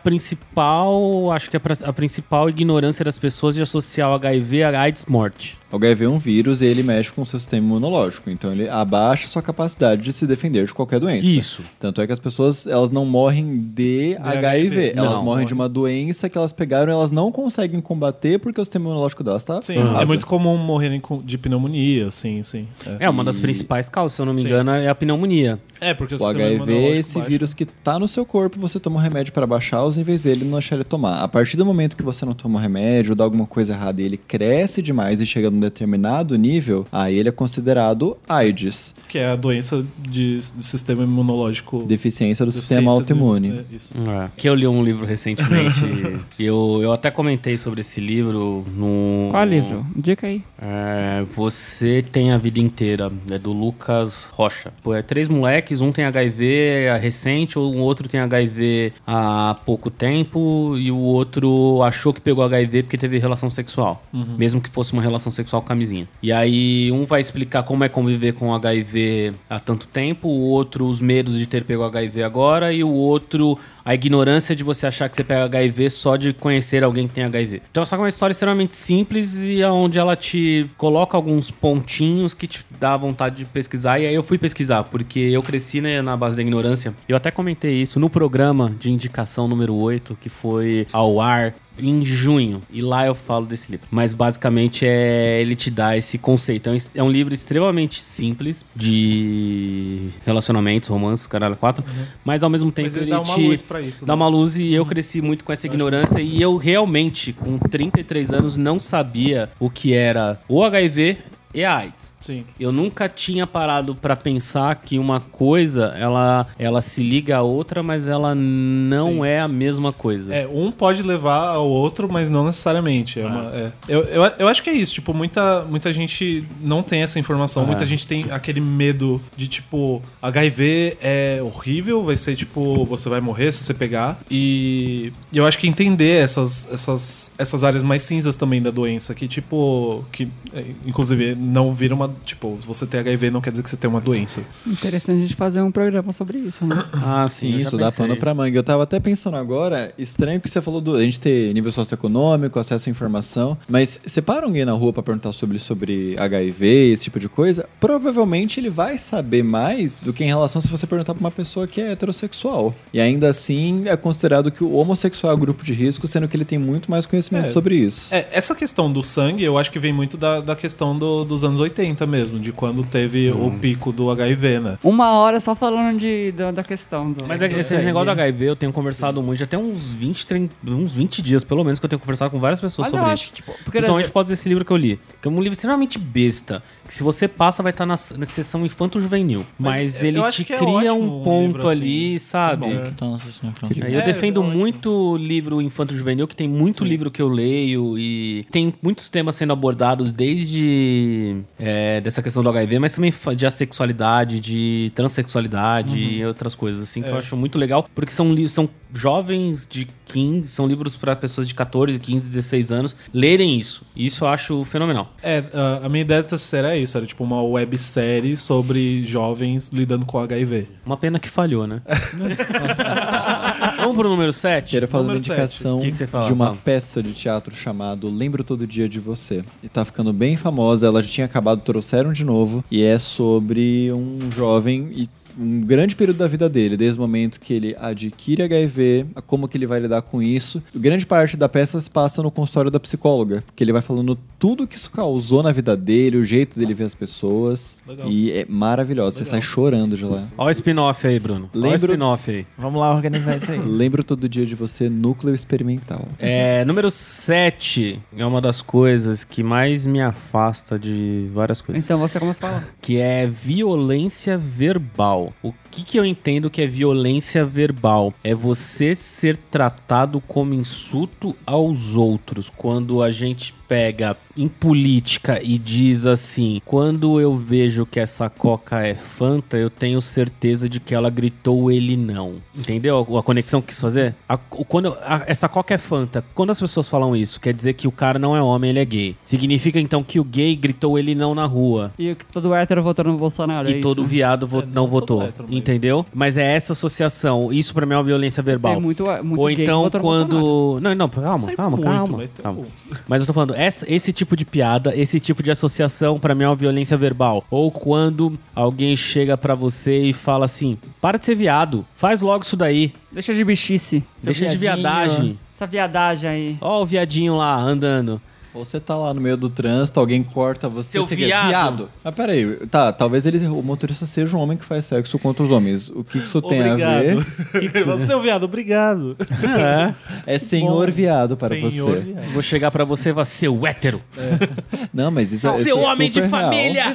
Speaker 3: principal, acho que é a pra- a principal ignorância das pessoas de associar o HIV à AIDS morte.
Speaker 8: O HIV é um vírus e ele mexe com o seu sistema imunológico, então ele abaixa sua capacidade de se defender de qualquer doença.
Speaker 3: Isso.
Speaker 8: Tanto é que as pessoas, elas não morrem de, HIV,
Speaker 2: HIV.
Speaker 8: elas
Speaker 2: Não,
Speaker 8: morrem de uma doença que elas pegaram, elas não conseguem combater porque o sistema imunológico delas tá
Speaker 2: Sim,
Speaker 8: errado.
Speaker 2: é muito comum morrerem com- de pneumonia, sim, sim. É,
Speaker 3: É uma das
Speaker 8: E-
Speaker 3: principais causas, se eu não me
Speaker 2: Sim.
Speaker 3: engano, é a pneumonia.
Speaker 2: É, porque o,
Speaker 8: O
Speaker 2: sistema
Speaker 8: HIV é
Speaker 2: imunológico
Speaker 8: esse
Speaker 2: baixo.
Speaker 8: vírus que tá no seu corpo, você toma um remédio para baixá-los em vez dele não deixar ele tomar. A partir do momento que você não toma um remédio ou dá alguma coisa errada e ele cresce demais e chega num determinado nível, aí ele é considerado AIDS,
Speaker 2: que é a doença de, de sistema imunológico.
Speaker 8: deficiência do
Speaker 2: deficiência
Speaker 8: sistema
Speaker 2: do-
Speaker 8: autoimune.
Speaker 2: é, isso.
Speaker 3: Que eu li um livro recentemente. e eu, eu até comentei sobre esse livro no.
Speaker 4: Qual livro? Dica aí.
Speaker 3: É, Você tem a vida inteira. É do Lucas Rocha. Pô, É três moleques, um tem HIV recente, o outro tem HIV há pouco tempo, e o outro achou que pegou HIV porque teve relação sexual. Mesmo que fosse uma relação só o camisinha. E aí um vai explicar como é conviver com HIV há tanto tempo, o outro os medos de ter pego HIV agora e o outro a ignorância de você achar que você pega HIV só de conhecer alguém que tem HIV. Então é só que é uma história extremamente simples e é onde ela te coloca alguns pontinhos que te dá vontade de pesquisar. E aí eu fui pesquisar, porque eu cresci né, na base da ignorância. Eu até comentei isso no programa de indicação número 8, que foi ao ar em junho. E lá eu falo desse livro. Mas basicamente é ele te dá esse conceito. É um, é um livro extremamente simples de relacionamentos, romances, caralho, quatro. Mas ao mesmo tempo
Speaker 2: Uhum. Mas ele dá uma luz pra isso,
Speaker 3: Dá
Speaker 2: né?
Speaker 3: uma luz e Uhum. eu cresci muito com essa ignorância e eu realmente, com 33 anos, não sabia o que era o HIV e a AIDS.
Speaker 2: Sim.
Speaker 3: Eu nunca tinha parado pra pensar que uma coisa, ela, ela se liga à outra, mas ela não
Speaker 2: Sim.
Speaker 3: é a mesma coisa.
Speaker 2: É, um pode levar ao outro, mas não necessariamente. É uma- é. Eu, eu, eu acho que é isso. Tipo, muita, muita gente não tem essa informação. Muita gente tem aquele medo de, tipo, HIV é horrível, vai ser, tipo, você vai morrer se você pegar. E e eu acho que entender essas, essas, essas áreas mais cinzas também da doença, que, tipo, que, é, inclusive, não vira uma. Tipo, você ter HIV não quer dizer que você tem uma doença.
Speaker 4: Interessante a gente fazer um programa sobre isso, né?
Speaker 3: Ah, sim, eu já
Speaker 8: Isso dá
Speaker 3: pensei.
Speaker 8: pano pra manga. Eu tava até pensando agora, estranho que você falou do a gente ter nível socioeconômico, acesso à informação, mas você para alguém na rua pra perguntar sobre, sobre HIV, esse tipo de coisa, provavelmente ele vai saber mais do que em relação se você perguntar pra uma pessoa que é heterossexual. E ainda assim é considerado que o homossexual é o grupo de risco, sendo que ele tem muito mais conhecimento
Speaker 2: É.
Speaker 8: sobre isso.
Speaker 2: É, essa questão do sangue, eu acho que vem muito da, da questão do- dos anos 80 mesmo, de quando teve
Speaker 8: Uhum.
Speaker 2: o pico do HIV, né?
Speaker 4: Uma hora só falando de, da, da questão do.
Speaker 3: Mas é que esse negócio do HIV eu tenho conversado muito, já tem uns 20, 30, uns 20 dias, pelo menos, que eu tenho conversado com várias pessoas
Speaker 4: Mas eu
Speaker 3: sobre
Speaker 4: acho
Speaker 3: isso.
Speaker 4: que, tipo, porque
Speaker 3: Principalmente por causa desse livro que eu li. Que é um livro extremamente besta. Que se você passa, vai estar na, na sessão infanto-juvenil.
Speaker 2: Mas
Speaker 3: Mas,
Speaker 2: eu
Speaker 3: ele
Speaker 2: acho
Speaker 3: te
Speaker 2: que é
Speaker 3: cria
Speaker 2: ótimo
Speaker 3: um
Speaker 2: um
Speaker 3: ponto
Speaker 2: livro assim.
Speaker 3: ali, sabe?
Speaker 2: bom.
Speaker 5: Então, nossa senhora, pronto.
Speaker 3: Aí eu
Speaker 2: É,
Speaker 3: defendo
Speaker 2: ótimo.
Speaker 3: muito livro infanto-juvenil, que tem muito livro que eu leio e tem muitos temas sendo abordados desde é, dessa questão do HIV, mas também fa- de assexualidade, de transexualidade
Speaker 2: Uhum.
Speaker 3: e outras coisas assim, que
Speaker 2: É.
Speaker 3: eu acho muito legal, porque são livros, são jovens de 15, são livros para pessoas de 14, 15, 16 anos lerem isso. Isso eu acho fenomenal.
Speaker 2: É, a- a minha ideia dessa série é isso, era tipo uma websérie sobre jovens lidando com HIV.
Speaker 3: Uma pena que falhou, né? Vamos pro número 7?
Speaker 8: Queria fazer uma
Speaker 2: Número sete.
Speaker 8: indicação
Speaker 3: O que que você fala?
Speaker 8: de uma
Speaker 3: Fala.
Speaker 8: peça de teatro chamado Lembro Todo Dia de Você. E tá ficando bem famosa, ela já tinha acabado, trouxeram de novo. E é sobre um jovem e um grande período da vida dele, desde o momento que ele adquire HIV, a como que ele vai lidar com isso. Grande parte da peça se passa no consultório da psicóloga, porque ele vai falando tudo que isso causou na vida dele, o jeito dele ver as pessoas.
Speaker 2: Legal.
Speaker 8: E é maravilhosa, você sai chorando de lá.
Speaker 3: Olha o spin-off aí, Bruno. Olha o
Speaker 8: Lembro-
Speaker 3: spin-off aí.
Speaker 6: Vamos lá organizar isso aí.
Speaker 8: Lembro Todo Dia de Você, Núcleo Experimental.
Speaker 3: É, número 7 é uma das coisas que mais me afasta de várias coisas.
Speaker 4: Então você começa a falar.
Speaker 3: Que é violência verbal. O que, que eu entendo que é violência verbal? É você ser tratado como insulto aos outros. Quando a gente pega em política e diz assim: quando eu vejo que essa coca é Fanta, eu tenho certeza de que ela gritou ele não. Entendeu a a conexão que quis fazer? A- o- quando, a- essa coca é Fanta. Quando as pessoas falam isso, quer dizer que o cara não é homem, ele é gay. Significa então que o gay gritou ele não na rua
Speaker 4: E que todo hétero votou no Bolsonaro. é
Speaker 3: e todo
Speaker 4: isso.
Speaker 3: viado vo-
Speaker 2: É,
Speaker 3: não,
Speaker 2: não
Speaker 3: votou.
Speaker 2: todo hétero, mas-
Speaker 3: Entendeu? Mas é essa associação. Isso pra mim é uma violência verbal.
Speaker 4: Tem muito, muito
Speaker 3: Ou
Speaker 4: gay que
Speaker 3: então
Speaker 4: votou no Bolsonaro.
Speaker 3: quando. Não, não,
Speaker 2: Não
Speaker 3: calma,
Speaker 2: sei
Speaker 3: calma,
Speaker 2: é muito,
Speaker 3: calma.
Speaker 2: mas tem um-
Speaker 3: calma.
Speaker 2: alguns.
Speaker 3: Mas eu tô falando, essa- esse tipo de piada, esse tipo de associação, pra mim é uma violência verbal. Ou quando alguém chega pra você e fala assim: para de ser viado, faz logo isso daí,
Speaker 4: Deixa de bichice. seu
Speaker 3: deixa de
Speaker 4: viadinho.
Speaker 3: viadagem.
Speaker 4: Essa viadagem aí.
Speaker 3: Ó, o viadinho lá andando.
Speaker 8: Ou Você tá lá no meio do trânsito, alguém corta você.
Speaker 3: Seu
Speaker 8: você quer-
Speaker 3: viado.
Speaker 8: Mas peraí, tá, talvez ele, o motorista seja um homem que faz sexo contra os homens. O que que isso tem a
Speaker 2: Obrigado.
Speaker 8: ver?
Speaker 2: Você é um viado, obrigado.
Speaker 3: É.
Speaker 8: É senhor viado para
Speaker 2: Senhor
Speaker 8: você.
Speaker 2: viado.
Speaker 3: Vou chegar pra você e falar, seu hétero,
Speaker 8: Não, mas isso é.
Speaker 3: seu
Speaker 8: isso é
Speaker 3: homem de
Speaker 8: super real.
Speaker 3: família.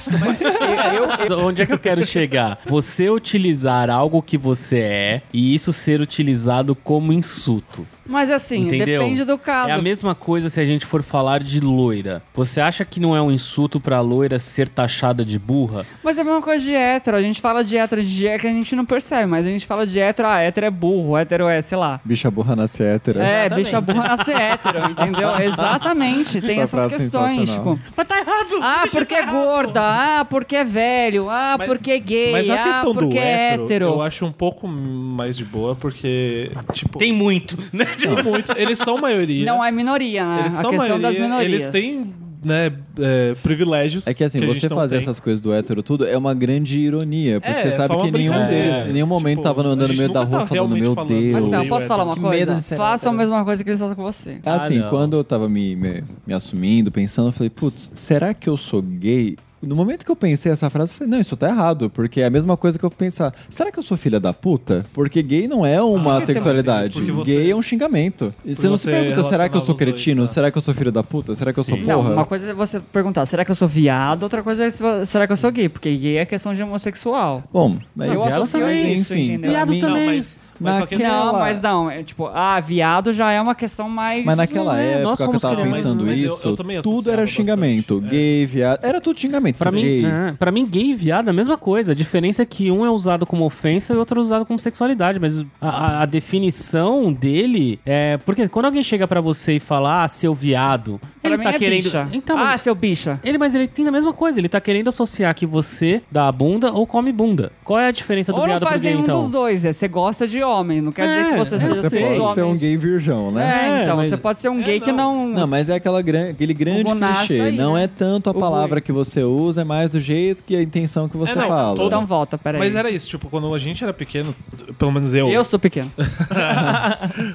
Speaker 3: Onde é que eu quero chegar? Você utilizar algo que você é e isso ser utilizado como insulto.
Speaker 4: Mas assim,
Speaker 3: Entendeu?
Speaker 4: depende do caso.
Speaker 3: É a mesma coisa se a gente for falar de loira. Você acha que não é um insulto pra loira ser taxada de burra?
Speaker 4: Mas é a mesma coisa de hétero. A gente fala de hétero de é que a gente não percebe, mas a gente fala de hétero, ah, hétero é burro, hétero é, sei lá.
Speaker 8: Bicha burra nasce hétera.
Speaker 4: É,
Speaker 6: Exatamente.
Speaker 4: bicha burra nasce hétero, entendeu? Exatamente, tem
Speaker 8: Essa
Speaker 4: essas
Speaker 8: frase é
Speaker 4: questões,
Speaker 8: sensacional.
Speaker 4: tipo... Mas tá errado! Ah, porque é gorda, ah, porque é velho, ah,
Speaker 2: Mas-
Speaker 4: porque é gay,
Speaker 2: Mas a
Speaker 4: ah,
Speaker 2: questão do
Speaker 4: porque é
Speaker 2: hétero,
Speaker 4: hétero.
Speaker 2: eu acho um pouco mais de boa, porque, tipo...
Speaker 3: Tem muito, né?
Speaker 2: tem muito. Eles são maioria.
Speaker 4: Não é minoria,
Speaker 8: Ah,
Speaker 4: né?
Speaker 2: Eles
Speaker 4: a
Speaker 2: são
Speaker 4: questão
Speaker 2: maioria.
Speaker 4: das minorias.
Speaker 2: Eles têm, né, é, privilégios
Speaker 8: É que assim,
Speaker 2: a gente
Speaker 8: você
Speaker 2: não
Speaker 8: fazer
Speaker 2: tem.
Speaker 8: essas coisas do hétero tudo é uma grande ironia, porque
Speaker 2: É,
Speaker 8: você
Speaker 2: é só
Speaker 8: sabe
Speaker 2: uma
Speaker 8: que nenhum
Speaker 2: brincadeira.
Speaker 8: deles, em nenhum momento
Speaker 2: Tipo,
Speaker 8: tava andando
Speaker 2: a
Speaker 8: no
Speaker 2: gente
Speaker 8: meio da
Speaker 2: nunca
Speaker 8: rua
Speaker 2: tá
Speaker 8: falando,
Speaker 2: realmente
Speaker 8: meu
Speaker 2: falando.
Speaker 8: Deus.
Speaker 4: Mas então,
Speaker 2: Eu-
Speaker 4: posso falar uma
Speaker 6: Que
Speaker 4: coisa?
Speaker 6: medo de ser
Speaker 4: Façam a
Speaker 6: hétero.
Speaker 4: mesma coisa que eles fazem com você.
Speaker 8: Ah, Assim,
Speaker 3: não.
Speaker 8: quando eu tava me, me, me assumindo, pensando, eu falei, putz, será que eu sou gay? No momento que eu pensei essa frase, eu falei, não, isso tá errado, porque é a mesma coisa que eu pensar, será que eu sou filha da puta? Porque gay não é uma
Speaker 2: Ah,
Speaker 8: sexualidade,
Speaker 2: porque você-
Speaker 8: gay é um xingamento. E você não se
Speaker 2: você
Speaker 8: pergunta, será que eu sou
Speaker 2: relacionava os dois,
Speaker 8: cretino?
Speaker 2: tá?
Speaker 8: Será que eu sou filho da puta? Será que eu sou
Speaker 3: Sim.
Speaker 8: porra?
Speaker 4: Não, uma coisa é você perguntar, será que eu sou viado? Outra coisa é se vo- será que eu sou gay? Porque gay é questão de homossexual.
Speaker 8: Bom, mas
Speaker 4: Eu
Speaker 8: ela
Speaker 4: associo
Speaker 8: também,
Speaker 4: isso,
Speaker 8: enfim.
Speaker 4: entendeu?
Speaker 8: pra
Speaker 4: Viado
Speaker 8: mim-
Speaker 2: Não, mas, mas só que assim,
Speaker 8: Naquela-
Speaker 4: Não, mas não, é tipo, ah, viado já é uma questão mais...
Speaker 8: Mas naquela
Speaker 3: não é, nós
Speaker 8: época que eu
Speaker 3: somos
Speaker 8: tava
Speaker 3: crianças.
Speaker 8: pensando
Speaker 2: Mas eu- eu
Speaker 8: isso,
Speaker 2: também
Speaker 8: tudo era
Speaker 2: associava
Speaker 8: xingamento.
Speaker 2: bastante, é.
Speaker 8: Gay, viado. Era tudo xingamento.
Speaker 3: Pra
Speaker 8: se
Speaker 3: mim,
Speaker 8: gay.
Speaker 3: é, pra mim, gay e viado é a mesma coisa. A diferença é que um é usado como ofensa e outro é usado como sexualidade. Mas a, a- a definição dele é. Porque quando alguém chega pra você e fala, ah, seu viado,
Speaker 4: Pra
Speaker 3: ele
Speaker 4: mim
Speaker 3: tá
Speaker 4: é
Speaker 3: querendo.
Speaker 4: bicha.
Speaker 3: Então,
Speaker 4: ah,
Speaker 3: mas,
Speaker 4: seu bicha.
Speaker 3: ele, mas ele tem a mesma coisa. Ele tá querendo associar que você dá a bunda ou come bunda. Qual é a diferença do
Speaker 4: Ou não
Speaker 3: viado pro
Speaker 4: faz
Speaker 3: gay,
Speaker 4: nenhum
Speaker 3: então?
Speaker 4: dos dois, é, você gosta de homem, não quer
Speaker 3: É,
Speaker 4: dizer que você
Speaker 3: eu
Speaker 4: seja
Speaker 8: Você
Speaker 3: sei.
Speaker 4: sexo
Speaker 8: pode ser
Speaker 4: homem.
Speaker 8: um gay virgão, né?
Speaker 4: É,
Speaker 3: É,
Speaker 4: então,
Speaker 3: mas-
Speaker 4: você pode ser um gay que não...
Speaker 8: Não, mas é aquela gran- aquele grande
Speaker 4: bonacho
Speaker 8: clichê.
Speaker 4: aí,
Speaker 8: não
Speaker 4: né?
Speaker 8: é tanto a
Speaker 4: O
Speaker 8: palavra
Speaker 4: boi.
Speaker 8: que você usa, é mais o jeito que a intenção que você
Speaker 2: É, não,
Speaker 8: fala.
Speaker 2: todo-
Speaker 4: Então volta, peraí.
Speaker 2: Mas era isso, tipo, quando a gente era pequeno, pelo menos eu,
Speaker 4: Eu sou pequeno.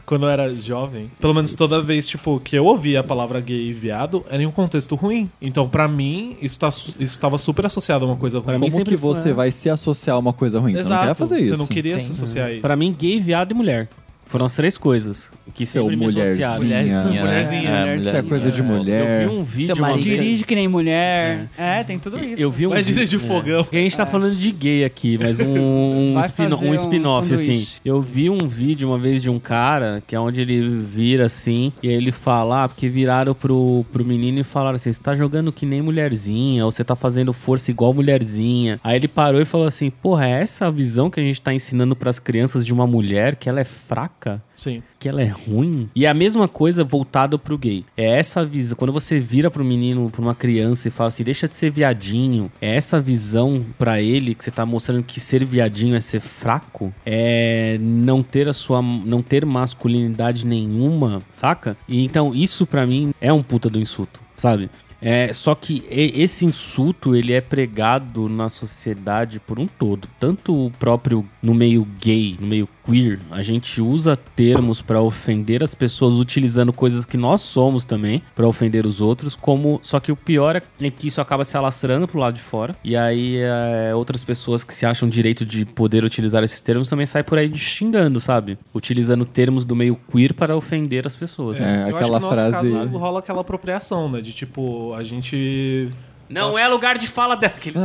Speaker 2: quando eu era jovem, pelo menos toda vez, tipo, que eu ouvia a palavra gay e viado, era em um contexto ruim. Então, pra mim, isso, tá, su- isso tava super associado a uma coisa ruim.
Speaker 3: mim
Speaker 8: Como
Speaker 3: sempre
Speaker 8: que você
Speaker 3: foi.
Speaker 8: vai se associar a uma coisa ruim? Você não
Speaker 2: né? Exato.
Speaker 8: quer fazer isso.
Speaker 2: Você não queria
Speaker 6: Sim.
Speaker 2: se associar a isso.
Speaker 3: Pra mim, gay, viado e mulher. Foram as três coisas que
Speaker 8: Seu
Speaker 3: sempre me
Speaker 8: mulherzinha.
Speaker 3: associaram.
Speaker 5: Mulherzinha.
Speaker 2: Mulherzinha.
Speaker 5: né? É,
Speaker 4: Mulherzinha.
Speaker 8: Isso é coisa de
Speaker 3: Eu
Speaker 8: mulher.
Speaker 3: vi um vídeo
Speaker 6: Seu
Speaker 3: uma
Speaker 6: marido.
Speaker 3: vez-
Speaker 4: Dirige que nem mulher. É, tem tudo isso.
Speaker 3: Eu vi um
Speaker 2: Vai dirigir
Speaker 3: vídeo-
Speaker 2: fogão.
Speaker 8: É.
Speaker 3: Porque a gente tá falando de gay aqui, mas um, um,
Speaker 4: Vai
Speaker 3: spin,
Speaker 4: fazer
Speaker 3: um
Speaker 4: um
Speaker 3: spin-off, assim.
Speaker 4: sanduíche.
Speaker 3: Eu vi um vídeo uma vez de um cara, que é onde ele vira assim, e aí ele fala, ah, porque viraram pro, pro menino e falaram assim: você tá jogando que nem mulherzinha, ou você tá fazendo força igual mulherzinha. Aí ele parou e falou assim: porra, é essa a visão que a gente tá ensinando pras crianças de uma mulher, que ela é fraca?
Speaker 2: Sim.
Speaker 3: que ela é ruim. E é a mesma coisa voltada pro gay. É essa visão. Quando você vira pro menino, pra uma criança e fala assim, deixa de ser viadinho. É essa visão pra ele que você tá mostrando que ser viadinho é ser fraco. É não ter a sua. não ter masculinidade nenhuma, saca? E então isso pra mim é um puta do insulto, sabe? É, só que e- esse insulto ele é pregado na sociedade por um todo, tanto o próprio no meio gay, no meio queer, a gente usa termos pra ofender as pessoas utilizando coisas que nós somos também pra ofender os outros, como só que o pior é que isso acaba se alastrando pro lado de fora e aí é, outras pessoas que se acham direito de poder utilizar esses termos também saem por aí xingando, sabe? Utilizando termos do meio queer para ofender as pessoas.
Speaker 8: É,
Speaker 2: eu acho que
Speaker 8: aquela
Speaker 2: no nosso
Speaker 8: frase-
Speaker 2: caso rola aquela apropriação, né? De tipo, a gente
Speaker 3: Não é lugar de fala daquele.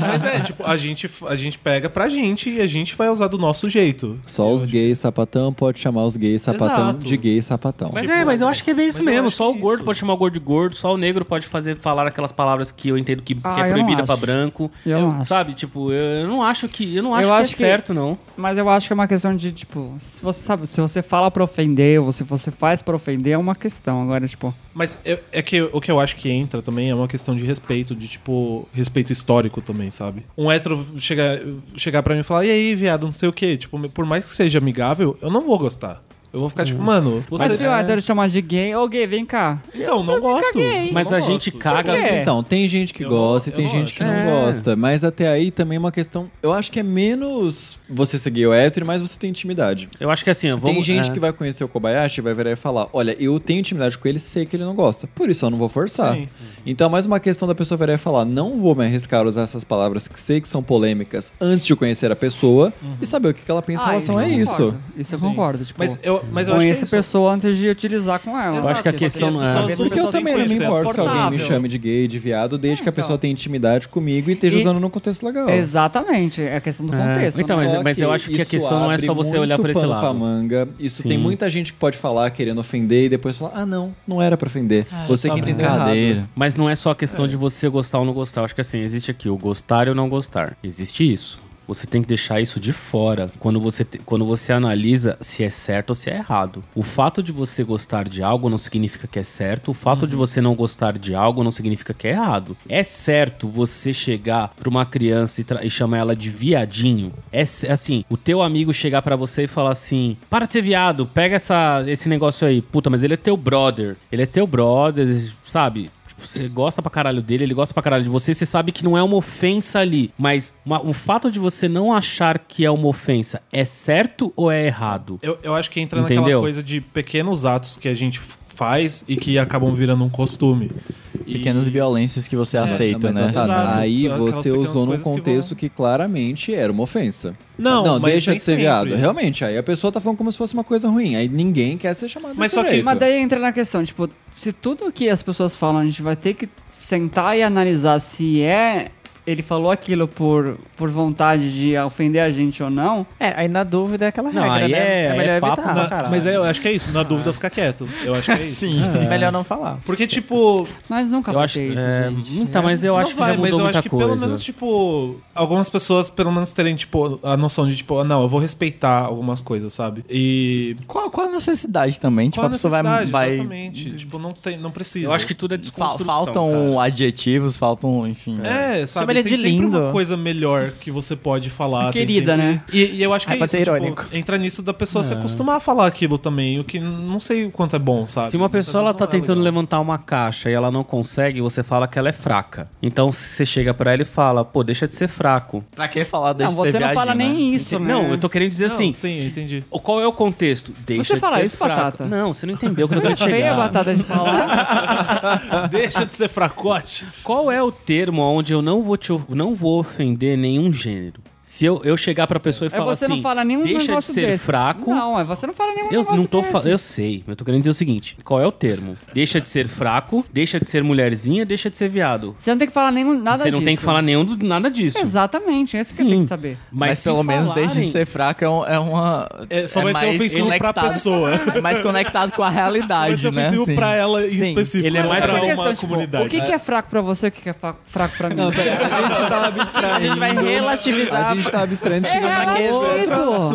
Speaker 2: Mas é, tipo, a gente, a gente pega pra gente e a gente vai usar do nosso jeito.
Speaker 8: Só os gays sapatão pode chamar os gays sapatão
Speaker 2: Exato.
Speaker 8: de gay sapatão.
Speaker 3: Mas
Speaker 2: Tipo,
Speaker 3: é, mas eu acho que é bem
Speaker 2: mas
Speaker 3: isso
Speaker 2: eu
Speaker 3: mesmo.
Speaker 2: acho
Speaker 3: Só o
Speaker 2: que
Speaker 3: gordo
Speaker 2: isso.
Speaker 3: pode chamar o gordo de gordo, só o negro pode fazer falar aquelas palavras que eu entendo que, que
Speaker 4: Ah, eu
Speaker 3: é
Speaker 4: não
Speaker 3: proibida
Speaker 4: acho.
Speaker 3: pra branco.
Speaker 4: Eu não acho.
Speaker 3: Sabe, tipo, eu, eu não acho que eu não
Speaker 4: Eu
Speaker 3: acho,
Speaker 4: acho
Speaker 3: que é
Speaker 4: que-
Speaker 3: certo não.
Speaker 4: Mas eu acho que é uma questão de, tipo, se você sabe, se você fala pra ofender, ou se você faz pra ofender, é uma questão. Agora, tipo,
Speaker 2: Mas é, é que o que eu acho que entra também é uma questão de respeito, de tipo, respeito histórico também, sabe? Um hétero chegar, chegar pra mim e falar, e aí, viado, não sei o quê. Tipo, por mais que seja amigável, eu não vou gostar. Eu vou ficar tipo,
Speaker 3: Uhum.
Speaker 2: mano, você.
Speaker 4: mas se o hétero chamar de gay, ô gay, vem cá.
Speaker 2: Então, não gosto.
Speaker 3: Mas
Speaker 2: Não
Speaker 3: a
Speaker 2: gosto.
Speaker 3: gente caga.
Speaker 4: quê? É.
Speaker 8: Então, tem gente que
Speaker 2: Eu não-
Speaker 8: gosta
Speaker 2: eu
Speaker 8: e tem
Speaker 2: não
Speaker 8: gente
Speaker 2: acho.
Speaker 8: que não
Speaker 3: É.
Speaker 8: gosta. Mas até aí também é uma questão. Eu acho que é menos você ser gay ou hétero, mas você tem intimidade.
Speaker 3: Eu acho que assim, ó, vamos
Speaker 8: tem gente
Speaker 3: é.
Speaker 8: que vai conhecer o Kobayashi e vai virar e falar: Olha, eu tenho intimidade com ele, sei que ele não gosta, por isso eu não vou forçar.
Speaker 2: Sim.
Speaker 8: Então, mais uma questão da pessoa virar e falar: Não vou me arriscar a usar essas palavras que sei que são
Speaker 3: Uhum.
Speaker 8: polêmicas antes de conhecer a pessoa e saber o que que ela pensa em relação
Speaker 4: Ah, eu
Speaker 8: a isso.
Speaker 4: concordo. Isso eu concordo. Tipo,
Speaker 2: Mas eu, eu, mas eu acho que é
Speaker 4: Conheça a
Speaker 2: isso.
Speaker 4: pessoa antes de utilizar com ela.
Speaker 2: Exato,
Speaker 3: acho que a
Speaker 2: só
Speaker 3: questão
Speaker 2: as
Speaker 3: não é-
Speaker 2: pessoas
Speaker 4: Porque
Speaker 2: usam
Speaker 8: Porque eu
Speaker 2: sem
Speaker 8: também não me
Speaker 4: né?
Speaker 2: conhecer, é
Speaker 8: importo se alguém me
Speaker 2: suportável.
Speaker 8: chame de gay, de viado, desde
Speaker 4: É,
Speaker 8: que a
Speaker 4: então.
Speaker 8: pessoa tenha intimidade comigo e esteja
Speaker 4: E-
Speaker 8: usando num contexto legal.
Speaker 4: Exatamente, é a questão do
Speaker 3: É.
Speaker 4: contexto.
Speaker 3: Então,
Speaker 4: né?
Speaker 3: mas-
Speaker 8: Só
Speaker 3: eu acho que a
Speaker 8: isso
Speaker 3: questão não é
Speaker 8: abre
Speaker 3: só você
Speaker 8: muito
Speaker 3: olhar pra esse
Speaker 8: pano
Speaker 3: lado.
Speaker 8: pra manga. Isso tem
Speaker 3: Sim.
Speaker 8: muita gente que pode falar querendo ofender e depois falar: ah, não, não era pra ofender. você
Speaker 4: tá
Speaker 5: tá
Speaker 8: que entendeu errado.
Speaker 5: Brincadeira.
Speaker 3: Mas não é só a questão de você gostar ou não gostar. Eu acho que assim, existe aqui o gostar e o não gostar. Existe isso. Você tem que deixar isso de fora quando você, te- quando você analisa se é certo ou se é errado. O fato de você gostar de algo não significa que é certo. O fato de você não gostar de algo não significa que é errado. É certo você chegar pra uma criança e, tra- e chamar ela de viadinho? É c- assim, o teu amigo chegar pra você e falar assim: para de ser viado, pega essa, esse negócio aí. Puta, mas ele é teu brother. Ele é teu brother, sabe? Tipo, Você gosta pra caralho dele, ele gosta pra caralho de você, você sabe que não é uma ofensa ali. Mas uma- o fato de você não achar que é uma ofensa é certo ou é errado?
Speaker 2: Eu, eu acho que entra naquela
Speaker 3: Entendeu?
Speaker 2: coisa de pequenos atos que a gente f- faz e que acabam virando um costume. E- É, tá
Speaker 5: Pequenas violências que você aceita,
Speaker 8: Mas,
Speaker 5: né?
Speaker 8: Natália,
Speaker 2: Exato.
Speaker 8: Aí
Speaker 2: Aquelas
Speaker 8: você
Speaker 2: pequenas
Speaker 8: usou num
Speaker 2: coisas que
Speaker 8: contexto
Speaker 2: vão-
Speaker 8: que, claramente era uma ofensa.
Speaker 2: Não,
Speaker 8: não
Speaker 2: mas
Speaker 8: deixa
Speaker 2: nem
Speaker 8: de ser
Speaker 2: sempre.
Speaker 8: viado. Realmente, aí a pessoa tá falando como se fosse uma coisa ruim. Aí ninguém quer ser chamado
Speaker 2: Mas
Speaker 8: desse
Speaker 2: só que-
Speaker 8: jeito.
Speaker 4: Mas daí entra na questão, tipo, se tudo que as pessoas falam, a gente vai ter que sentar e analisar se é ele falou aquilo por, por vontade de ofender a gente ou não.
Speaker 6: É, aí na dúvida é aquela
Speaker 3: Não,
Speaker 6: regra,
Speaker 3: aí
Speaker 6: né?
Speaker 3: é- aí é
Speaker 6: melhor
Speaker 3: papo
Speaker 6: evitar.
Speaker 3: na-
Speaker 2: Na- mas é, eu acho que é isso. Na dúvida, fica quieto. Eu acho que é isso.
Speaker 6: Melhor não falar.
Speaker 2: Porque, tipo,
Speaker 4: Mas nunca
Speaker 3: Eu
Speaker 4: vai
Speaker 3: acho,
Speaker 4: ter isso, assim.
Speaker 3: é,
Speaker 4: gente.
Speaker 3: muita, mas eu
Speaker 2: Não
Speaker 3: acho que
Speaker 2: vai,
Speaker 3: já mudou
Speaker 2: mas eu
Speaker 3: muita
Speaker 2: acho que
Speaker 3: coisa.
Speaker 2: pelo menos, tipo, algumas pessoas pelo menos terem, tipo, a noção de, tipo, ah, não, eu vou respeitar algumas coisas, sabe? E.
Speaker 5: Qual, qual a necessidade também?
Speaker 2: Qual a
Speaker 5: tipo, a pessoa vai.
Speaker 2: necessidade?
Speaker 5: vai...
Speaker 2: Exatamente. Tipo, não, tem, não precisa.
Speaker 3: eu acho que tudo é
Speaker 5: Fal-
Speaker 3: desconstrução.
Speaker 5: Faltam
Speaker 3: cara.
Speaker 5: adjetivos, faltam, enfim. né?
Speaker 2: É,
Speaker 6: Chama
Speaker 2: sabe?
Speaker 6: ele
Speaker 2: Tem
Speaker 6: de
Speaker 2: sempre uma
Speaker 6: lindo.
Speaker 2: coisa melhor que você pode falar. tem
Speaker 4: Querida,
Speaker 2: sempre-
Speaker 4: né?
Speaker 2: E, e eu acho que
Speaker 6: É
Speaker 2: é,
Speaker 6: pra
Speaker 2: isso.
Speaker 6: ser
Speaker 2: tipo,
Speaker 6: irônico.
Speaker 2: entra nisso da pessoa
Speaker 3: É.
Speaker 2: se acostumar a falar aquilo também, o que n- não sei o quanto é bom, sabe?
Speaker 3: Se uma pessoa ela tá
Speaker 2: Muitas vezes
Speaker 3: tentando
Speaker 2: não é legal.
Speaker 3: levantar uma caixa e ela não consegue, você fala que ela é fraca. Então você chega pra ela e fala, pô, deixa de ser fraco.
Speaker 5: Pra que falar
Speaker 4: Não,
Speaker 5: desse
Speaker 4: você não fala nem isso, né?
Speaker 3: Não, eu tô querendo dizer
Speaker 2: Não,
Speaker 3: assim.
Speaker 2: Sim, eu entendi.
Speaker 3: o- Qual é o contexto? Deixa de
Speaker 4: fala
Speaker 3: ser
Speaker 4: isso,
Speaker 3: fraco.
Speaker 4: Batata?
Speaker 3: Não, você não entendeu o que eu tô querendo
Speaker 4: Feia a
Speaker 3: chegar.
Speaker 4: batata de falar.
Speaker 2: Deixa de ser fracote.
Speaker 3: Qual é o termo onde eu não vou, te, não vou ofender nenhum gênero? Se eu, eu chegar pra pessoa e
Speaker 4: é
Speaker 3: falar
Speaker 4: você
Speaker 3: assim,
Speaker 4: não fala nenhum
Speaker 3: deixa de
Speaker 4: negócio
Speaker 3: ser
Speaker 4: desses.
Speaker 3: fraco,
Speaker 4: Não, é você não fala nenhum
Speaker 3: Eu
Speaker 4: negócio
Speaker 3: não tô falando. Eu
Speaker 4: desses.
Speaker 3: sei, eu tô querendo dizer o seguinte: qual é o termo? Deixa de ser fraco, deixa de ser mulherzinha, deixa de ser viado.
Speaker 4: Você não tem que falar nenhum, nada
Speaker 3: Você não tem
Speaker 4: disso.
Speaker 3: que falar nenhum do, nada disso.
Speaker 4: Exatamente, é isso que eu
Speaker 3: Sim.
Speaker 4: tenho que saber.
Speaker 5: Mas,
Speaker 3: se
Speaker 5: pelo menos
Speaker 3: falarem-
Speaker 5: desde de ser fraco é, um- é uma.
Speaker 2: É, só vai ser
Speaker 5: mais
Speaker 2: ofensivo pra
Speaker 5: conectado- é
Speaker 2: pessoa.
Speaker 5: Mais conectado com a realidade,
Speaker 2: Vai ser
Speaker 5: né?
Speaker 2: ofensivo
Speaker 5: Assim.
Speaker 2: pra ela em específico.
Speaker 3: ele é
Speaker 2: não
Speaker 3: mais
Speaker 2: pra
Speaker 3: uma
Speaker 4: Outra
Speaker 2: uma
Speaker 4: questão, tipo,
Speaker 2: comunidade.
Speaker 4: o que, que é fraco pra você, o que, que é fra- fraco pra mim?
Speaker 8: Não,
Speaker 3: tá
Speaker 8: pera, a gente tava abstraindo.
Speaker 6: A gente vai relativizar.
Speaker 8: A gente tá abstraindo.
Speaker 4: É relativo.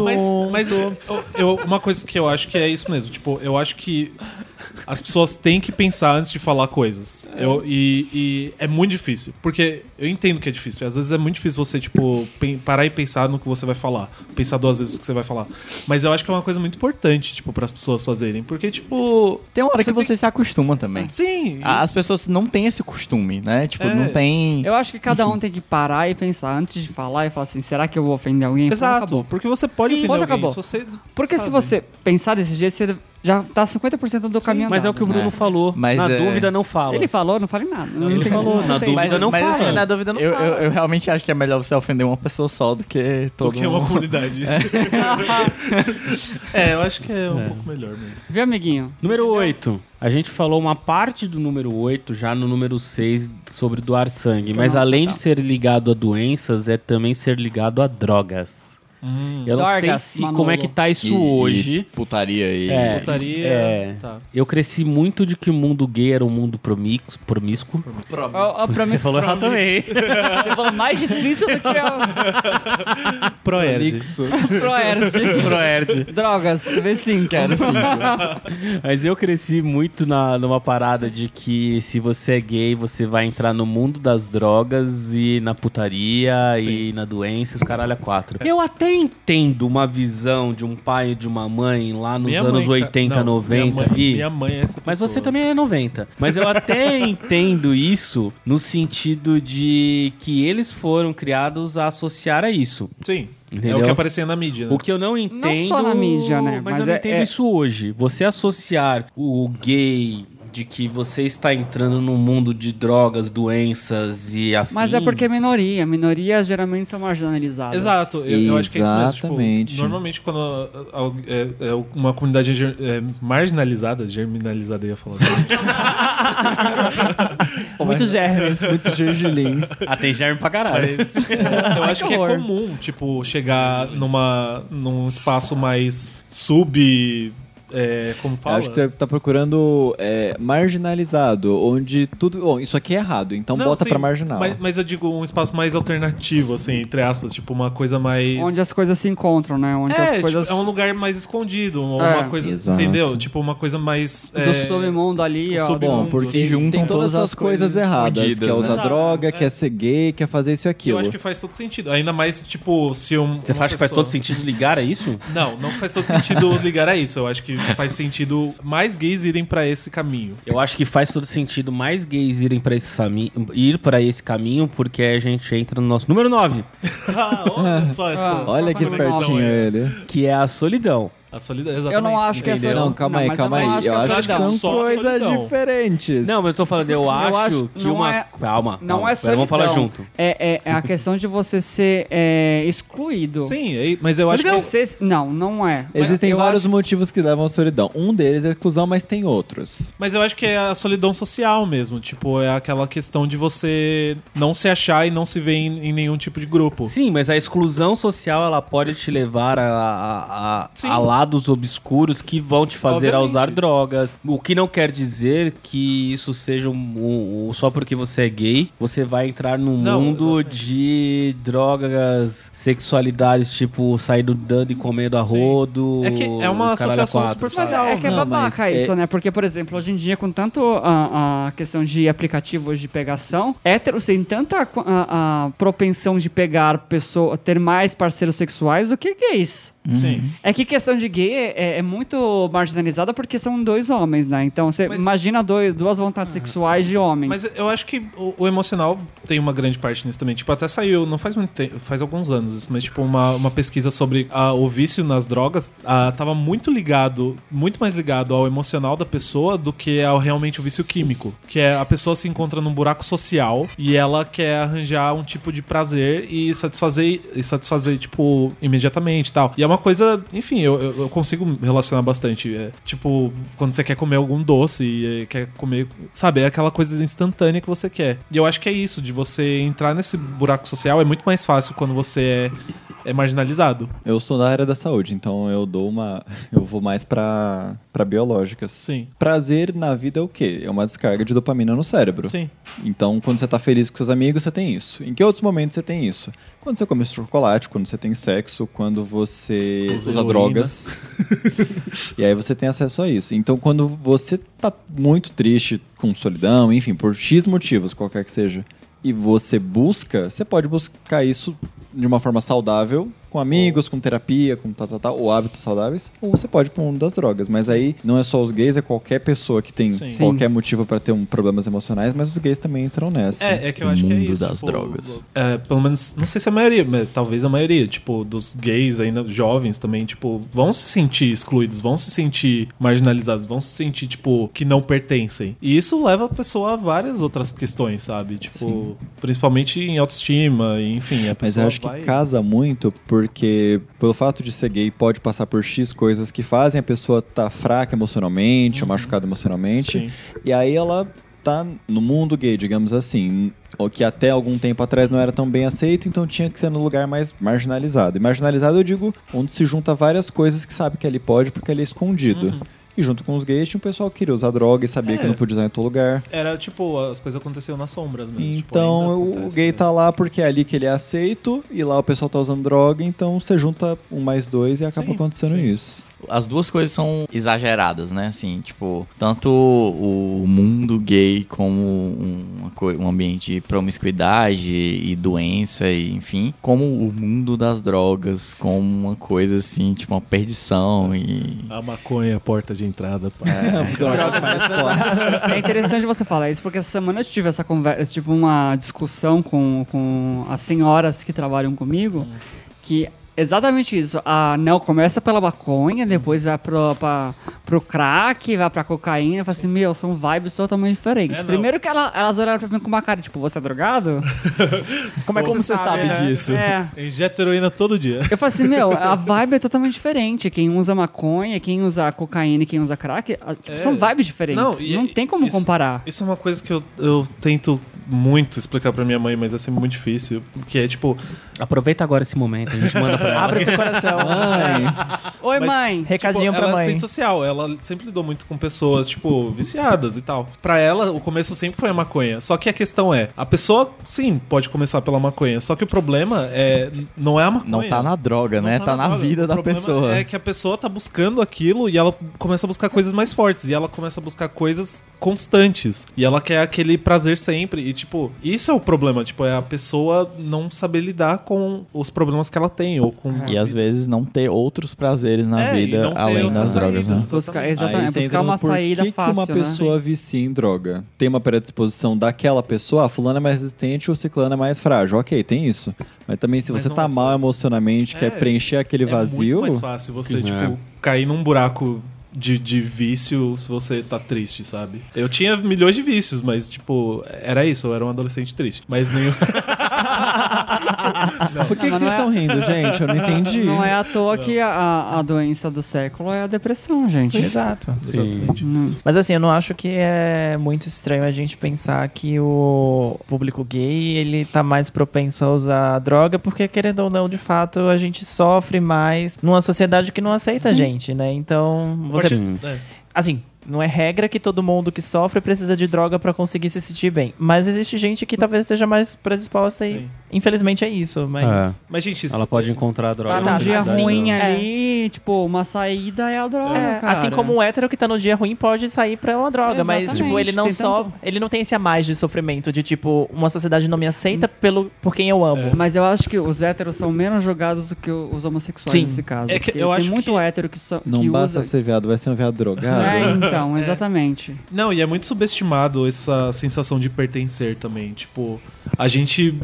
Speaker 2: É, Mas,
Speaker 5: um
Speaker 2: mas eu, eu- uma coisa que eu acho que é isso mesmo. Tipo, eu acho que as pessoas têm que pensar antes de falar coisas. Eu, e, e é muito difícil. Porque eu entendo que é difícil. Às vezes é muito difícil você, tipo, pen- parar e pensar no que você vai falar. Pensar duas vezes o que você vai falar. Mas eu acho que é uma coisa muito importante, tipo, pras pessoas fazerem. Porque, tipo.
Speaker 5: Tem uma hora
Speaker 2: Você
Speaker 5: que você
Speaker 2: tem-
Speaker 5: se acostuma também.
Speaker 2: Sim.
Speaker 4: Ah,
Speaker 5: A- As pessoas não têm esse costume, né? Tipo,
Speaker 2: É.
Speaker 5: não tem.
Speaker 4: Eu acho que cada um tem que parar e pensar antes de falar e falar assim, será que eu vou ofender alguém? Então,
Speaker 2: Exato,
Speaker 4: acabou.
Speaker 2: porque você pode
Speaker 4: Sim,
Speaker 2: ofender
Speaker 4: quando
Speaker 2: alguém,
Speaker 4: acabou.
Speaker 2: se você
Speaker 4: Porque se
Speaker 2: sabe.
Speaker 4: você pensar desse jeito, você já tá 50% do caminho
Speaker 3: Mas é o
Speaker 4: andado.
Speaker 3: que o Bruno
Speaker 5: É.
Speaker 3: falou.
Speaker 5: Mas
Speaker 3: Na
Speaker 5: é-
Speaker 3: dúvida não fala.
Speaker 4: Ele falou, não falei nada. Não
Speaker 3: Ele
Speaker 4: tem-
Speaker 3: falou,
Speaker 4: não
Speaker 3: na
Speaker 4: tem-
Speaker 3: dúvida não fala.
Speaker 5: assim,
Speaker 6: Na dúvida não
Speaker 5: eu, eu,
Speaker 6: fala.
Speaker 5: eu realmente acho que é melhor você ofender uma pessoa só do que todo
Speaker 2: Do que uma
Speaker 5: mundo.
Speaker 2: comunidade. é, eu acho que é um pouco melhor mesmo.
Speaker 4: Viu, amiguinho?
Speaker 3: Número 8. A gente falou uma parte do número 8 já no número 6 sobre doar sangue. mas
Speaker 4: não,
Speaker 3: além
Speaker 4: tá.
Speaker 3: de ser ligado a doenças, é também ser ligado a drogas. Eu não
Speaker 4: Hum, Drogas,
Speaker 3: sei se-
Speaker 4: Manolo.
Speaker 3: como é que tá isso
Speaker 5: E- e
Speaker 3: hoje.
Speaker 5: putaria e.
Speaker 3: É.
Speaker 2: Putaria.
Speaker 3: É.
Speaker 2: Tá.
Speaker 3: Eu cresci muito de que o mundo gay era um mundo promix- promíscuo.
Speaker 4: Ó, ó, pra mim,
Speaker 3: errado também.
Speaker 4: Você falou mais difícil do que o
Speaker 2: Proerd.
Speaker 4: Proerd.
Speaker 3: Proerd.
Speaker 4: Drogas, V5. Quero sim.
Speaker 3: Mas eu cresci muito na, numa parada de que se você é gay, você vai entrar no mundo das drogas e na putaria e na doença, os caralho a quatro. Eu até entendo uma visão de um pai e de uma mãe lá nos
Speaker 2: Minha
Speaker 3: anos
Speaker 2: mãe, cara.
Speaker 3: 80,
Speaker 2: Não,
Speaker 3: 90
Speaker 2: minha mãe,
Speaker 3: ali.
Speaker 2: Minha mãe é essa pessoa.
Speaker 3: Mas você também é 90. Mas eu até entendo isso no sentido de que eles foram criados a associar a isso.
Speaker 2: Sim.
Speaker 3: Entendeu?
Speaker 2: É o que aparecia na mídia. né?
Speaker 3: O que eu não entendo.
Speaker 4: na mídia, né?
Speaker 3: Mas,
Speaker 4: Mas
Speaker 3: eu não
Speaker 4: é-
Speaker 3: entendo
Speaker 4: é-
Speaker 3: isso hoje. Você associar o gay. de que você está entrando num mundo de drogas, doenças e afins.
Speaker 4: Mas é porque é minoria. Minorias geralmente são marginalizadas.
Speaker 2: Exato, eu, eu acho que é isso mesmo. tipo,
Speaker 8: Exatamente.
Speaker 2: normalmente, quando a- a- é, é uma comunidade ger- é, marginalizada, germinalizada, eu ia falar. né?
Speaker 6: Muitos germes.
Speaker 8: Muito gergelim.
Speaker 3: Ah, tem germe pra caralho.
Speaker 2: Mas eu acho que é
Speaker 4: horror.
Speaker 2: comum, tipo, chegar numa, num espaço mais sub. é, como
Speaker 8: Eu
Speaker 2: fala?
Speaker 8: Acho que você tá procurando é, marginalizado, onde tudo. Bom, isso aqui é errado, então
Speaker 2: Não,
Speaker 8: bota
Speaker 2: sim,
Speaker 8: pra marginal.
Speaker 2: Mas, mas eu digo um espaço mais alternativo, assim, entre aspas, tipo, uma coisa mais.
Speaker 4: Onde as coisas se encontram, né? Onde
Speaker 2: é,
Speaker 4: as coisas
Speaker 2: tipo, é um lugar mais escondido, uma,
Speaker 4: É.
Speaker 2: uma coisa,
Speaker 8: Exato.
Speaker 2: entendeu? Tipo, uma coisa mais...
Speaker 4: do
Speaker 2: é,
Speaker 4: submundo ali,
Speaker 2: do
Speaker 4: ó.
Speaker 2: submundo.
Speaker 8: Bom, porque
Speaker 5: Se juntam
Speaker 8: tem todas
Speaker 5: todas
Speaker 8: essas
Speaker 5: as
Speaker 8: coisas,
Speaker 5: coisas
Speaker 8: erradas.
Speaker 5: escondidas,
Speaker 8: Quer usar
Speaker 2: né?
Speaker 8: droga,
Speaker 2: É.
Speaker 8: quer ser gay, quer fazer isso e
Speaker 2: Eu
Speaker 8: aquilo.
Speaker 2: acho que faz todo sentido. Ainda mais, tipo, se um.
Speaker 3: Você acha
Speaker 2: uma
Speaker 3: que faz
Speaker 2: pessoa-
Speaker 3: todo sentido ligar a isso?
Speaker 2: Não, não faz todo sentido ligar a isso. Eu acho que faz sentido mais gays irem pra esse caminho.
Speaker 3: Eu acho que faz todo sentido mais gays irem para esse, sami- ir pra esse caminho, porque a gente entra no nosso número 9,
Speaker 2: Ah, olha só essa.
Speaker 4: Ah.
Speaker 8: Olha que
Speaker 2: essa conexão
Speaker 8: espertinho
Speaker 2: aí.
Speaker 8: ele.
Speaker 3: que é a solidão.
Speaker 2: A solidão, exatamente.
Speaker 4: Eu não acho que é
Speaker 2: entendeu?
Speaker 4: solidão.
Speaker 8: Não, calma aí,
Speaker 4: mas
Speaker 8: calma
Speaker 4: eu não
Speaker 8: aí. Eu
Speaker 4: é
Speaker 8: acho que
Speaker 4: solidão.
Speaker 8: são
Speaker 2: Só
Speaker 8: coisas
Speaker 2: solidão.
Speaker 8: diferentes.
Speaker 3: Não, mas eu tô falando, eu acho,
Speaker 4: acho-
Speaker 3: que
Speaker 4: não
Speaker 3: uma.
Speaker 4: é-
Speaker 3: Calma,
Speaker 4: Não
Speaker 3: calma,
Speaker 4: é
Speaker 3: pera,
Speaker 4: solidão.
Speaker 3: Vamos falar junto.
Speaker 4: É, é- é a questão de você ser é, excluído.
Speaker 2: Sim, é- mas eu acho que.
Speaker 4: Você- Não, não é.
Speaker 8: Existem
Speaker 4: Eu
Speaker 8: vários
Speaker 4: acho-
Speaker 8: motivos que levam à solidão. Um deles é a exclusão, mas tem outros.
Speaker 2: Mas eu acho que é a solidão social mesmo. Tipo, é aquela questão de você não se achar e não se ver em, em nenhum tipo de grupo.
Speaker 3: Sim, mas a exclusão social ela pode te levar a, a- a-
Speaker 2: Sim.
Speaker 3: a lados obscuros que vão te fazer a
Speaker 2: Obviamente.
Speaker 3: usar drogas. O que não quer dizer que isso seja um, um- um- só porque você é gay, você vai entrar num
Speaker 2: Não,
Speaker 3: mundo
Speaker 2: exatamente.
Speaker 3: de drogas, sexualidades, tipo sair do dando e comendo a
Speaker 2: Sim.
Speaker 3: rodo.
Speaker 2: É que é uma
Speaker 3: os caralho a
Speaker 2: associação
Speaker 3: quatro,
Speaker 4: Mas
Speaker 2: superficial.
Speaker 4: é, é que é
Speaker 8: Não,
Speaker 4: babaca
Speaker 8: mas
Speaker 4: isso,
Speaker 8: é-
Speaker 4: né? Porque, por exemplo, hoje em dia, com tanto a, a questão de aplicativos de pegação, héteros têm tanta co- a, a propensão de pegar pessoa, ter mais parceiros sexuais do que gays.
Speaker 2: Sim.
Speaker 4: É que questão de gay é, é muito marginalizada porque são dois homens, né? Então você
Speaker 2: Mas-
Speaker 4: imagina dois, duas vontades sexuais de homens.
Speaker 2: Mas eu acho que o, o emocional tem uma grande parte nisso também. Tipo, até saiu, não faz muito tempo, faz alguns anos isso, mas tipo, uma, uma pesquisa sobre ah, o vício nas drogas ah, tava muito ligado, muito mais ligado ao emocional da pessoa do que ao realmente o vício químico. Que é a pessoa se encontra num buraco social e ela quer arranjar um tipo de prazer e satisfazer, e satisfazer tipo, imediatamente e tal. E é uma coisa, enfim, eu, eu- eu consigo relacionar bastante. É, tipo, quando você quer comer algum doce e é, quer comer, sabe, é aquela coisa instantânea que você quer. E eu acho que é isso, de você entrar nesse buraco social é muito mais fácil quando você é, é marginalizado.
Speaker 8: Eu sou da área da saúde, então eu dou uma. Eu vou mais pra, pra biológicas.
Speaker 2: Sim.
Speaker 8: Prazer na vida é o quê? É uma descarga de dopamina no cérebro.
Speaker 2: Sim.
Speaker 8: Então, quando você tá feliz com seus amigos, você tem isso. Em que outros momentos você tem isso? Quando você come chocolate, quando você tem sexo, quando você
Speaker 2: Usa
Speaker 8: usa,
Speaker 2: heroína.
Speaker 8: drogas. e aí você tem acesso a isso. Então, quando você tá muito triste com solidão, enfim, por X motivos, qualquer que seja, e você busca, você pode buscar isso de uma forma saudável, com amigos, com terapia, com tal, tal, tal, ou hábitos saudáveis, ou você pode ir pro mundo das drogas. Mas aí não é só os gays, é qualquer pessoa que tem
Speaker 2: Sim.
Speaker 8: qualquer motivo pra ter um problemas emocionais, mas os gays também entram nessa.
Speaker 2: É, é que eu acho que é
Speaker 5: Mundo
Speaker 2: isso.
Speaker 5: das drogas.
Speaker 2: é, pelo menos, não sei se a maioria, mas talvez a maioria, tipo, dos gays ainda jovens também, tipo, vão se sentir excluídos, vão se sentir marginalizados, vão se sentir, tipo, que não pertencem. E isso leva a pessoa a várias outras questões, sabe? Tipo, principalmente em autoestima, e, enfim, a pessoa
Speaker 8: Mas eu acho que
Speaker 2: vai...
Speaker 8: casa muito porque, pelo fato de ser gay, pode passar por X coisas que fazem a pessoa tá fraca emocionalmente, ou machucada emocionalmente.
Speaker 2: Uhum. Sim.
Speaker 8: E aí ela tá no mundo gay, digamos assim. O que até algum tempo atrás não era tão bem aceito, então tinha que ser no lugar mais marginalizado. E marginalizado eu digo onde se junta várias coisas que sabe que ali pode porque ali é escondido. E junto com os gays tinha um pessoal que queria usar droga e sabia
Speaker 2: Uhum. É.
Speaker 8: que não podia usar em outro lugar.
Speaker 2: Era, tipo, as coisas aconteceram nas sombras mesmo. tipo, ainda
Speaker 8: Então o
Speaker 2: acontece,
Speaker 8: gay
Speaker 2: né?
Speaker 8: tá lá porque é ali que ele é aceito e lá o pessoal tá usando droga, então você junta um mais dois e acaba
Speaker 2: Sim,
Speaker 8: acontecendo
Speaker 2: sim.
Speaker 8: isso.
Speaker 5: As duas coisas são exageradas, né? Assim, tipo, tanto o mundo gay como uma coi- um ambiente de promiscuidade e doença, e, enfim, como o mundo das drogas, como uma coisa assim, tipo, uma perdição e.
Speaker 2: A maconha é a porta de entrada, pá.
Speaker 8: É. Drogas mais fortes.
Speaker 4: É interessante você falar isso, porque essa semana eu tive essa conversa, eu tive uma discussão com, com as senhoras que trabalham comigo, que exatamente isso. A Nel começa pela maconha, depois vai pro, pra, pro crack, vai pra cocaína. Eu falo assim, meu, são vibes totalmente diferentes.
Speaker 2: É, não.
Speaker 4: Primeiro que ela- elas olharam pra mim com uma cara, tipo, você é drogado?
Speaker 5: Como é que você sabe
Speaker 4: né?
Speaker 5: disso?
Speaker 4: É.
Speaker 2: Injeta heroína todo dia.
Speaker 4: Eu falo assim, meu, a vibe é totalmente diferente. Quem usa maconha, quem usa cocaína e quem usa crack, a- tipo,
Speaker 2: É.
Speaker 4: são vibes diferentes. Não,
Speaker 2: e-
Speaker 4: tem como
Speaker 2: isso-
Speaker 4: comparar.
Speaker 2: Isso é uma coisa que eu, eu tento muito explicar pra minha mãe, mas é sempre muito difícil. Porque é tipo,
Speaker 6: Um
Speaker 3: Aproveita agora esse momento, a gente manda pra ela.
Speaker 6: Abra seu coração.
Speaker 4: Oi,
Speaker 2: mas-
Speaker 4: mãe.
Speaker 6: Recadinho
Speaker 2: tipo,
Speaker 6: pra
Speaker 2: ela é
Speaker 6: mãe.
Speaker 2: assistente social, ela sempre lidou muito com pessoas, tipo, viciadas e tal. Pra ela, o começo sempre foi a maconha. Só que a questão é, a pessoa, sim, pode começar pela maconha. Só que o problema é, não é a maconha.
Speaker 5: Não tá na droga,
Speaker 2: Não
Speaker 5: né? Tá, na
Speaker 2: droga.
Speaker 5: vida
Speaker 2: O
Speaker 5: da
Speaker 2: problema
Speaker 5: pessoa.
Speaker 2: É que a pessoa tá buscando aquilo e ela começa a buscar coisas mais fortes. E ela começa a buscar coisas constantes. E ela quer aquele prazer sempre. E, tipo, isso é o problema. Tipo, é a pessoa não saber lidar com os problemas que ela tem. Ou com.
Speaker 5: E às vezes não ter outros prazeres
Speaker 2: É,
Speaker 5: na
Speaker 2: e não
Speaker 5: vida
Speaker 2: ter
Speaker 5: além
Speaker 2: outras
Speaker 5: das drogas, né?
Speaker 2: saídas.
Speaker 4: Buscar,
Speaker 2: Aí
Speaker 8: Aí
Speaker 4: exatamente,
Speaker 8: você
Speaker 4: buscar
Speaker 8: entra no
Speaker 4: uma
Speaker 8: por
Speaker 4: saída
Speaker 8: que
Speaker 4: fácil, né?
Speaker 8: que uma pessoa vicia em droga? Tem uma predisposição daquela pessoa? Ah, fulano é mais resistente ou ciclano é mais frágil. Ok, tem isso. Mas também se
Speaker 2: Mas
Speaker 8: você
Speaker 2: não
Speaker 8: tá
Speaker 2: é só
Speaker 8: mal
Speaker 2: isso.
Speaker 8: emocionamente,
Speaker 2: É,
Speaker 8: quer preencher aquele vazio...
Speaker 2: É muito mais fácil você,
Speaker 5: né?
Speaker 3: É.
Speaker 2: tipo, cair num buraco de, de vício se você tá triste, sabe? Eu tinha milhões de vícios, mas, tipo, era isso. Eu era um adolescente triste. Mas nenhum.
Speaker 4: Não,
Speaker 8: Por que, que
Speaker 4: mas
Speaker 8: vocês
Speaker 4: não
Speaker 8: estão rindo, gente? Eu não entendi.
Speaker 4: Não é à toa que a- a, a doença do século é a depressão, gente.
Speaker 6: Exato.
Speaker 2: Exatamente.
Speaker 6: Mas assim, eu não acho que é muito estranho a gente pensar que o público gay, ele tá mais propenso a usar droga, porque querendo ou não, de fato, a gente sofre mais numa sociedade que não aceita a gente, né? Então, você
Speaker 2: É.
Speaker 6: assim, não é regra que todo mundo que sofre precisa de droga pra conseguir se sentir bem, mas existe gente que talvez esteja mais predisposta e
Speaker 2: Sim.
Speaker 6: infelizmente é isso, mas
Speaker 2: Mas, gente, isso-
Speaker 3: Ela pode encontrar a droga.
Speaker 4: Tá
Speaker 3: na
Speaker 4: num
Speaker 6: Exato.
Speaker 4: dia
Speaker 3: felicidade
Speaker 4: ruim
Speaker 3: dela.
Speaker 6: É.
Speaker 4: ali, tipo, uma saída é a droga,
Speaker 6: É,
Speaker 4: cara.
Speaker 6: assim como um hétero que tá no dia ruim pode sair pra uma droga, mas
Speaker 4: Exatamente,
Speaker 6: tipo, ele não
Speaker 4: tem
Speaker 6: só,
Speaker 4: tanto-
Speaker 6: ele não tem esse a mais de sofrimento de tipo, uma sociedade não me aceita
Speaker 4: Hum.
Speaker 6: pelo por quem eu
Speaker 8: É.
Speaker 6: amo.
Speaker 4: Mas eu acho que os héteros são menos jogados do que os homossexuais
Speaker 6: Sim.
Speaker 4: nesse caso.
Speaker 2: É que
Speaker 4: porque
Speaker 2: eu
Speaker 4: tem
Speaker 2: acho
Speaker 4: muito
Speaker 2: que-
Speaker 4: hétero que, só,
Speaker 8: Não
Speaker 4: que
Speaker 8: basta
Speaker 4: usa...
Speaker 8: ser né? viado, vai ser um viado drogado.
Speaker 4: É, então, exatamente.
Speaker 2: Não, e é muito subestimado essa sensação de pertencer também. Tipo, a gente.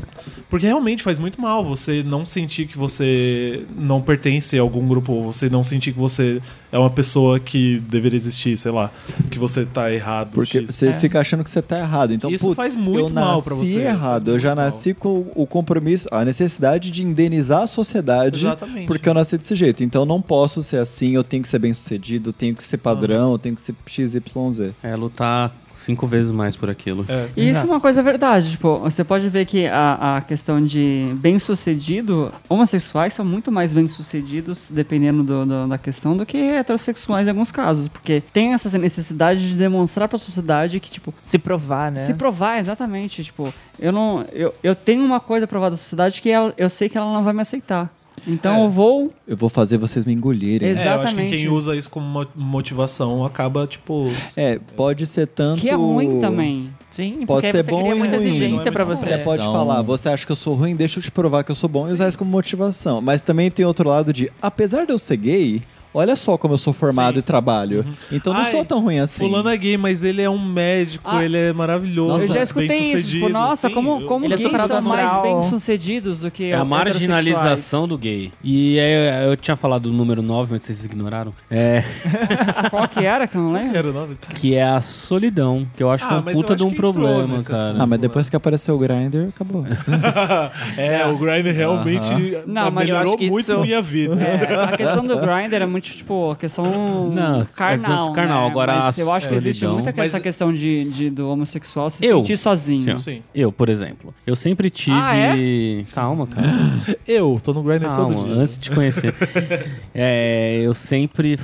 Speaker 2: Porque realmente faz muito mal você não sentir que você não pertence a algum grupo, ou você não sentir que você é uma pessoa que deveria existir, sei lá, que você tá errado.
Speaker 8: Porque
Speaker 2: X.
Speaker 4: É,
Speaker 8: você fica achando que você tá errado. Então,
Speaker 2: É. Isso
Speaker 8: putz,
Speaker 2: faz muito
Speaker 8: eu
Speaker 2: mal
Speaker 8: nasci
Speaker 2: pra você. Faz
Speaker 8: errado. Eu
Speaker 2: muito
Speaker 8: já
Speaker 2: mal.
Speaker 8: nasci com o compromisso, a necessidade de indenizar a sociedade
Speaker 2: Exatamente.
Speaker 8: porque eu nasci desse jeito. Então, não posso ser assim, eu tenho que ser bem sucedido, eu tenho que ser padrão, eu tenho que ser XYZ.
Speaker 3: É lutar cinco vezes mais por aquilo.
Speaker 2: É.
Speaker 4: E isso é uma coisa verdade, tipo, você pode ver que a, a questão de bem-sucedido, homossexuais são muito mais bem-sucedidos, dependendo do- do- da questão, do que heterossexuais em alguns casos, porque tem essa necessidade de demonstrar pra sociedade que, tipo,
Speaker 6: Se provar, né?
Speaker 4: se provar exatamente, tipo, eu não, eu, eu tenho uma coisa provada da sociedade que ela- eu sei que ela não vai me aceitar, então eu vou,
Speaker 8: Eu vou fazer vocês me né? engolirem.
Speaker 4: Exato.
Speaker 2: É, eu acho que
Speaker 4: Exatamente.
Speaker 2: quem usa isso como mo- motivação acaba, tipo. s-
Speaker 8: É, pode ser tanto.
Speaker 4: que é ruim também.
Speaker 8: Pode
Speaker 6: Sim, porque
Speaker 8: ser
Speaker 6: você
Speaker 8: bom
Speaker 6: cria
Speaker 8: e
Speaker 6: muita
Speaker 8: ruim,
Speaker 6: exigência
Speaker 2: não é
Speaker 6: pra
Speaker 2: muito
Speaker 6: você.
Speaker 8: Você pode falar, você acha que eu sou ruim, deixa eu te provar que eu sou bom e usar isso como motivação. Mas também tem outro lado de, apesar de eu ser gay, olha só como eu sou formado
Speaker 2: Sim.
Speaker 8: e trabalho. Então não
Speaker 2: Ai,
Speaker 8: sou tão ruim assim.
Speaker 2: Fulano é gay, mas ele é um médico,
Speaker 4: Ah,
Speaker 2: ele é maravilhoso.
Speaker 8: eu já
Speaker 2: bem
Speaker 4: escutei isso, tipo,
Speaker 2: sucedido.
Speaker 4: nossa,
Speaker 2: Sim,
Speaker 4: como,
Speaker 2: eu-
Speaker 4: como
Speaker 6: Ele é
Speaker 4: gays são mais
Speaker 6: supernatural.
Speaker 4: bem-sucedidos do que
Speaker 3: É a marginalização
Speaker 4: heterossexuais?
Speaker 3: do gay. E é, eu tinha falado do número 9, mas vocês ignoraram. É,
Speaker 4: Qual que era que eu não lembro?
Speaker 2: Era o nome?
Speaker 3: que é a solidão, que eu acho
Speaker 2: Ah,
Speaker 3: que é um
Speaker 2: mas eu
Speaker 3: puta de
Speaker 2: acho
Speaker 3: um
Speaker 2: que entrou
Speaker 3: problema,
Speaker 2: nesse
Speaker 3: cara.
Speaker 8: Ah, mas depois que apareceu o Grindr, acabou.
Speaker 2: É, o Grindr realmente é,
Speaker 4: Não, mas eu
Speaker 2: melhorou
Speaker 6: acho que
Speaker 2: muito
Speaker 6: isso-
Speaker 2: minha vida.
Speaker 4: É, a questão do grinder é muito, tipo, a questão
Speaker 3: Não, é
Speaker 4: carnal.
Speaker 3: questão carnal.
Speaker 4: né?
Speaker 3: Agora,
Speaker 4: Mas
Speaker 3: a
Speaker 4: eu acho que existe
Speaker 3: solidão-
Speaker 4: muita que- essa
Speaker 2: Mas-
Speaker 4: questão de, de- do homossexual se
Speaker 3: Eu?
Speaker 4: sentir sozinho.
Speaker 3: Sim,
Speaker 2: Sim.
Speaker 3: Eu, por exemplo, eu sempre tive.
Speaker 4: Ah,
Speaker 2: é?
Speaker 3: Calma, cara.
Speaker 2: Eu tô no Grindr
Speaker 3: Calma,
Speaker 2: todo dia.
Speaker 3: antes de te conhecer. É, eu sempre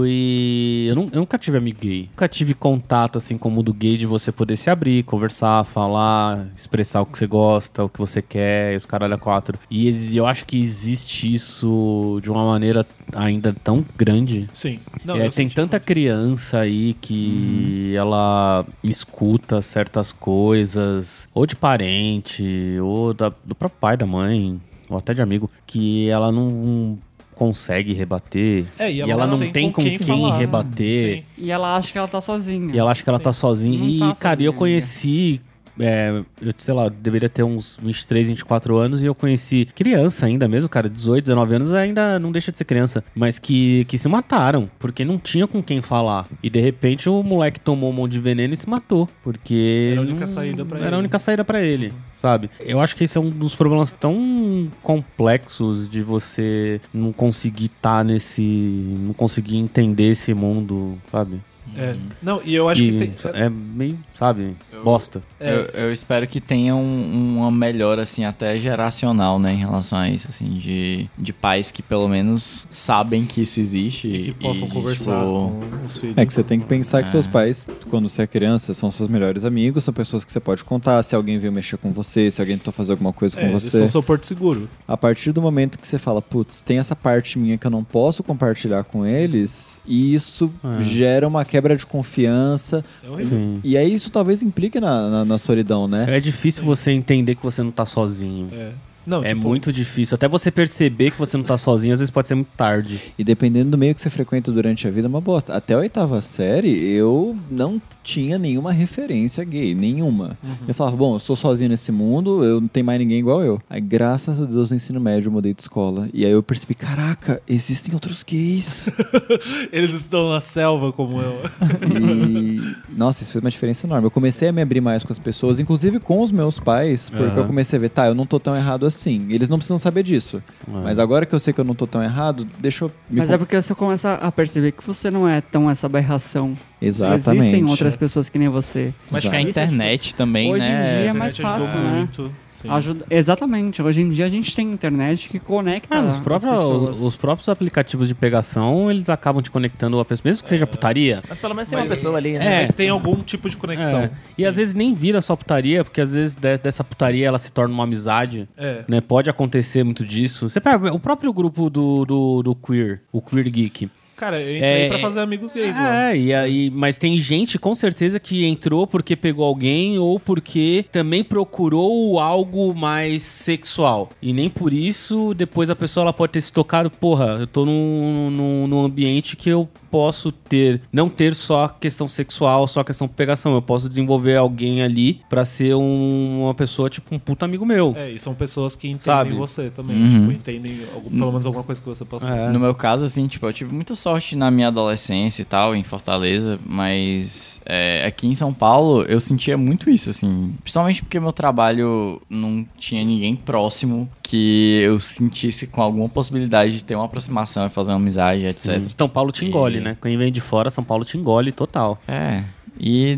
Speaker 3: fui. Eu, nun- eu nunca tive amigo gay. Nunca tive contato assim com o mundo gay de você poder se abrir, conversar, falar, expressar o que você gosta, o que você quer, e os caralho a quatro. E ex- eu acho que existe isso de uma maneira ainda tão grande
Speaker 2: Sim. Não,
Speaker 3: é,
Speaker 2: eu
Speaker 3: tem
Speaker 2: senti
Speaker 3: tanta
Speaker 2: muito.
Speaker 3: criança aí que ela escuta certas coisas, ou de parente, ou da- do próprio pai, da mãe, ou até de amigo, que ela não consegue rebater.
Speaker 2: É,
Speaker 3: E ela, não tem, com quem,
Speaker 2: falar.
Speaker 3: rebater.
Speaker 2: Sim.
Speaker 4: E ela acha que ela tá sozinha.
Speaker 3: E ela acha que ela tá sozinha.
Speaker 4: Não
Speaker 3: e,
Speaker 4: tá
Speaker 3: cara, eu
Speaker 4: sozinha,
Speaker 3: conheci é, eu, sei lá, eu deveria ter uns 23, 24 anos e eu conheci criança ainda mesmo, cara, 18, 19 anos ainda não deixa de ser criança, mas que, que se mataram, porque não tinha com quem falar. E de repente o moleque tomou um monte de veneno e se matou, porque.
Speaker 2: Era a única
Speaker 3: não-
Speaker 2: saída pra
Speaker 3: Era
Speaker 2: ele. Uhum.
Speaker 3: a única saída pra ele, sabe? Eu acho que esse é um dos problemas tão complexos de você não conseguir estar nesse. não conseguir entender esse mundo, sabe?
Speaker 2: É. Não, e eu acho
Speaker 3: E
Speaker 2: que tem.
Speaker 3: É meio, sabe? Bosta.
Speaker 2: É.
Speaker 5: Eu, eu espero que tenha um- uma melhora, assim, até geracional, né, em relação a isso, assim, de, de pais que pelo menos sabem que isso existe.
Speaker 2: E que possam
Speaker 5: e,
Speaker 2: conversar
Speaker 5: tipo,
Speaker 2: com os filhos.
Speaker 8: É que você tem que pensar que seus pais, quando você é criança, são seus melhores amigos, são pessoas que você pode contar, se alguém veio mexer com você, se alguém tentou fazer alguma coisa
Speaker 3: tá
Speaker 2: É,
Speaker 8: com
Speaker 2: eles
Speaker 8: você.
Speaker 2: são seu porto seguro.
Speaker 8: A partir do momento que você fala, putz, tem essa parte minha que eu não posso compartilhar com eles, e isso
Speaker 3: É.
Speaker 8: gera uma quebra de confiança.
Speaker 2: É horrível.
Speaker 3: Sim.
Speaker 8: E aí isso talvez implique na, na, na solidão, né?
Speaker 3: É difícil você entender que você não tá sozinho.
Speaker 2: É. Não,
Speaker 3: É
Speaker 2: tipo,
Speaker 3: muito difícil. Até você perceber que você não tá sozinho, às vezes pode ser muito tarde.
Speaker 8: E dependendo do meio que você frequenta durante a vida, é uma bosta. Até a oitava série, eu não tinha nenhuma referência gay, nenhuma.
Speaker 3: Uhum.
Speaker 8: Eu falava, bom, eu sou sozinho nesse mundo, eu não tem mais ninguém igual eu. Aí, graças a Deus, no ensino médio, eu mudei de escola. E aí eu percebi, caraca, existem outros gays.
Speaker 2: Eles estão na selva como eu.
Speaker 3: É.
Speaker 8: E, nossa, isso fez uma diferença enorme. Eu comecei a me abrir mais com as pessoas, inclusive com os meus pais, porque
Speaker 3: Aham.
Speaker 8: eu comecei a ver, tá, eu não tô tão errado assim. Eles não precisam saber disso.
Speaker 5: Ah.
Speaker 8: Mas
Speaker 3: É.
Speaker 8: agora que eu sei que eu não tô tão errado, deixa eu me
Speaker 4: Mas
Speaker 8: com-
Speaker 4: é porque você começa a perceber que você não é tão essa aberração.
Speaker 8: Exatamente.
Speaker 4: Existem outras pessoas que nem você.
Speaker 5: Mas acho que a
Speaker 4: Exato.
Speaker 5: internet também,
Speaker 4: Hoje em
Speaker 5: né?
Speaker 4: dia é
Speaker 2: A
Speaker 4: mais
Speaker 2: internet ajudou
Speaker 4: fácil, né?
Speaker 2: muito. Sim.
Speaker 4: Ajuda... Exatamente. Hoje em dia a gente tem internet que conecta
Speaker 3: Ah, os,
Speaker 4: as
Speaker 3: próprios,
Speaker 4: pessoas.
Speaker 3: os, os próprios aplicativos de pegação, eles acabam te conectando a pessoa, mesmo que
Speaker 2: É.
Speaker 3: seja putaria.
Speaker 6: Mas pelo menos tem uma
Speaker 2: Mas-
Speaker 6: pessoa ali, né?
Speaker 3: É.
Speaker 2: Mas tem algum tipo de conexão.
Speaker 3: É. E às vezes nem vira só putaria, porque às vezes de- dessa putaria ela se torna uma amizade.
Speaker 2: É.
Speaker 3: né? Pode acontecer muito disso. Você pega o próprio grupo do, do, do queer, o queer geek.
Speaker 2: Cara, eu entrei
Speaker 3: É,
Speaker 2: pra
Speaker 3: é-
Speaker 2: fazer amigos gays lá.
Speaker 3: É, e aí, mas tem gente com certeza que entrou porque pegou alguém ou porque também procurou algo mais sexual. E nem por isso depois a pessoa ela pode ter se tocado, porra, eu tô num, num, num ambiente que eu posso ter, não ter só a questão sexual, só a questão pegação. Eu posso desenvolver alguém ali pra ser um- uma pessoa, tipo, um puta amigo meu.
Speaker 2: É, e são pessoas que entendem
Speaker 3: Sabe?
Speaker 2: você também.
Speaker 5: Uhum.
Speaker 2: Tipo, entendem algum- pelo menos alguma coisa que você passou.
Speaker 3: É.
Speaker 5: No meu caso, assim, tipo, eu tive muita sorte na minha adolescência e tal, em Fortaleza, mas é, aqui em São Paulo eu sentia muito isso, assim. Principalmente porque meu trabalho não tinha ninguém próximo que eu sentisse com alguma possibilidade de ter uma aproximação e fazer uma amizade, etc.
Speaker 3: São Paulo te engole,
Speaker 5: E-
Speaker 3: né? Quem vem de fora, São Paulo te engole total.
Speaker 5: É. E,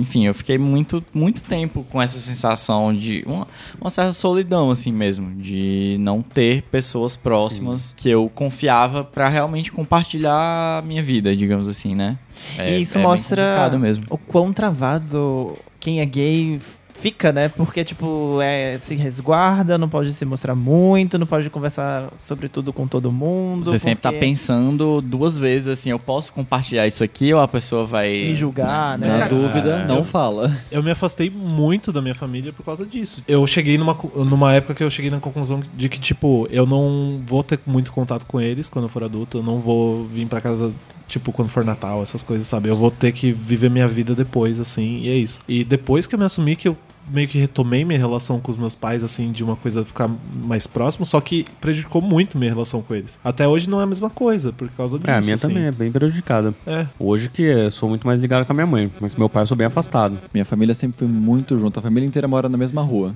Speaker 5: enfim, eu fiquei muito, muito tempo com essa sensação de uma, uma certa solidão, assim mesmo, de não ter pessoas próximas que eu confiava pra realmente compartilhar a minha vida, digamos assim, né?
Speaker 6: E isso
Speaker 5: bem
Speaker 6: mostra-
Speaker 5: complicado mesmo.
Speaker 6: O quão travado quem é gay fica, né? Porque, tipo, é, se resguarda, não pode se mostrar muito, não pode conversar sobre tudo com todo mundo.
Speaker 5: Você sempre tá
Speaker 6: porque-
Speaker 5: pensando duas vezes, assim, eu posso compartilhar isso aqui ou a pessoa vai...
Speaker 6: Me julgar, né?
Speaker 8: Na
Speaker 5: Mas, cara,
Speaker 8: dúvida,
Speaker 5: é.
Speaker 8: não fala.
Speaker 2: Eu me afastei muito da minha família por causa disso. Eu cheguei numa, co- numa época que eu cheguei na conclusão de que, tipo, eu não vou ter muito contato com eles quando eu for adulto, eu não vou vir pra casa. Tipo, quando for Natal, essas coisas, sabe? Eu vou ter que viver minha vida depois, assim, e é isso. E depois que eu me assumi, que eu meio que retomei minha relação com os meus pais, assim, de uma coisa ficar mais próximo, só que prejudicou muito minha relação com eles. Até hoje não é a mesma coisa, por causa disso.
Speaker 3: É, a minha
Speaker 2: assim.
Speaker 3: também é bem prejudicada.
Speaker 2: É.
Speaker 3: Hoje que eu sou muito mais ligado com a minha mãe, mas meu pai eu sou bem afastado.
Speaker 8: Minha família sempre foi muito junto, a família inteira mora na mesma rua.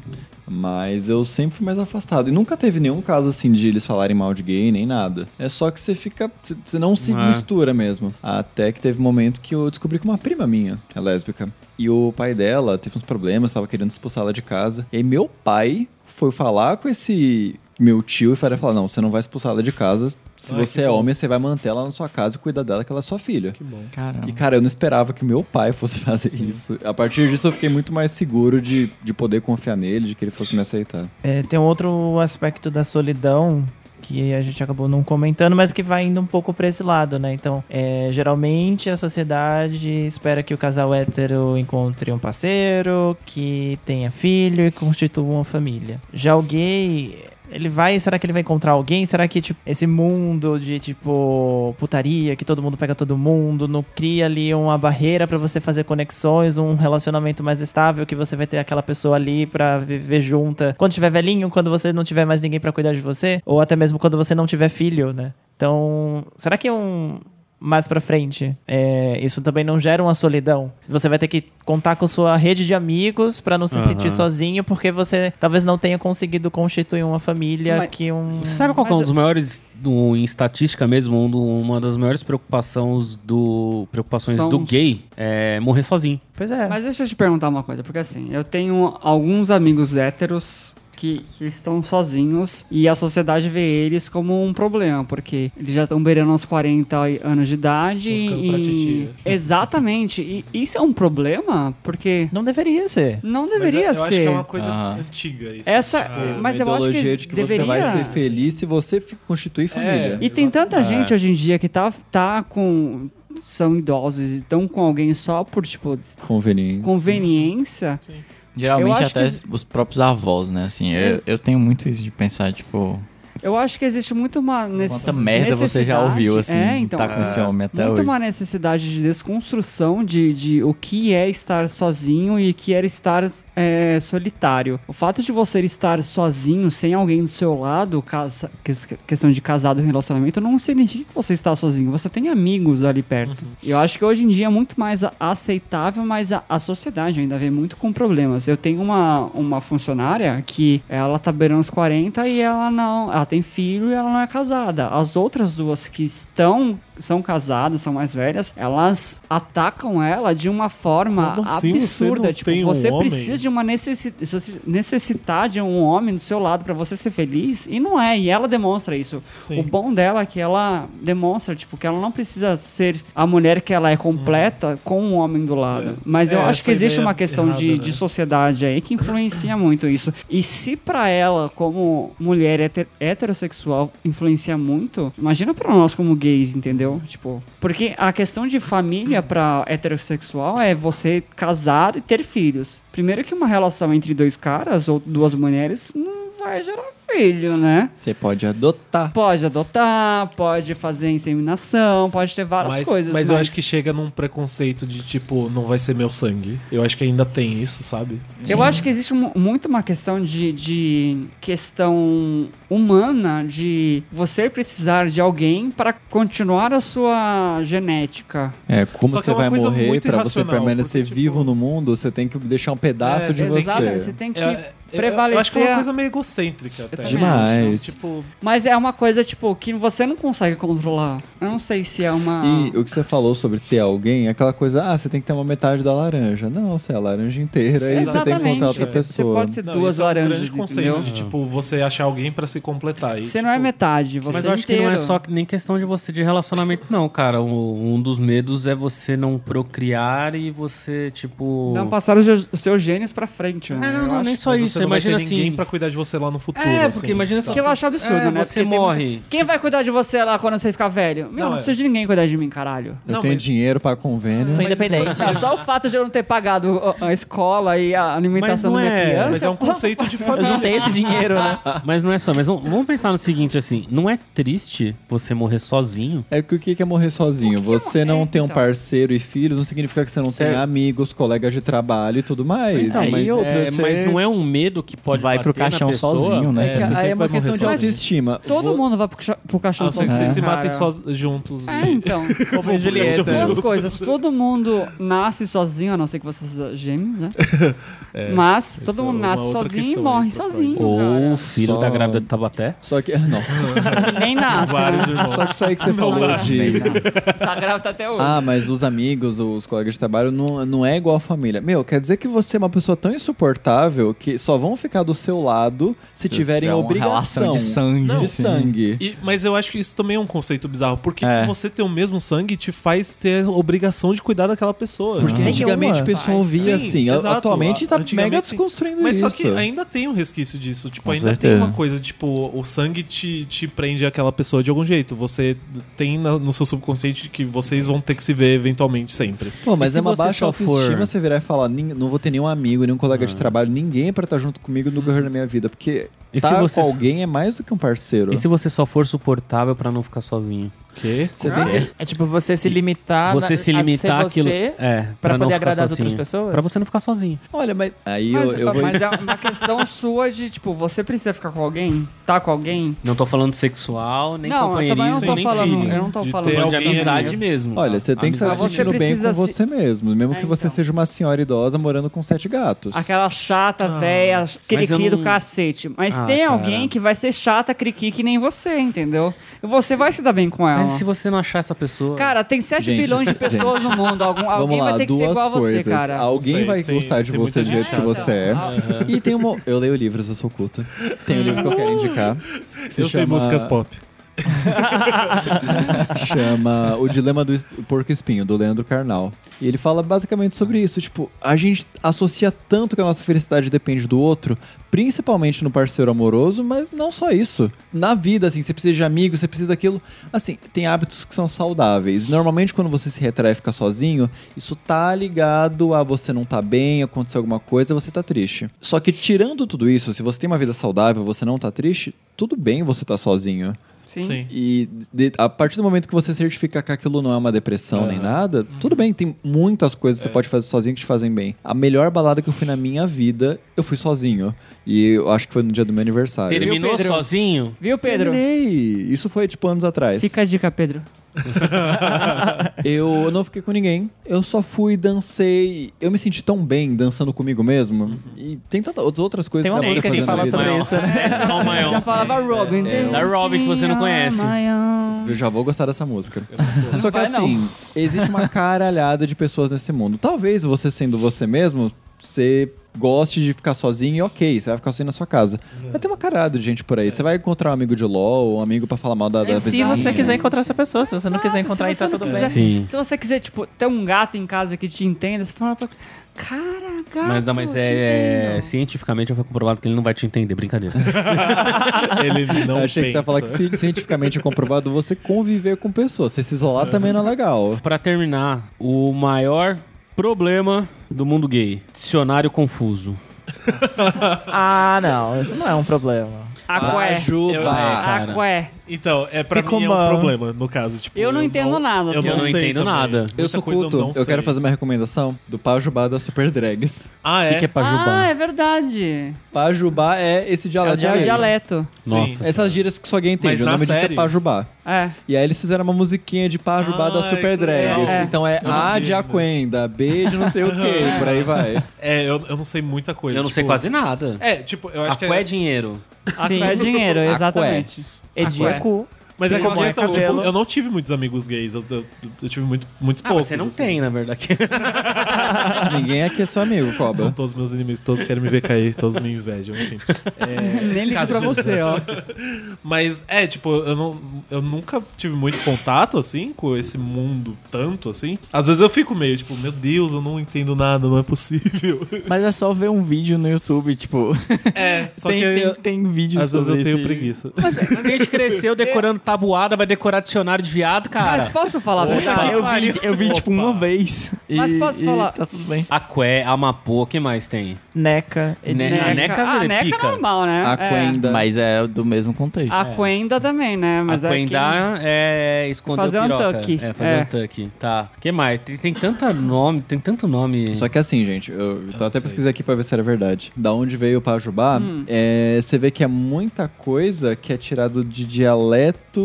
Speaker 8: Mas eu sempre fui mais afastado. E nunca teve nenhum caso assim de eles falarem mal de gay nem nada. É só que você fica. c- Você não se
Speaker 3: É.
Speaker 8: mistura mesmo. Até que teve um momento que eu descobri que uma prima minha é lésbica. E o pai dela teve uns problemas, tava querendo expulsar ela de casa. E aí meu pai foi falar com esse meu tio e faria falar: não, você não vai expulsar ela de casa. Se
Speaker 2: Ai,
Speaker 8: você
Speaker 2: que
Speaker 8: é
Speaker 2: bom.
Speaker 8: homem, você vai manter ela na sua casa e cuidar dela, que ela é sua filha.
Speaker 2: Que bom.
Speaker 5: Caramba.
Speaker 8: E, cara, eu não esperava que meu pai fosse fazer isso. A partir disso, eu fiquei muito mais seguro de, de poder confiar nele, de que ele fosse me aceitar.
Speaker 6: É, tem um outro aspecto da solidão que a gente acabou não comentando, mas que vai indo um pouco pra esse lado, né? Então, é, geralmente a sociedade espera que o casal hétero encontre um parceiro, que tenha filho e constitua uma família. Já o gay Ele vai, será que ele vai encontrar alguém? Será que, tipo, esse mundo de, tipo, putaria, que todo mundo pega todo mundo, não cria ali uma barreira pra você fazer conexões, um relacionamento mais estável, que você vai ter aquela pessoa ali pra viver junta. Quando tiver velhinho, quando você não tiver mais ninguém pra cuidar de você, ou até mesmo quando você não tiver filho, né? Então, será que é um, mais pra frente. É, isso também não gera uma solidão. Você vai ter que contar com sua rede de amigos pra não se
Speaker 3: Aham.
Speaker 6: sentir sozinho, porque você talvez não tenha conseguido constituir uma família
Speaker 4: Mas-
Speaker 6: que um.
Speaker 3: Você sabe qual que é um
Speaker 4: Mas
Speaker 3: dos maiores, do- em estatística mesmo, um do- uma das maiores preocupações do, preocupações
Speaker 4: São
Speaker 3: do
Speaker 4: os-
Speaker 3: gay é morrer sozinho.
Speaker 6: Pois é.
Speaker 4: Mas deixa eu te perguntar uma coisa, porque assim, eu tenho alguns amigos héteros que, que estão sozinhos e a sociedade vê eles como um problema, porque eles já estão beirando os 40 e- anos de idade.
Speaker 2: Estão ficando pra né?
Speaker 4: E...
Speaker 2: titia.
Speaker 4: Exatamente. E isso é um problema? Porque
Speaker 6: Não deveria ser.
Speaker 4: não deveria
Speaker 2: mas eu
Speaker 4: ser.
Speaker 2: acho que é uma coisa
Speaker 5: Aham.
Speaker 2: antiga isso.
Speaker 4: Essa- é,
Speaker 2: tipo,
Speaker 4: mas eu acho que
Speaker 8: Ah, ideologia é de que você vai
Speaker 4: deveria-
Speaker 8: ser feliz Ah. se você fi- constituir família.
Speaker 4: E tem tanta gente hoje em dia que tá, tá com. São idosos e estão com alguém só por, tipo,
Speaker 8: Conveniência.
Speaker 4: conveniência. Eu
Speaker 5: Geralmente
Speaker 4: acho
Speaker 5: até
Speaker 4: que-
Speaker 5: os próprios avós, né? Assim, eu, eu tenho muito isso de pensar, tipo,
Speaker 4: Eu acho que existe muito uma necessidade.
Speaker 5: quanta merda você já ouviu, assim,
Speaker 4: É, então.
Speaker 5: tá com esse homem até
Speaker 4: muito
Speaker 5: hoje.
Speaker 4: uma necessidade de desconstrução de, de o que é estar sozinho e o que era estar é, solitário. O fato de você estar sozinho, sem alguém do seu lado, casa, que- questão de casado e relacionamento, não significa que você está sozinho. Você tem amigos ali perto.
Speaker 5: Uhum.
Speaker 4: E Eu acho que hoje em dia é muito mais a- aceitável, mas a, a sociedade ainda vem muito com problemas. Eu tenho uma, uma funcionária que ela tá beirando os 40 e ela não. Ela tem filho e ela não é casada. As outras duas que estão são casadas, são mais velhas, elas atacam ela de uma forma
Speaker 2: Como assim você não
Speaker 4: absurda. tipo,
Speaker 2: tem um
Speaker 4: você
Speaker 2: homem?
Speaker 4: precisa de uma necessi você necessitar de um homem do seu lado pra você ser feliz e não é. E ela demonstra isso.
Speaker 2: Sim.
Speaker 4: O bom dela é que ela demonstra tipo que ela não precisa ser a mulher que ela é completa com um homem do lado.
Speaker 2: Hum. É.
Speaker 4: Mas eu
Speaker 2: É,
Speaker 4: acho que
Speaker 2: essa
Speaker 4: existe
Speaker 2: ideia
Speaker 4: uma questão de,
Speaker 2: errada, né?
Speaker 4: de sociedade aí que influencia muito isso. E se pra ela, como mulher heter- heterossexual, influencia muito, imagina pra nós como gays, entendeu? Tipo, porque a questão de família pra heterossexual é você casar e ter filhos. Primeiro que uma relação entre dois caras ou duas mulheres não vai gerar filho, né?
Speaker 8: Você pode adotar.
Speaker 4: Pode adotar, pode fazer inseminação, pode ter várias
Speaker 2: mas,
Speaker 4: coisas.
Speaker 2: mas eu acho que chega num preconceito de tipo, não vai ser meu sangue. Eu acho que ainda tem isso, sabe?
Speaker 4: Eu acho que existe mu- muito uma questão de, de questão humana de você precisar de alguém para continuar a sua genética.
Speaker 8: É, como
Speaker 2: Só que
Speaker 8: você
Speaker 2: é uma
Speaker 8: vai
Speaker 2: coisa
Speaker 8: morrer
Speaker 2: muito
Speaker 8: pra você
Speaker 2: irracional,
Speaker 8: permanecer
Speaker 2: porque, tipo,
Speaker 8: vivo no mundo, você tem que deixar um pedaço
Speaker 2: É,
Speaker 8: de você.
Speaker 4: Exato, você tem que
Speaker 2: É, é, Eu acho que
Speaker 4: prevalecer
Speaker 2: é
Speaker 4: a-
Speaker 2: uma coisa meio egocêntrica até.
Speaker 4: também
Speaker 8: Demais.
Speaker 2: Assim, Tipo,
Speaker 4: Mas é uma coisa tipo que você não consegue controlar. Eu não sei se é uma
Speaker 2: ah.
Speaker 8: E o que você falou sobre ter alguém, é aquela coisa, ah, você tem que ter uma metade da laranja. Não, você é a laranja inteira e você tem que
Speaker 4: Exatamente.
Speaker 8: encontrar outra
Speaker 4: Você
Speaker 8: pessoa.
Speaker 4: pode ser
Speaker 2: não,
Speaker 4: duas
Speaker 2: isso é um
Speaker 4: laranjas,
Speaker 2: grande conceito
Speaker 4: entendeu?
Speaker 2: de tipo, você achar alguém pra se completar. E,
Speaker 4: Você não é
Speaker 2: tipo,
Speaker 4: metade, você
Speaker 3: Mas eu acho
Speaker 4: inteiro.
Speaker 3: que não é só que- nem questão de você de relacionamento, não, cara. O- um dos medos é você não procriar e você, tipo.
Speaker 4: não passar os, ge- os seus gênios pra frente, né?
Speaker 3: É, não,
Speaker 4: Eu
Speaker 3: não,
Speaker 4: acho.
Speaker 3: nem só
Speaker 2: mas
Speaker 3: isso.
Speaker 2: Você Ah, não vai ter
Speaker 3: Imagina
Speaker 2: ninguém
Speaker 3: assim.
Speaker 2: pra cuidar de você lá no futuro.
Speaker 3: É,
Speaker 2: assim,
Speaker 3: porque imagina só.
Speaker 4: Que eu acho absurdo,
Speaker 3: É,
Speaker 4: né?
Speaker 3: Você
Speaker 4: Porque tem
Speaker 3: morre.
Speaker 4: Quem vai cuidar de você lá quando você ficar velho? Meu,
Speaker 2: Não,
Speaker 4: não,
Speaker 2: é.
Speaker 4: precisa de ninguém cuidar de mim, caralho.
Speaker 8: Eu
Speaker 2: Não,
Speaker 8: tenho
Speaker 2: mas-
Speaker 8: dinheiro pra convênio.
Speaker 6: Sou
Speaker 2: mas isso-
Speaker 6: independente.
Speaker 4: Ah, Só o fato de eu não ter pagado a- a escola e a alimentação da
Speaker 3: Mas não
Speaker 4: minha
Speaker 3: é-
Speaker 4: criança.
Speaker 2: Mas é um conceito de
Speaker 6: Eu
Speaker 2: família.
Speaker 6: juntei esse dinheiro, né?
Speaker 3: Mas não é só. Mas vamos vamos pensar no seguinte, assim. Não é triste você morrer sozinho?
Speaker 8: É que o que que é morrer sozinho? você não
Speaker 4: é,
Speaker 8: tem um
Speaker 4: então?
Speaker 8: parceiro e filhos, não significa que você não
Speaker 5: Certo.
Speaker 8: tenha amigos, colegas de trabalho e tudo mais.
Speaker 4: Então,
Speaker 8: Aí-
Speaker 5: mas-
Speaker 8: aí
Speaker 5: E
Speaker 3: É, mas não é um medo que pode
Speaker 5: vai pro
Speaker 3: bater na
Speaker 5: caixão
Speaker 3: pessoa?
Speaker 5: sozinho, né?
Speaker 2: É, você
Speaker 5: cara?
Speaker 2: sempre
Speaker 8: é uma
Speaker 2: vai morrer
Speaker 8: questão de
Speaker 2: sozinho.
Speaker 8: autoestima.
Speaker 2: um
Speaker 4: Todo
Speaker 8: Vou-
Speaker 4: mundo vai pro, ca- pro
Speaker 2: A
Speaker 4: caixão
Speaker 2: não ser que vocês Ah, se matem
Speaker 4: sozinho.
Speaker 2: soz- juntos.
Speaker 4: cara. né? É, então.
Speaker 6: Como em Julieta.
Speaker 4: Duas coisas. Todo mundo nasce sozinho, a não ser que vocês sejam gêmeos, né? Mas todo
Speaker 2: é
Speaker 4: mundo
Speaker 2: uma
Speaker 4: nasce
Speaker 2: outra
Speaker 4: sozinho e
Speaker 2: questão aí
Speaker 4: morre
Speaker 2: pra Freud.
Speaker 4: sozinho.
Speaker 3: Ou o filho
Speaker 8: Só-
Speaker 3: da grávida de Tabaté.
Speaker 8: Só que. Não.
Speaker 4: cara. Nem nasce.
Speaker 2: Vários
Speaker 4: né?
Speaker 2: irmãos.
Speaker 8: Só que isso aí que você falou
Speaker 2: nasce.
Speaker 8: de.
Speaker 5: né?
Speaker 4: Tá grávida até hoje.
Speaker 8: Ah, mas os amigos, os colegas de trabalho não, não é igual a família. Meu, quer dizer que você é uma pessoa tão insuportável que só vão ficar do seu lado se, tiverem
Speaker 5: tiver uma
Speaker 8: obrigação
Speaker 5: relação de sangue.
Speaker 8: de
Speaker 5: assim.
Speaker 8: sangue.
Speaker 2: E- mas eu acho que isso também é um conceito bizarro. Por que, que
Speaker 5: É.
Speaker 2: você ter o mesmo sangue te faz ter a obrigação de cuidar daquela pessoa? Uhum.
Speaker 8: Porque
Speaker 6: Tem
Speaker 8: antigamente
Speaker 6: uma.
Speaker 8: o pessoal via
Speaker 2: Sim,
Speaker 8: assim.
Speaker 2: exato.
Speaker 8: Atualmente tá
Speaker 2: Antigamente
Speaker 8: mega
Speaker 2: sim.
Speaker 8: desconstruindo
Speaker 2: Mas
Speaker 8: isso.
Speaker 2: só que ainda tem um resquício disso. Tipo,
Speaker 5: Com
Speaker 2: ainda tem
Speaker 5: certeza.
Speaker 2: uma coisa, tipo, o sangue te, te prende àquela pessoa de algum jeito. Você tem na- no seu subconsciente que vocês vão ter que se ver eventualmente sempre.
Speaker 8: Pô, mas
Speaker 3: se
Speaker 8: é uma
Speaker 3: você
Speaker 8: baixa
Speaker 3: só for-
Speaker 8: autoestima você virar e falar, "Nin- não vou ter nenhum amigo, nenhum colega de trabalho, ninguém pra estar junto comigo no correr da minha vida. Porque
Speaker 3: E se
Speaker 8: estar
Speaker 3: você-
Speaker 8: com alguém é mais do que um parceiro.
Speaker 3: E se você só for suportável pra não ficar sozinho?
Speaker 2: Que?
Speaker 8: Você tem-
Speaker 9: É tipo você se
Speaker 6: Ah,
Speaker 9: limitar na-
Speaker 3: você se limitar
Speaker 9: a ser
Speaker 3: àquilo.
Speaker 9: você
Speaker 3: É,
Speaker 9: pra
Speaker 3: não
Speaker 9: poder
Speaker 3: ficar
Speaker 9: agradar as
Speaker 3: sozinho.
Speaker 9: outras pessoas?
Speaker 3: Pra você não ficar sozinho.
Speaker 8: Olha, mas aí
Speaker 4: Mas,
Speaker 8: eu, eu vou...
Speaker 4: mas é uma questão sua de, tipo, você precisa ficar com alguém? Tá com alguém?
Speaker 3: Não tô falando sexual, nem
Speaker 4: não, eu também não
Speaker 3: companheirismo,
Speaker 4: tô
Speaker 3: nem
Speaker 4: falando. um-
Speaker 3: filho.
Speaker 4: Eu não tô
Speaker 2: De
Speaker 4: falando
Speaker 2: ter
Speaker 3: Falando de
Speaker 2: alguém ali.
Speaker 3: amizade mesmo. tá?
Speaker 8: Olha, você tem que estar
Speaker 4: Mas
Speaker 8: se
Speaker 4: você
Speaker 8: sentindo bem com
Speaker 4: precisa se-
Speaker 8: você mesmo. Mesmo
Speaker 4: É,
Speaker 8: que você
Speaker 4: então.
Speaker 8: seja uma senhora idosa morando com sete gatos.
Speaker 4: Aquela chata, véia,
Speaker 3: eu
Speaker 4: criqui
Speaker 3: não-
Speaker 4: do cacete. Mas
Speaker 3: Ah,
Speaker 4: tem
Speaker 3: cara.
Speaker 4: alguém que vai ser chata, criqui, que nem você, entendeu? E você vai se dar bem com
Speaker 3: Mas
Speaker 4: ela.
Speaker 3: e se você não achar essa pessoa?
Speaker 4: Cara, tem 7
Speaker 8: Gente,
Speaker 4: bilhões de pessoas no mundo. Algum, alguém
Speaker 8: Vamos lá,
Speaker 4: vai ter que ser
Speaker 8: duas
Speaker 4: igual a você,
Speaker 8: coisas.
Speaker 4: cara.
Speaker 8: Alguém
Speaker 2: Sei,
Speaker 8: vai
Speaker 2: tem-
Speaker 8: gostar de
Speaker 2: tem
Speaker 8: você
Speaker 2: muita
Speaker 8: do
Speaker 2: gente
Speaker 8: jeito que você é. E tem uma. Eu leio livros, eu sou culto. Tem um livro que eu quero indicar. Se
Speaker 2: eu sei
Speaker 8: chama-
Speaker 2: músicas pop.
Speaker 8: chama O Dilema do Porco Espinho, do Leandro Carnal. E ele fala basicamente sobre isso. Tipo, a gente associa tanto que a nossa felicidade depende do outro, principalmente no parceiro amoroso, mas não só isso. Na vida, assim, você precisa de amigos, você precisa daquilo. Assim, tem hábitos que são saudáveis. Normalmente, quando você se retrai e fica sozinho, isso tá ligado a você não tá bem, aconteceu alguma coisa, você tá triste. Só que tirando tudo isso, se você tem uma vida saudável, você não tá triste, tudo bem você tá sozinho.
Speaker 4: Sim.
Speaker 8: E de- a partir do momento que você certifica que aquilo não é uma depressão nem nada, tudo bem, tem muitas coisas que você pode fazer sozinho que te fazem bem. A melhor balada que eu fui na minha vida, eu fui sozinho. E eu acho que foi no dia do meu aniversário.
Speaker 3: Terminou
Speaker 4: Pedro?
Speaker 3: sozinho?
Speaker 4: Viu, Pedro?
Speaker 8: Terminei. Isso foi tipo anos atrás.
Speaker 4: Fica a dica, Pedro.
Speaker 8: Eu não fiquei com ninguém. Eu só fui, dancei. Eu me senti tão bem dançando comigo mesmo. E tem tantas outras coisas
Speaker 6: Tem uma
Speaker 8: que dá pra
Speaker 6: música
Speaker 8: fazer na
Speaker 6: que fala
Speaker 8: vida.
Speaker 6: sobre
Speaker 3: Maior.
Speaker 6: isso, né?
Speaker 3: Não, maior.
Speaker 4: Já falava Robin.
Speaker 8: é,
Speaker 3: da Robin que você não conhece.
Speaker 8: Eu já vou gostar dessa música. Só que
Speaker 4: vai, não.
Speaker 8: assim, existe uma caralhada de pessoas nesse mundo. Talvez você sendo você mesmo, você goste de ficar sozinho e ok, você vai ficar sozinho na sua casa. Mas tem uma caralhada de gente por aí. Você vai encontrar um amigo de LOL, um amigo pra falar mal da, da
Speaker 6: É, Se
Speaker 8: vizinha.
Speaker 6: você quiser encontrar essa pessoa, se você não quiser encontrar, aí tá tudo bem.
Speaker 3: Sim.
Speaker 4: Se você quiser, tipo, ter um gato em casa que te entenda, você fala pra... Cara, gato,
Speaker 3: Mas, não, mas
Speaker 4: te
Speaker 3: é, é,
Speaker 4: entendo.
Speaker 3: cientificamente já foi comprovado que ele não vai te entender, brincadeira.
Speaker 2: Ele
Speaker 8: Eu
Speaker 2: não
Speaker 8: achei que você
Speaker 2: pensa.
Speaker 8: ia falar que ci- cientificamente é comprovado você conviver com pessoas. Você se isolar também não é legal.
Speaker 3: Pra terminar, o maior problema do mundo gay: dicionário confuso.
Speaker 6: Ah, não, isso não é um problema.
Speaker 4: Aqué.
Speaker 8: Ajuda.
Speaker 2: Eu- Ah,
Speaker 3: Ah, cara.
Speaker 4: Aqué.
Speaker 2: Então, é pra
Speaker 6: Ficou
Speaker 2: mim é
Speaker 6: mal.
Speaker 2: um problema, no caso. Tipo,
Speaker 4: Eu não entendo nada,
Speaker 2: Eu
Speaker 4: filho.
Speaker 2: não,
Speaker 3: Eu não
Speaker 2: sei
Speaker 3: entendo
Speaker 2: também.
Speaker 3: nada.
Speaker 2: Muita
Speaker 8: Eu sou
Speaker 2: coisa
Speaker 8: culto. Eu,
Speaker 2: não sei.
Speaker 8: quero fazer uma recomendação do Pajubá da Super Drags.
Speaker 2: Ah,
Speaker 3: O
Speaker 2: é?
Speaker 3: que, que é
Speaker 4: Ah,
Speaker 3: pajubá?
Speaker 4: é verdade.
Speaker 8: Pajubá é esse dialeto.
Speaker 4: É o
Speaker 8: mesmo.
Speaker 4: dialeto.
Speaker 3: Nossa.
Speaker 8: Essas gírias que só alguém entende.
Speaker 2: Mas
Speaker 8: o
Speaker 2: na
Speaker 8: nome disso é
Speaker 2: série-
Speaker 8: Pajubá.
Speaker 4: É.
Speaker 8: E aí eles fizeram uma musiquinha de Pajubá
Speaker 2: Ah,
Speaker 8: da Super
Speaker 2: que legal.
Speaker 8: Drags.
Speaker 4: É.
Speaker 8: Então é
Speaker 2: Eu não
Speaker 8: A
Speaker 2: vi
Speaker 8: de
Speaker 2: ainda.
Speaker 8: Aquenda, B de não sei o que, por aí vai.
Speaker 2: É, eu, eu não sei muita coisa.
Speaker 3: eu não sei
Speaker 2: tipo-
Speaker 3: quase nada.
Speaker 2: É, tipo, eu
Speaker 3: A
Speaker 2: acho que
Speaker 3: Aqué é dinheiro.
Speaker 4: Aqué é dinheiro,
Speaker 8: Aqué.
Speaker 4: exatamente.
Speaker 6: É
Speaker 4: Aqué.
Speaker 6: de cu.
Speaker 2: Mas é aquela
Speaker 6: Como é
Speaker 2: questão, tipo,
Speaker 6: cabelo?
Speaker 2: eu não tive muitos amigos gays, eu, eu- eu tive muito, muitos
Speaker 3: Ah,
Speaker 2: poucos.
Speaker 3: você não
Speaker 2: assim.
Speaker 3: tem, na verdade.
Speaker 8: Ninguém aqui é seu amigo,
Speaker 2: São
Speaker 8: Cobra.
Speaker 2: todos meus inimigos, todos querem me ver cair, todos me invejam, enfim.
Speaker 3: É,
Speaker 2: É,
Speaker 4: Nem ligo pra você, ó.
Speaker 2: Mas é, tipo, eu, não, eu nunca tive muito contato, assim, com esse mundo tanto, assim. Às vezes eu fico meio, tipo, meu Deus, eu não entendo nada, não é possível.
Speaker 9: Mas é só ver um vídeo no YouTube, tipo.
Speaker 2: É, só
Speaker 9: tem,
Speaker 2: que
Speaker 9: tem,
Speaker 2: eu-
Speaker 9: tem vídeos
Speaker 2: às vezes
Speaker 9: sobre
Speaker 2: eu tenho
Speaker 9: esse-
Speaker 2: preguiça.
Speaker 3: A gente cresceu decorando tabuada, vai decorar dicionário de viado,
Speaker 4: Mas
Speaker 3: cara.
Speaker 4: posso falar a
Speaker 9: Ah,
Speaker 4: verdade?
Speaker 9: eu vi, eu vi tipo,
Speaker 2: Opa.
Speaker 9: uma vez. E,
Speaker 4: Mas posso
Speaker 9: e
Speaker 4: falar?
Speaker 9: Tá tudo bem.
Speaker 3: Aqué, Amapô, o que mais tem?
Speaker 6: Neca, é
Speaker 3: Né?
Speaker 6: de
Speaker 3: A
Speaker 4: Neca.
Speaker 3: Neca,
Speaker 4: Ah,
Speaker 3: velho, é
Speaker 4: Neca é
Speaker 3: pica. É.
Speaker 4: normal, né?
Speaker 8: Aquenda.
Speaker 5: Mas é do mesmo contexto.
Speaker 4: A Quenda também, né? Mas é
Speaker 3: Aquendar é, esconder
Speaker 4: Fazer
Speaker 3: o
Speaker 4: um
Speaker 3: piroca.
Speaker 4: tuck.
Speaker 3: É, fazer
Speaker 4: É.
Speaker 3: um tuck. Tá. O que mais? Tem, tem tanto nome, tem tanto nome.
Speaker 8: Só que assim, gente, eu, tô
Speaker 2: não
Speaker 8: até
Speaker 2: sei.
Speaker 8: pesquisando aqui pra ver se era verdade. Da onde veio o Pajubá,
Speaker 4: Hum.
Speaker 8: é, você vê que é muita coisa que é tirado de dialetos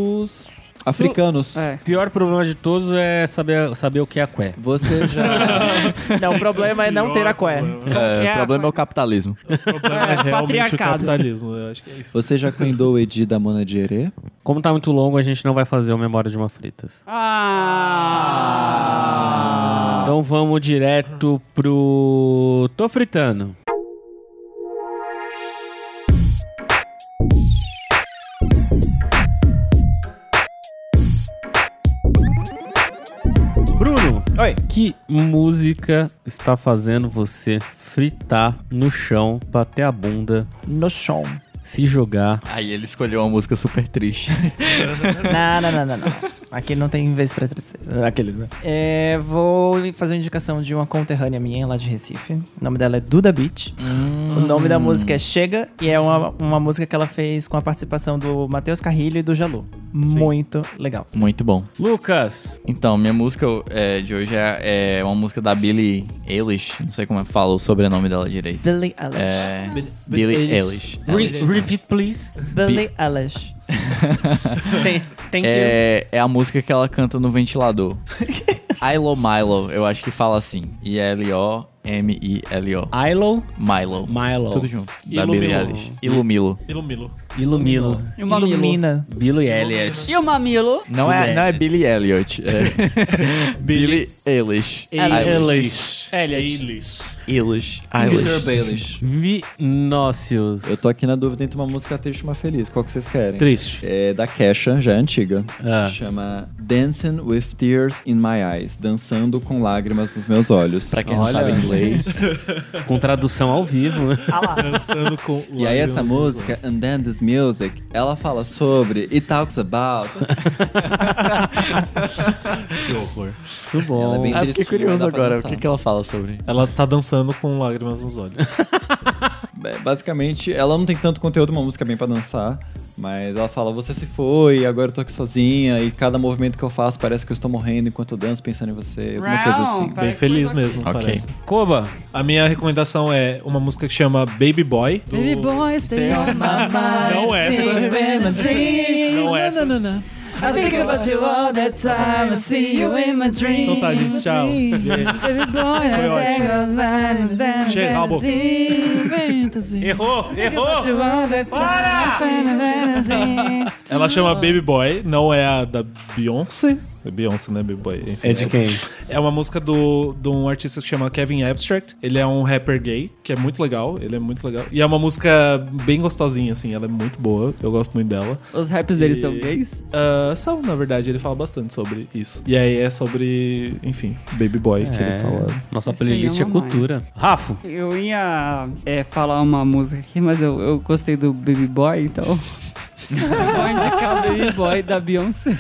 Speaker 8: africanos.
Speaker 4: É.
Speaker 3: O pior problema de todos é saber, saber o que é aqué.
Speaker 8: Você já.
Speaker 6: Não, o problema é não ter a cué.
Speaker 5: É,
Speaker 4: é a-
Speaker 5: o problema é o capitalismo.
Speaker 2: O problema
Speaker 4: É,
Speaker 2: é, realmente o
Speaker 4: patriarcado.
Speaker 2: capitalismo, eu acho que é isso.
Speaker 8: você já coendou o Edi da Mona de Herê?
Speaker 3: Como tá muito longo, a gente não vai fazer o Memória de uma Fritas.
Speaker 4: Ah!
Speaker 3: Então vamos direto pro. Tô fritando. Bruno,
Speaker 6: Oi.
Speaker 3: que música está fazendo você fritar no chão, bater a bunda,
Speaker 6: No chão.
Speaker 3: se jogar?
Speaker 5: Aí ele escolheu uma música super triste.
Speaker 6: Não, não, não, não, não. Aqui não tem vez pra tristeza. Aqueles, né? É,
Speaker 5: Hum.
Speaker 6: vou fazer uma indicação de uma conterrânea minha lá de Recife. O nome dela é Duda Beach. O nome da música é Chega e é uma, uma música que ela fez com a participação do Matheus Carrilho e do Jalu. Muito legal.
Speaker 5: Muito bom.
Speaker 3: Lucas,
Speaker 5: Então, minha música é, de hoje é, é uma música da Billie Eilish. Não sei como é que fala o sobrenome dela direito.
Speaker 6: Billie Eilish.
Speaker 5: É, Billie Eilish.
Speaker 3: re- repeat please.
Speaker 6: Billie Eilish.
Speaker 3: Tem, tem
Speaker 5: É, é a música que ela canta no ventilador. Ilo Milo, eu acho que fala assim. I-L-O-M-I-L-O.
Speaker 3: que... Ilo,
Speaker 5: Milo.
Speaker 3: Milo.
Speaker 5: Tudo junto. Da
Speaker 2: Ilumilo.
Speaker 5: Billie Eilish. Ilumilo.
Speaker 2: Ilumilo.
Speaker 3: Ilumilo.
Speaker 4: E o mamilo?
Speaker 6: Ilumina.
Speaker 3: Bilo e Elias.
Speaker 4: E o mamilo?
Speaker 5: Não é, não é Billie Elliot. É Billie Eilish.
Speaker 2: Eilish.
Speaker 4: Elliot.
Speaker 2: Eilish.
Speaker 5: Eilish.
Speaker 9: Peter
Speaker 5: Eilish.
Speaker 9: Baelish.
Speaker 3: Vinócios.
Speaker 8: Eu tô aqui na dúvida entre uma música triste e uma feliz. Qual que vocês querem?
Speaker 2: Triste.
Speaker 8: É da Kesha, já é antiga.
Speaker 3: Ah.
Speaker 8: Chama Dancing with Tears in My Eyes. Dançando com lágrimas nos meus olhos.
Speaker 5: Pra quem não
Speaker 3: Olha.
Speaker 5: sabe inglês.
Speaker 3: Com tradução ao vivo.
Speaker 2: Dançando com
Speaker 8: E aí essa música, And Then This Music, ela fala sobre It Talks About.
Speaker 5: Tá
Speaker 2: Que horror.
Speaker 3: Muito bom.
Speaker 8: Ela é bem
Speaker 5: Ah, fiquei
Speaker 8: tristinha,
Speaker 5: curioso
Speaker 8: dá pra
Speaker 5: agora. O
Speaker 8: dançar.
Speaker 5: que, que ela fala sobre?
Speaker 2: Ela tá dançando com lágrimas nos olhos.
Speaker 8: É, Basicamente, ela não tem tanto conteúdo, uma música bem pra dançar, mas ela fala: Você se foi, agora eu tô aqui sozinha, e cada movimento que eu faço parece que eu estou morrendo enquanto eu danço pensando em você, alguma coisa assim.
Speaker 2: Bem feliz mesmo,
Speaker 5: Ok.
Speaker 2: parece.
Speaker 3: Koba.
Speaker 2: A minha recomendação é uma música que chama Baby Boy. do-
Speaker 4: Baby boy, stay on my mind.
Speaker 2: Não é essa. Não é essa.
Speaker 6: I think about you all the time, I see you in my dreams.
Speaker 2: Então tá, gente, tchau. Foi ótimo. Chega, acabou. Errou, errou. Ela chama Baby Boy, não é a da Beyoncé. É Beyoncé, né? Baby Boy. Enfim.
Speaker 3: É de quem?
Speaker 2: É uma música do, de um artista que chama Kevin Abstract. Ele é um rapper gay, que é muito legal. Ele é muito legal. E é uma música bem gostosinha, assim. Ela é muito boa. Eu gosto muito dela.
Speaker 4: Os raps deles são
Speaker 2: E-
Speaker 4: gays?
Speaker 2: Ah, são, na verdade, ele fala bastante sobre isso. E aí é sobre, enfim, Baby Boy que ele fala.
Speaker 3: É. Nossa
Speaker 4: Esse
Speaker 3: playlist
Speaker 4: tem
Speaker 3: é
Speaker 4: uma mãe.
Speaker 3: cultura. Rafa.
Speaker 4: Eu ia é, falar uma música aqui, mas eu, eu gostei do Baby Boy, então. Vou indicar é o Baby Boy da Beyoncé.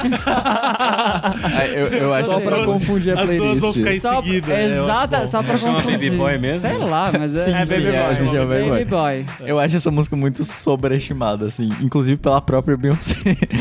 Speaker 5: Ah, Eu, eu acho
Speaker 8: Só
Speaker 5: que
Speaker 8: pra confundir a
Speaker 2: As
Speaker 8: playlist.
Speaker 2: duas vão ficar em
Speaker 4: Só-
Speaker 2: seguida. né? Eu acho
Speaker 4: Exata,
Speaker 2: bom.
Speaker 4: só pra
Speaker 3: Chama
Speaker 4: confundir.
Speaker 3: Baby Boy mesmo?
Speaker 4: Sei lá, mas é, é Baby
Speaker 5: sim, é,
Speaker 4: Boy.
Speaker 5: chama Baby
Speaker 4: Baby Boy.
Speaker 5: eu acho essa música muito sobreestimada, assim. Inclusive pela própria Beyoncé.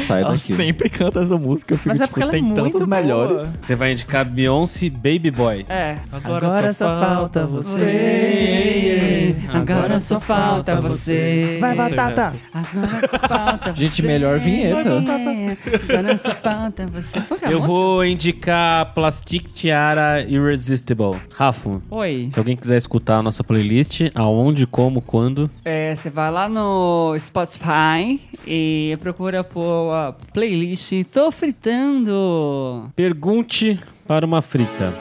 Speaker 8: Sai
Speaker 5: Ela
Speaker 8: daqui.
Speaker 5: sempre canta essa música. Eu fico,
Speaker 6: Mas é
Speaker 5: tipo,
Speaker 6: porque ela é
Speaker 5: tem
Speaker 6: muito
Speaker 5: tantos
Speaker 6: boa.
Speaker 5: melhores.
Speaker 3: Você vai indicar Beyoncé Baby Boy.
Speaker 4: É.
Speaker 6: Agora, só falta você.
Speaker 4: Você, agora só falta você.
Speaker 6: Vai, Batata.
Speaker 4: Agora só falta você.
Speaker 8: Gente, melhor vinheta.
Speaker 4: Agora só falta você. Qual que é a
Speaker 3: Eu
Speaker 4: música?
Speaker 3: vou indicar Plastic Tiara Irresistible. Rafa.
Speaker 4: Oi.
Speaker 3: Se alguém quiser escutar a nossa playlist, aonde, como, quando,
Speaker 4: É, você vai lá no Spotify e procura por a playlist Tô Fritando.
Speaker 3: pergunte para uma frita.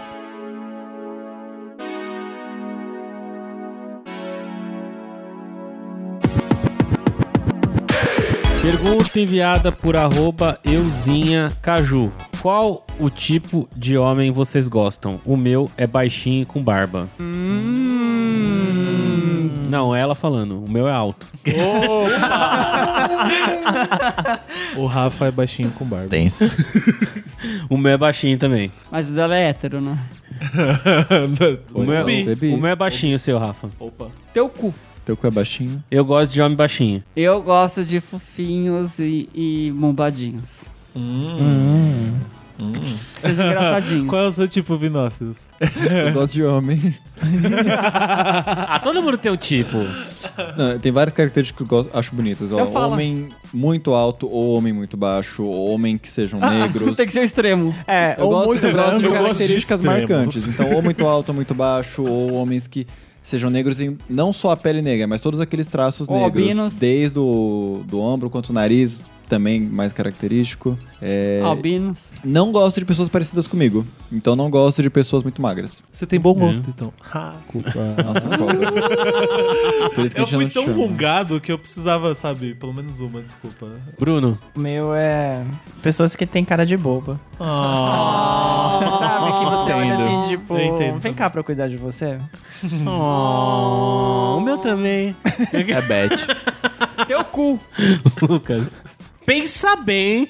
Speaker 3: Pergunta enviada por arroba euzinha caju. Qual o tipo de homem vocês gostam? O meu é baixinho e com barba. Hum. Não, ela falando. O meu é alto.
Speaker 2: O Rafa é baixinho com barba.
Speaker 5: Tenso.
Speaker 3: O meu é baixinho também.
Speaker 4: Mas o dela é hétero, né?
Speaker 3: O meu,
Speaker 8: Pode ser bi.
Speaker 3: o meu é baixinho, seu Rafa.
Speaker 2: Opa.
Speaker 4: Teu cu.
Speaker 8: Teu cu é baixinho.
Speaker 3: Eu gosto de homem baixinho.
Speaker 4: Eu gosto de fofinhos e, e bombadinhos.
Speaker 3: Hum.
Speaker 4: Hum. Que seja engraçadinho.
Speaker 2: Qual é o seu tipo, Vinócios?
Speaker 8: Eu gosto de homem.
Speaker 3: Ah, todo mundo tem um tipo.
Speaker 8: Não, tem várias características que eu gosto- acho bonitas. Ó,
Speaker 4: Então fala.
Speaker 8: homem muito alto, ou homem muito baixo, ou homem que sejam negros.
Speaker 4: Tem que ser o extremo.
Speaker 6: É,
Speaker 8: Eu
Speaker 6: ou
Speaker 8: gosto,
Speaker 6: muito
Speaker 8: eu gosto
Speaker 6: grande.
Speaker 8: de
Speaker 2: eu gosto de
Speaker 8: características
Speaker 2: extremos.
Speaker 8: marcantes. Então, ou muito alto, ou muito baixo, ou homens que sejam negros em não só a pele negra, mas todos aqueles traços
Speaker 4: Ou
Speaker 8: negros.
Speaker 4: albinos.
Speaker 8: Desde o do ombro quanto o nariz, também mais característico. É,
Speaker 4: Albinos.
Speaker 8: não gosto de pessoas parecidas comigo. Então, não gosto de pessoas muito magras.
Speaker 2: Você tem bom gosto, então.
Speaker 8: Nossa, cobra. Por isso que a
Speaker 2: Eu
Speaker 8: gente não
Speaker 2: fui tão
Speaker 8: chama.
Speaker 2: rungado que eu precisava, sabe, pelo menos uma, desculpa.
Speaker 3: Bruno,
Speaker 6: O meu é. Pessoas que têm cara de boba.
Speaker 2: Ah.
Speaker 5: Oh,
Speaker 6: Sabe? Que você olha assim, tipo.
Speaker 2: Eu entendo.
Speaker 6: Vem cá pra eu cuidar de você.
Speaker 3: o meu também.
Speaker 5: É Beth.
Speaker 4: Teu cu.
Speaker 3: Lucas. pensa bem.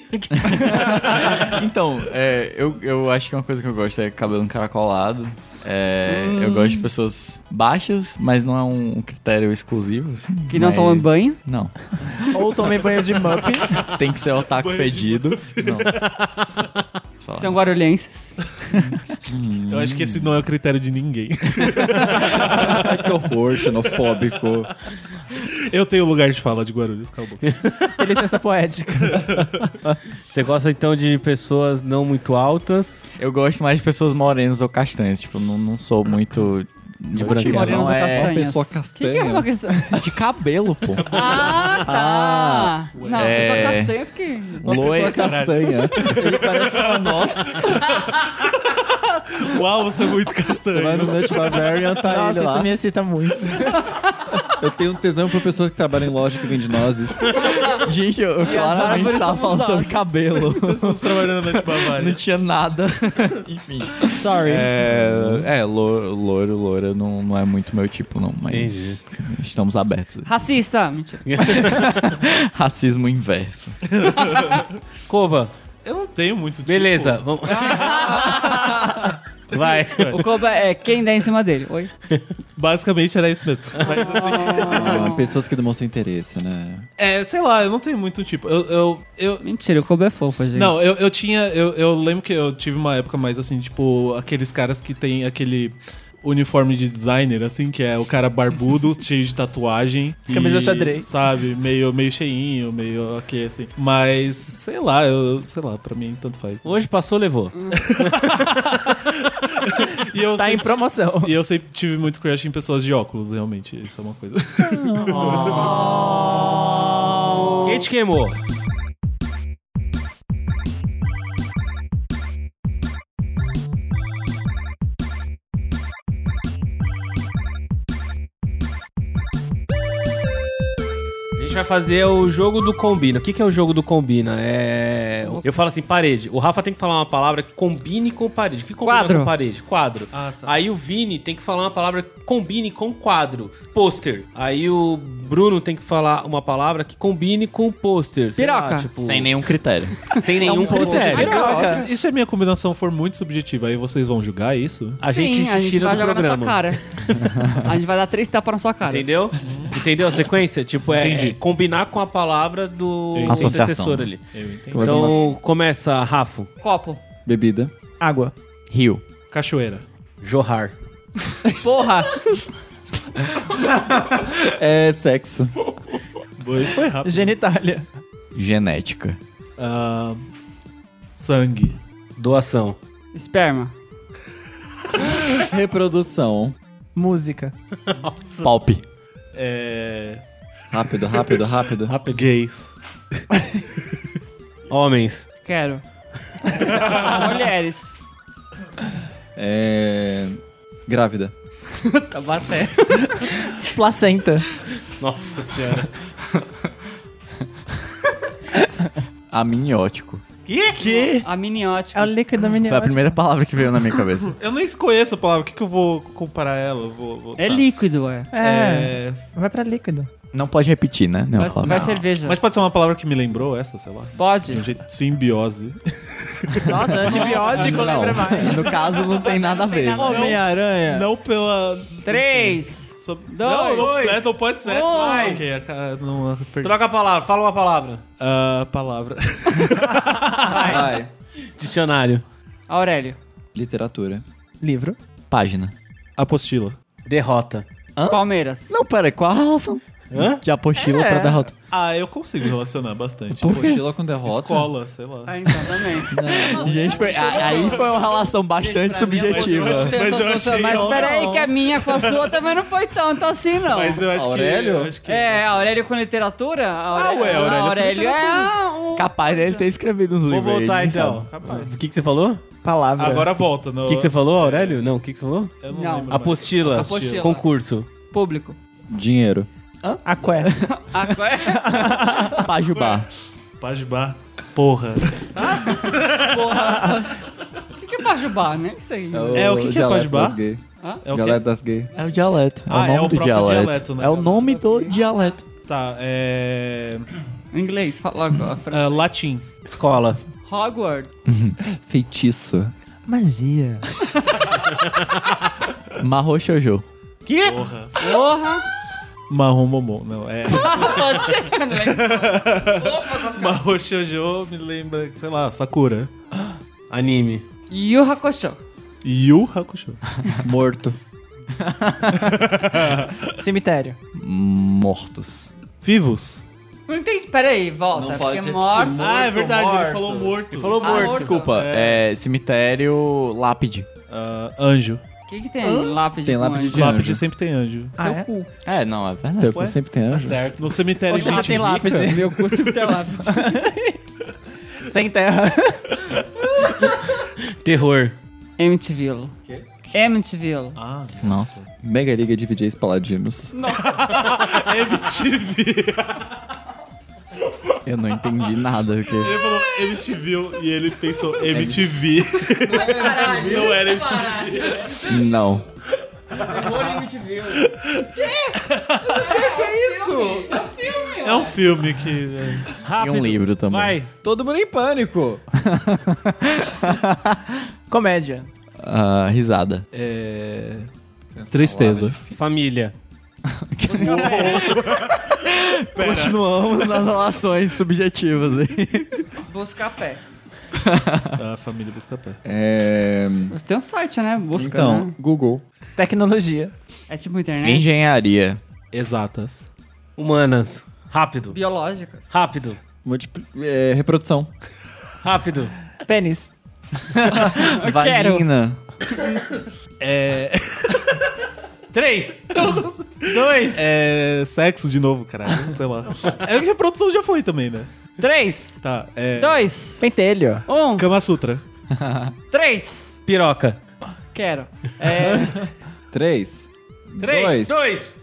Speaker 5: Então, é, eu, eu acho que uma coisa que eu gosto é cabelo encaracolado. É, Eu gosto de pessoas baixas, mas não é um critério exclusivo, assim.
Speaker 4: Que não
Speaker 5: mas-
Speaker 4: tomam banho.
Speaker 5: Não.
Speaker 6: Ou tomei banho de muppet.
Speaker 5: Tem que ser otaku fedido. Não.
Speaker 4: São guarulhenses.
Speaker 2: Eu acho que esse não é o critério de ninguém.
Speaker 8: Ai, que horror, xenofóbico.
Speaker 2: Eu tenho lugar de fala de Guarulhos, calma.
Speaker 6: Tem licença poética.
Speaker 3: Você gosta então de pessoas não muito altas?
Speaker 5: Eu gosto mais de pessoas morenas ou castanhas. Tipo, não, não sou muito de branquela.
Speaker 4: morenas
Speaker 5: Não
Speaker 4: ou
Speaker 5: é
Speaker 4: castanhas?
Speaker 8: Pessoa
Speaker 4: Que que é
Speaker 8: castanha.
Speaker 4: uma questão?
Speaker 5: de cabelo, pô.
Speaker 4: Ah, tá. não,
Speaker 5: É.
Speaker 4: pessoa castanha eu fiquei...
Speaker 5: Loe,
Speaker 8: Pessoa castanha. Ele parece uma nossa.
Speaker 2: Uau, você é muito
Speaker 8: Vai
Speaker 2: castanho.
Speaker 8: no Nut Bavarian, tá
Speaker 6: Nossa,
Speaker 8: ele lá.
Speaker 6: isso me excita muito.
Speaker 8: Eu tenho um tesão por pessoas que trabalham em loja que vendem nozes.
Speaker 5: gente, eu eu claramente tava falando sobre cabelo.
Speaker 2: Pessoas trabalhando na
Speaker 5: Não
Speaker 2: Bavária.
Speaker 5: tinha nada. Enfim. Sorry. É, é lo- loiro, loira não, não é muito meu tipo, não. Mas estamos abertos.
Speaker 4: Racista! Mentira.
Speaker 5: Racismo inverso.
Speaker 3: Cova,
Speaker 2: Eu não tenho muito tipo.
Speaker 3: beleza. Vamos... Vai.
Speaker 4: O Koba é quem der em cima dele. Oi?
Speaker 2: Basicamente era isso mesmo. Mas assim,
Speaker 8: Ah, pessoas que demonstram interesse, né?
Speaker 2: É, sei lá, eu não tenho muito tipo. Eu. eu, eu-
Speaker 4: Mentira, o Koba é fofo, gente.
Speaker 2: não, eu, eu tinha. Eu, eu lembro que eu tive uma época mais assim, tipo, aqueles caras que tem aquele uniforme de designer, assim, que é o cara barbudo, cheio de tatuagem.
Speaker 6: Camisa
Speaker 2: e,
Speaker 6: xadrez.
Speaker 2: Sabe? Meio, meio cheinho, meio ok, assim. Mas, sei lá, eu, sei lá, pra mim tanto faz.
Speaker 3: Hoje passou, levou.
Speaker 2: E eu,
Speaker 6: Tá em
Speaker 2: sempre,
Speaker 6: promoção.
Speaker 2: e eu sempre tive muito crush em pessoas de óculos, realmente. Isso é uma coisa.
Speaker 3: Quem te queimou? A gente vai fazer o jogo do combina. O que, que é o jogo do combina? É. Eu falo assim, parede. O Rafa tem que falar uma palavra que combine com parede. O que combina
Speaker 4: Quadro.
Speaker 3: com parede? Quadro.
Speaker 2: Ah, tá.
Speaker 3: Aí o Vini tem que falar uma palavra que combine com quadro. Pôster. Aí o Bruno tem que falar uma palavra que combine com pôster. sei lá,
Speaker 4: Piroca.
Speaker 3: tipo,
Speaker 5: Sem nenhum critério.
Speaker 3: sem
Speaker 4: um
Speaker 3: nenhum
Speaker 2: É
Speaker 3: critério.
Speaker 2: Mas E se a minha combinação for muito subjetiva, aí vocês vão julgar isso?
Speaker 3: A
Speaker 4: Sim,
Speaker 3: gente
Speaker 4: a gente
Speaker 3: tira
Speaker 4: vai
Speaker 3: do
Speaker 4: jogar na sua
Speaker 3: programa.
Speaker 4: cara. a gente vai dar três tapas na sua cara.
Speaker 3: Entendeu? Entendeu a sequência? Tipo, é,
Speaker 2: Entendi.
Speaker 3: é combinar com a palavra do
Speaker 2: Entendi.
Speaker 5: Associação,
Speaker 3: antecessor
Speaker 5: né?
Speaker 3: ali.
Speaker 2: Eu entendo.
Speaker 8: Começa
Speaker 3: Então começa, Rafa.
Speaker 4: Copo.
Speaker 8: Bebida.
Speaker 6: Água.
Speaker 5: Rio.
Speaker 2: Cachoeira.
Speaker 3: Jorrar.
Speaker 4: Porra!
Speaker 8: É sexo.
Speaker 2: Boa, Isso foi rápido.
Speaker 6: Genitália.
Speaker 5: Genética.
Speaker 2: Ah, sangue.
Speaker 3: Doação.
Speaker 4: Esperma.
Speaker 8: Reprodução.
Speaker 6: Música.
Speaker 5: Palpe.
Speaker 2: É.
Speaker 8: Rápido, rápido, rápido.
Speaker 3: Rápido.
Speaker 2: Gays.
Speaker 3: Homens.
Speaker 4: Quero. Mulheres.
Speaker 8: É. Grávida.
Speaker 2: Tá
Speaker 4: Tabaté.
Speaker 6: Placenta.
Speaker 3: Nossa senhora.
Speaker 5: Amniótico.
Speaker 2: Que? que?
Speaker 6: É o
Speaker 4: Amnióticos.
Speaker 6: líquido
Speaker 5: Foi a
Speaker 6: amniótico.
Speaker 5: primeira palavra que veio na minha cabeça.
Speaker 2: Eu nem conheço a palavra. O que, que eu vou comparar ela? Eu Vou, vou-
Speaker 4: É
Speaker 2: tá.
Speaker 4: líquido, é.
Speaker 6: É,
Speaker 2: É,
Speaker 6: vai pra líquido.
Speaker 5: Não pode repetir, né? Não,
Speaker 4: Vai, vai cerveja.
Speaker 2: Mas pode ser uma palavra que me lembrou essa, sei lá.
Speaker 4: Pode.
Speaker 2: De um jeito simbiose.
Speaker 6: Nossa, antibiótico
Speaker 4: né?
Speaker 6: lembra mais.
Speaker 5: No caso, não tem nada a ver.
Speaker 8: Homem-Aranha.
Speaker 2: Não pela.
Speaker 4: Três.
Speaker 2: só- não, não, é, não pode ser.
Speaker 3: Um.
Speaker 2: Ok, a ca- não, a per-
Speaker 3: Troca a palavra, fala uma palavra.
Speaker 2: Ah, palavra.
Speaker 8: Ai.
Speaker 3: Dicionário.
Speaker 4: Aurélio.
Speaker 8: Literatura.
Speaker 6: Livro.
Speaker 5: Página.
Speaker 2: Apostila.
Speaker 3: Derrota.
Speaker 4: Palmeiras.
Speaker 5: Não, pera, qual a relação? De apostila pra derrota.
Speaker 2: Ah, eu consigo relacionar bastante.
Speaker 8: Tipo, Mochila com derrota.
Speaker 2: Escola, sei lá.
Speaker 4: Ah, então também.
Speaker 5: Gente, foi- a- aí foi uma relação bastante
Speaker 4: Gente, pra mim é uma
Speaker 5: subjetiva.
Speaker 2: Mas eu achei. é um
Speaker 4: Mas peraí que a minha com a sua também não foi tanto assim, não.
Speaker 2: Mas eu acho
Speaker 8: Aurélio?
Speaker 2: que. eu acho que-
Speaker 4: É, Aurélio com literatura? Aurélio,
Speaker 2: Ah, ué, Aurélio com
Speaker 4: Aurélio é um...
Speaker 5: Capaz dele ter escrevido uns
Speaker 3: Vou
Speaker 5: livros. aí,
Speaker 3: voltar
Speaker 5: quem
Speaker 3: então.
Speaker 5: sabe?
Speaker 2: é
Speaker 3: O que, que você falou?
Speaker 6: Palavra.
Speaker 2: Agora volta.
Speaker 3: O
Speaker 2: No...
Speaker 3: que, que você falou, Aurélio? Não, o que, que você falou?
Speaker 2: Eu não,
Speaker 4: Não.
Speaker 2: lembro. mais.
Speaker 3: Apostila.
Speaker 4: Apostila.
Speaker 3: Concurso.
Speaker 4: um Público.
Speaker 8: Dinheiro.
Speaker 6: Aqué.
Speaker 4: Ah, qual é?
Speaker 5: Pajubá.
Speaker 2: Pajubá. Porra.
Speaker 4: O que é Pajubá, né? Isso aí.
Speaker 2: É, o que que é
Speaker 8: dialeto
Speaker 2: pajubá?
Speaker 8: das gay.
Speaker 4: Hã?
Speaker 2: É o
Speaker 8: Galera
Speaker 2: quê?
Speaker 8: das gay.
Speaker 5: É o dialeto. É
Speaker 2: Ah,
Speaker 5: o
Speaker 2: é
Speaker 5: nome
Speaker 2: o
Speaker 5: do
Speaker 2: próprio
Speaker 5: dialeto.
Speaker 2: dialeto, né?
Speaker 5: É o nome do dialeto.
Speaker 2: Tá, é.
Speaker 4: Em inglês, fala agora.
Speaker 2: Ah, latim. Escola.
Speaker 4: Hogwarts.
Speaker 9: Feitiço.
Speaker 6: Magia.
Speaker 5: Marro Shoujo.
Speaker 4: Que? Porra!
Speaker 2: Marrom bombom. Não, é.
Speaker 4: Pode ser, né?
Speaker 2: Marrom shoujo me lembra, sei lá, Sakura.
Speaker 3: Anime.
Speaker 4: Yu Hakusho.
Speaker 2: Yu Hakusho.
Speaker 9: Morto.
Speaker 6: Cemitério.
Speaker 5: Mortos.
Speaker 2: Vivos.
Speaker 4: Não entendi, peraí, volta.
Speaker 5: Não pode
Speaker 4: porque
Speaker 5: ser
Speaker 4: morto.
Speaker 2: ah, é verdade, ele
Speaker 5: mortos.
Speaker 2: falou morto.
Speaker 3: Ele falou
Speaker 4: Ah,
Speaker 3: morto.
Speaker 4: morto.
Speaker 5: Desculpa, é cemitério lápide.
Speaker 2: Ah, anjo.
Speaker 4: O que, que tem? Lápide
Speaker 8: Tem
Speaker 4: com
Speaker 8: lápide
Speaker 4: anjo?
Speaker 8: de
Speaker 2: Lápide
Speaker 8: anjo.
Speaker 2: sempre tem anjo.
Speaker 6: Ah, é?
Speaker 4: Cu.
Speaker 5: É, não, é verdade.
Speaker 8: Teu cu Então, sempre tem anjo.
Speaker 2: Certo. No cemitério de gente rica.
Speaker 4: Meu cu sempre tem lápide.
Speaker 6: Sem terra.
Speaker 3: Terror.
Speaker 4: MTV. MTV.
Speaker 2: Ah,
Speaker 5: Nossa.
Speaker 8: Mega Liga de DJs Paladinos.
Speaker 2: MTV.
Speaker 5: Eu não entendi nada. do que-
Speaker 2: Ele falou MTV e ele pensou MTV.
Speaker 4: Caralho.
Speaker 2: Não era MTV.
Speaker 4: Caralho.
Speaker 5: Não. um
Speaker 4: Terror em MTV. Que? Que é isso? É um filme.
Speaker 2: É um filme que.
Speaker 5: Tem um livro também.
Speaker 3: Vai.
Speaker 8: Todo mundo em pânico.
Speaker 6: Comédia.
Speaker 5: Ah, risada.
Speaker 2: É. Tristeza.
Speaker 3: Família.
Speaker 5: Continuamos nas relações subjetivas aí.
Speaker 4: Buscar pé.
Speaker 2: A família busca pé.
Speaker 8: É...
Speaker 4: Tem um site, né? Busca,
Speaker 8: Então,
Speaker 4: né?
Speaker 8: Google.
Speaker 6: Tecnologia.
Speaker 4: É tipo internet.
Speaker 5: Engenharia.
Speaker 2: Exatas.
Speaker 3: Humanas. Rápido.
Speaker 4: Biológicas.
Speaker 3: Rápido.
Speaker 8: Multipli- é, reprodução.
Speaker 3: Rápido.
Speaker 6: Pênis.
Speaker 5: Vagina.
Speaker 2: É.
Speaker 3: Três. Dois.
Speaker 2: É. Sexo de novo, caralho. Sei lá. É que reprodução já foi também, né?
Speaker 4: 3,
Speaker 2: Tá. É.
Speaker 4: 2,
Speaker 6: Pentelho.
Speaker 4: 1,
Speaker 2: Kama Sutra.
Speaker 4: 3.
Speaker 3: Piroca.
Speaker 4: Quero. É.
Speaker 8: 3,
Speaker 3: Três.
Speaker 8: Dois.
Speaker 3: Dois.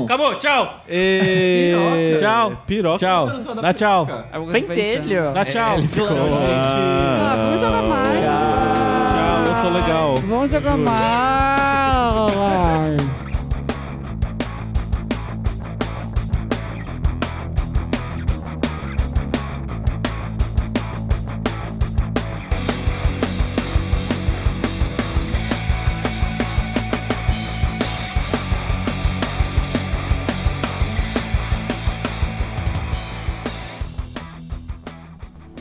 Speaker 8: 1.
Speaker 3: Acabou. Tchau.
Speaker 2: E... é
Speaker 3: Tchau.
Speaker 2: Piroca.
Speaker 3: Tchau. Dá tchau.
Speaker 4: é uma coisa
Speaker 6: Pentelho.
Speaker 3: Dá tchau.
Speaker 4: Ah, vamos jogar mais.
Speaker 2: Tchau, eu sou legal.
Speaker 4: Vamos jogar mais.